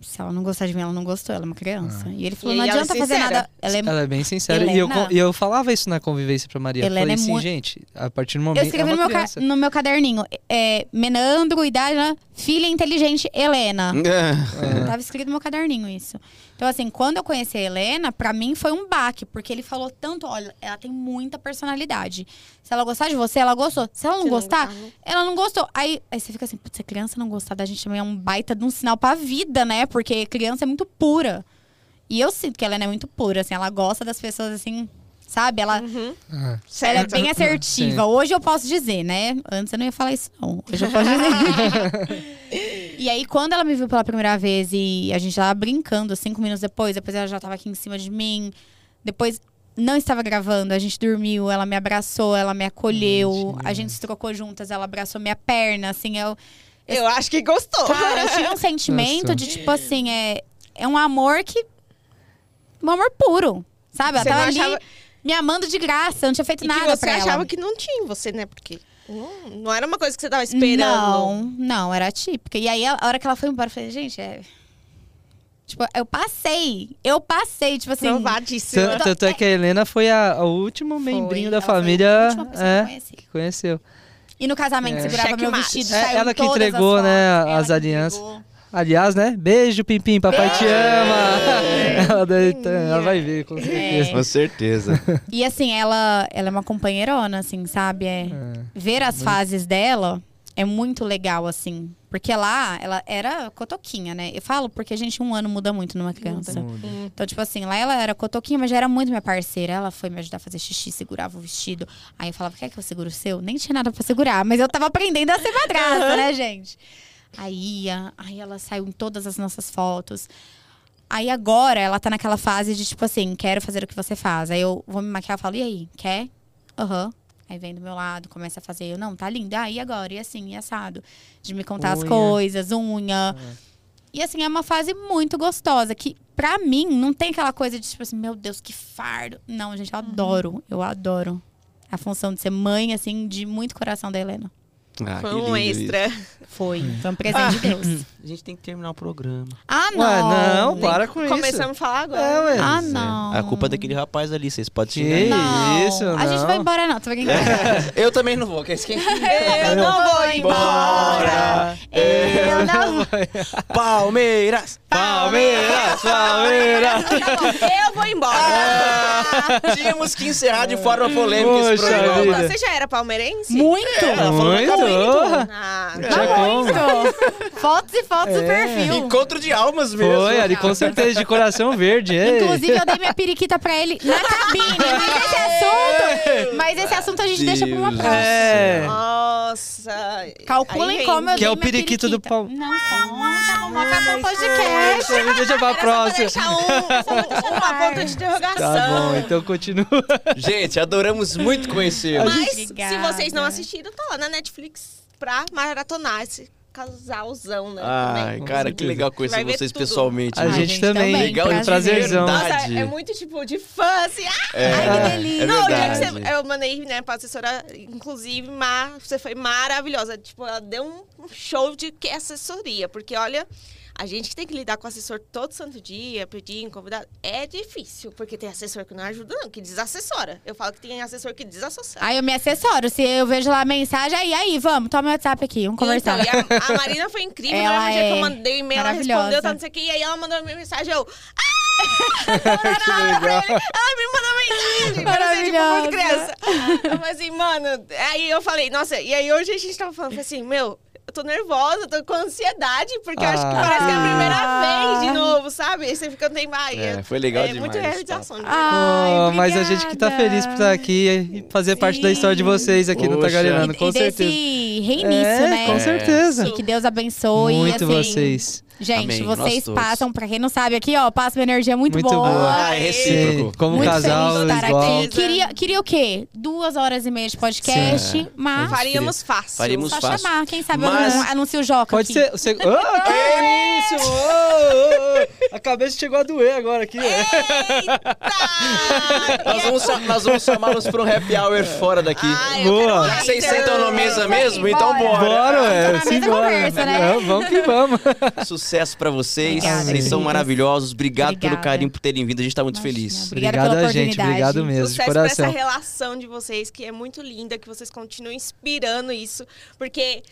Speaker 3: se ela não gostar de mim, ela não gostou, ela é uma criança. E ele falou,
Speaker 2: E
Speaker 3: não
Speaker 2: ela é
Speaker 3: adianta fazer
Speaker 2: sincera.
Speaker 3: nada. Ela é
Speaker 4: Ah. Ela é bem sincera. E eu,
Speaker 3: Helena-
Speaker 4: con- e eu falava isso na convivência pra Maria.
Speaker 3: Helena
Speaker 4: Falei
Speaker 3: é
Speaker 4: assim,
Speaker 3: mui-
Speaker 4: gente, a partir do
Speaker 3: Eu
Speaker 4: momento.
Speaker 3: escrevi
Speaker 4: é
Speaker 3: no,
Speaker 4: uma
Speaker 3: meu ca-
Speaker 4: criança.
Speaker 3: no meu caderninho. É, Menandro, idade, né? filha inteligente, Helena.
Speaker 1: É.
Speaker 4: Ah,
Speaker 3: Tava escrito no meu caderninho isso. Então, assim, quando eu conheci a Helena, pra mim foi um baque, porque ele falou tanto: olha, ela tem muita personalidade. Se ela gostar de você, ela gostou. Se ela não gostar,
Speaker 2: né?
Speaker 3: ela não gostou. Aí, aí você fica assim: putz, a criança não gostar da gente também é um baita de um sinal pra vida, né? Porque criança é muito pura. E eu sinto que a Helena é muito pura, assim, ela gosta das pessoas assim. Sabe? Ela,
Speaker 4: ah.
Speaker 3: ela é
Speaker 2: Uhum. Certo.
Speaker 3: bem assertiva. Hoje eu posso dizer, né? Antes eu não ia falar isso, não. Hoje eu posso dizer. e aí, quando ela me viu pela primeira vez e a gente tava brincando, cinco minutos depois, depois ela já tava aqui em cima de mim. Depois não estava gravando, a gente dormiu, ela me abraçou, ela me acolheu, a gente se trocou juntas, ela abraçou minha perna, assim, eu.
Speaker 2: Eu acho que gostou.
Speaker 3: Cara, eu tive um sentimento
Speaker 4: Nossa.
Speaker 3: de tipo assim, é, é um amor que. Um amor puro. Sabe? Ela
Speaker 2: Você
Speaker 3: tava
Speaker 2: não
Speaker 3: ali
Speaker 2: achava-
Speaker 3: me amando de graça, eu não tinha feito
Speaker 2: E
Speaker 3: nada
Speaker 2: que você
Speaker 3: pra
Speaker 2: achava
Speaker 3: ela.
Speaker 2: que não tinha em você, né? Porque hum, não era uma coisa que você tava esperando.
Speaker 3: Não, não, era típica. E aí, a hora que ela foi embora, eu falei, gente, é. Tipo, eu passei. Eu passei, tipo assim.
Speaker 2: Provadíssimo.
Speaker 4: Tan-
Speaker 3: Eu tô-
Speaker 4: Tanto é que a Helena foi a, a último
Speaker 3: foi,
Speaker 4: um membrinho da
Speaker 3: ela foi a
Speaker 4: família
Speaker 3: última pessoa que eu
Speaker 4: é,
Speaker 3: conheci.
Speaker 4: que conheceu.
Speaker 3: E no casamento,
Speaker 4: É.
Speaker 3: segurava meu
Speaker 2: Checkmate.
Speaker 3: vestido.
Speaker 4: É,
Speaker 3: saiu
Speaker 4: ela que
Speaker 3: todas as
Speaker 4: entregou,
Speaker 3: fotos,
Speaker 4: né,
Speaker 3: ela
Speaker 4: as
Speaker 3: que
Speaker 4: alianças.
Speaker 3: entregou.
Speaker 4: Aliás, né? Beijo, Pimpim, papai te
Speaker 3: Beijo.
Speaker 4: ama. ela, deve- então, ela vai ver, com certeza.
Speaker 1: Com certeza.
Speaker 3: E assim, ela, ela é uma companheirona, assim, sabe? É,
Speaker 4: É.
Speaker 3: Ver as fases dela é muito legal, assim. Porque lá, ela era cotoquinha, né? Eu falo porque, gente, um ano muda muito numa criança. Então, tipo assim, lá ela era cotoquinha, mas já era muito minha parceira. Ela foi me ajudar a fazer xixi, segurava o vestido. Aí eu falava, quer que eu segure o seu? Nem tinha nada pra segurar, mas eu tava aprendendo a ser madrasta, né, gente? Aí ia, aí ela saiu em todas as nossas fotos. Aí agora ela tá naquela fase de tipo assim, quero fazer o que você faz. Aí eu vou me maquiar e falo, e aí, quer? Aham. Aí vem do meu lado, começa a fazer. Eu, não, tá linda. Ah, e agora? E assim, e assado. De me contar as
Speaker 4: Unha.
Speaker 3: coisas, unha. E assim, é uma fase muito gostosa. Que pra mim, não tem aquela coisa de tipo assim, meu Deus, que fardo. Não, gente, eu adoro. Eu adoro. A função de ser mãe, assim, de muito coração da Helena.
Speaker 1: Ah,
Speaker 2: Foi
Speaker 1: que lindo
Speaker 2: um extra.
Speaker 3: Foi. Foi um presente de Deus.
Speaker 1: isso. A gente tem que terminar o programa.
Speaker 3: Ah, não.
Speaker 4: Ué, não, para com
Speaker 2: Começamos a falar
Speaker 4: isso. É,
Speaker 2: agora.
Speaker 4: ué.
Speaker 3: Ah, não.
Speaker 1: A culpa é daquele rapaz ali, vocês podem
Speaker 4: Que
Speaker 1: xingar. ele.
Speaker 3: Não.
Speaker 4: isso,
Speaker 3: A gente
Speaker 4: não.
Speaker 3: vai embora, não. Tô brincando.
Speaker 1: Eu também não vou, que é isso que-
Speaker 2: Eu não vou embora.
Speaker 3: Eu não.
Speaker 1: Palmeiras!
Speaker 4: Palmeiras, Palmeiras.
Speaker 3: Tá bom.
Speaker 2: Eu vou embora.
Speaker 1: Ah, Tínhamos que encerrar de forma polêmica esse
Speaker 4: Poxa
Speaker 1: programa.
Speaker 4: vida.
Speaker 2: Você já era palmeirense?
Speaker 3: Muito.
Speaker 1: Ela falou na
Speaker 4: Muito.
Speaker 2: Ah,
Speaker 4: Tinha como.
Speaker 3: Muito. Fotos e fotos
Speaker 4: É.
Speaker 3: do perfil.
Speaker 1: Encontro de almas mesmo.
Speaker 4: Foi, ali, com certeza, de coração verde. ei.
Speaker 3: Inclusive, eu dei minha periquita pra ele na cabine. Mas esse assunto, mas esse assunto a gente deixa pra uma
Speaker 1: Deus.
Speaker 3: próxima.
Speaker 2: Ah.
Speaker 4: É.
Speaker 2: Nossa.
Speaker 3: Calculem como eu
Speaker 4: Que é
Speaker 3: dei
Speaker 4: o
Speaker 3: minha
Speaker 4: periquito do pau-
Speaker 3: Não conta, vamos acabar o podcast.
Speaker 4: Isso aí, Deixa pra próxima.
Speaker 2: Deixar um, uma ponta de interrogação.
Speaker 4: Tá bom, então continua.
Speaker 1: É. Gente, adoramos muito conhecê-los.
Speaker 2: Mas se
Speaker 3: Obrigada.
Speaker 2: vocês não assistiram, tá lá na Netflix pra maratonar esse casalzão, né?
Speaker 1: Ai,
Speaker 2: também.
Speaker 1: cara, que legal conhecer
Speaker 2: Vai ver
Speaker 1: vocês
Speaker 2: tudo.
Speaker 1: pessoalmente. né?
Speaker 4: A
Speaker 3: Ai,
Speaker 4: gente,
Speaker 3: gente,
Speaker 4: também.
Speaker 3: também,
Speaker 1: Legal,
Speaker 4: Foi um
Speaker 3: prazer.
Speaker 4: prazerzão.
Speaker 2: Nossa, é
Speaker 1: verdade.
Speaker 2: muito tipo de fã, assim. ah,
Speaker 1: É,
Speaker 3: Ai, que
Speaker 1: é
Speaker 3: delícia.
Speaker 2: Não, o dia que
Speaker 1: verdade.
Speaker 2: você- eu mandei, né, pra assessora, inclusive, ma- você foi maravilhosa. Tipo, ela deu um- um show de que é assessoria, porque olha, a gente que tem que lidar com assessor todo santo dia, pedir, convidar, é difícil, porque tem assessor que não ajuda, não, que desassessora. Eu falo que tem assessor que desassocia.
Speaker 3: Aí eu me assessoro. Se eu vejo lá a mensagem, aí, aí, vamos, toma meu WhatsApp aqui, vamos conversar.
Speaker 2: Então, e a, a Marina foi incrível,
Speaker 3: Ela
Speaker 2: né? No dia que
Speaker 3: é
Speaker 2: eu mandei o e-mail, ela
Speaker 3: maravilhosa.
Speaker 2: respondeu, tá, não sei o quê, e aí ela mandou uma mensagem, eu. "Ah!" Ela me mandou mensagem, parecia tipo
Speaker 3: Maravilhosa.
Speaker 2: muito criança. Eu falei assim, mano, aí eu falei, nossa, e aí hoje a gente tava falando falei assim, meu, eu tô nervosa, eu tô com ansiedade, porque eu acho que
Speaker 4: Ah.
Speaker 2: parece que é a primeira vez de novo, sabe? Aí você fica um tempo aí.
Speaker 1: É, foi legal
Speaker 2: É
Speaker 1: demais
Speaker 2: muito
Speaker 1: esse
Speaker 2: realização. de verdade.
Speaker 3: Ai,
Speaker 4: Oh, mas a gente que tá
Speaker 3: obrigada.
Speaker 4: feliz por estar aqui e fazer parte da história de vocês aqui no
Speaker 1: Poxa.
Speaker 4: Tagareirando,
Speaker 1: E-
Speaker 4: com
Speaker 3: e
Speaker 4: certeza.
Speaker 3: desse reinício,
Speaker 4: É,
Speaker 3: né?
Speaker 4: com certeza.
Speaker 3: E que Deus abençoe. assim,
Speaker 4: Muito vocês.
Speaker 3: Gente,
Speaker 1: Amém.
Speaker 3: vocês
Speaker 1: Nós todos.
Speaker 3: passam, pra quem não sabe aqui, ó, passa uma energia muito,
Speaker 4: Muito boa.
Speaker 1: Ah, é recíproco.
Speaker 4: Sim, como
Speaker 3: Muito
Speaker 4: casal,
Speaker 3: feliz de estar
Speaker 4: igual.
Speaker 3: aqui. Queria, queria o quê? Duas horas e meia de podcast, mas
Speaker 2: Faríamos fácil.
Speaker 1: Faríamos
Speaker 3: só
Speaker 1: fácil.
Speaker 3: chamar. Quem sabe
Speaker 1: Mas-
Speaker 3: eu não anuncio o Joca
Speaker 4: Pode
Speaker 3: aqui.
Speaker 4: ser. Você... Ah, que isso? Ô, ô, ô. A cabeça chegou a doer agora aqui. ó.
Speaker 2: Eita!
Speaker 1: Nós vamos, cha- nós vamos chamá-los pra um happy hour fora daqui.
Speaker 2: Ai, eu
Speaker 4: Boa.
Speaker 2: quero
Speaker 1: Já que vocês
Speaker 2: mais.
Speaker 1: sentam na mesa
Speaker 3: Então,
Speaker 1: mesmo,
Speaker 3: bora.
Speaker 1: então bora.
Speaker 4: Bora,
Speaker 3: Tá na
Speaker 4: é.
Speaker 3: mesa
Speaker 4: Simbora.
Speaker 3: conversa, né?
Speaker 4: Não, vamos que vamos.
Speaker 1: Sucesso pra vocês.
Speaker 3: Obrigada,
Speaker 1: vocês são
Speaker 3: queridas.
Speaker 1: maravilhosos. Obrigado pelo
Speaker 3: Obrigada.
Speaker 1: carinho por terem vindo. A gente tá muito
Speaker 3: Imagina,
Speaker 1: feliz.
Speaker 3: Obrigada
Speaker 4: obrigado
Speaker 3: pela
Speaker 4: a gente,
Speaker 3: oportunidade.
Speaker 4: obrigado mesmo, de
Speaker 2: Sucesso pra essa
Speaker 4: coração.
Speaker 2: relação de vocês, que é muito linda, que vocês continuem inspirando isso, porque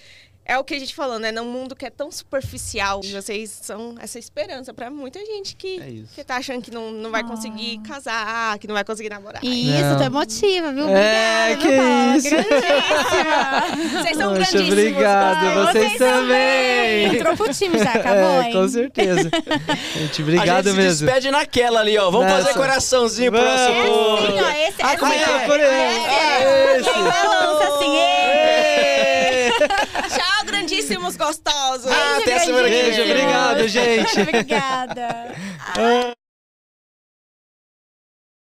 Speaker 2: é o que a gente falou, né? Num mundo que é tão superficial, vocês são essa esperança pra muita gente que,
Speaker 4: É isso.
Speaker 2: que tá achando que não, não vai conseguir casar, que não vai conseguir namorar.
Speaker 4: Não.
Speaker 5: Isso, tô emotiva, viu?
Speaker 4: É,
Speaker 5: Obrigada,
Speaker 4: que
Speaker 5: viu, Paula?
Speaker 4: isso.
Speaker 5: Grandíssima.
Speaker 2: Vocês são
Speaker 4: Poxa,
Speaker 2: grandíssimos. tá?
Speaker 4: obrigado,
Speaker 2: vocês-
Speaker 4: você- vocês também.
Speaker 3: Entrou pro time já, Tá, acabou,
Speaker 4: é,
Speaker 3: hein?
Speaker 4: com certeza. Gente,
Speaker 1: a
Speaker 4: obrigado
Speaker 1: gente se
Speaker 4: mesmo.
Speaker 1: despede naquela ali, ó. Vamos
Speaker 4: Nessa.
Speaker 1: fazer coraçãozinho pro nosso
Speaker 4: Vamos.
Speaker 1: povo.
Speaker 3: Sim, ó, esse,
Speaker 1: Ah,
Speaker 3: esse
Speaker 1: como é que é?
Speaker 3: é?
Speaker 4: Por aí.
Speaker 3: É,
Speaker 4: Esse.
Speaker 3: Quem balança assim, é.
Speaker 2: Tchau, grandíssimos gostosos.
Speaker 1: Ah, até a semana que
Speaker 4: Beijo,
Speaker 1: vem.
Speaker 4: obrigado, gente.
Speaker 3: Obrigada.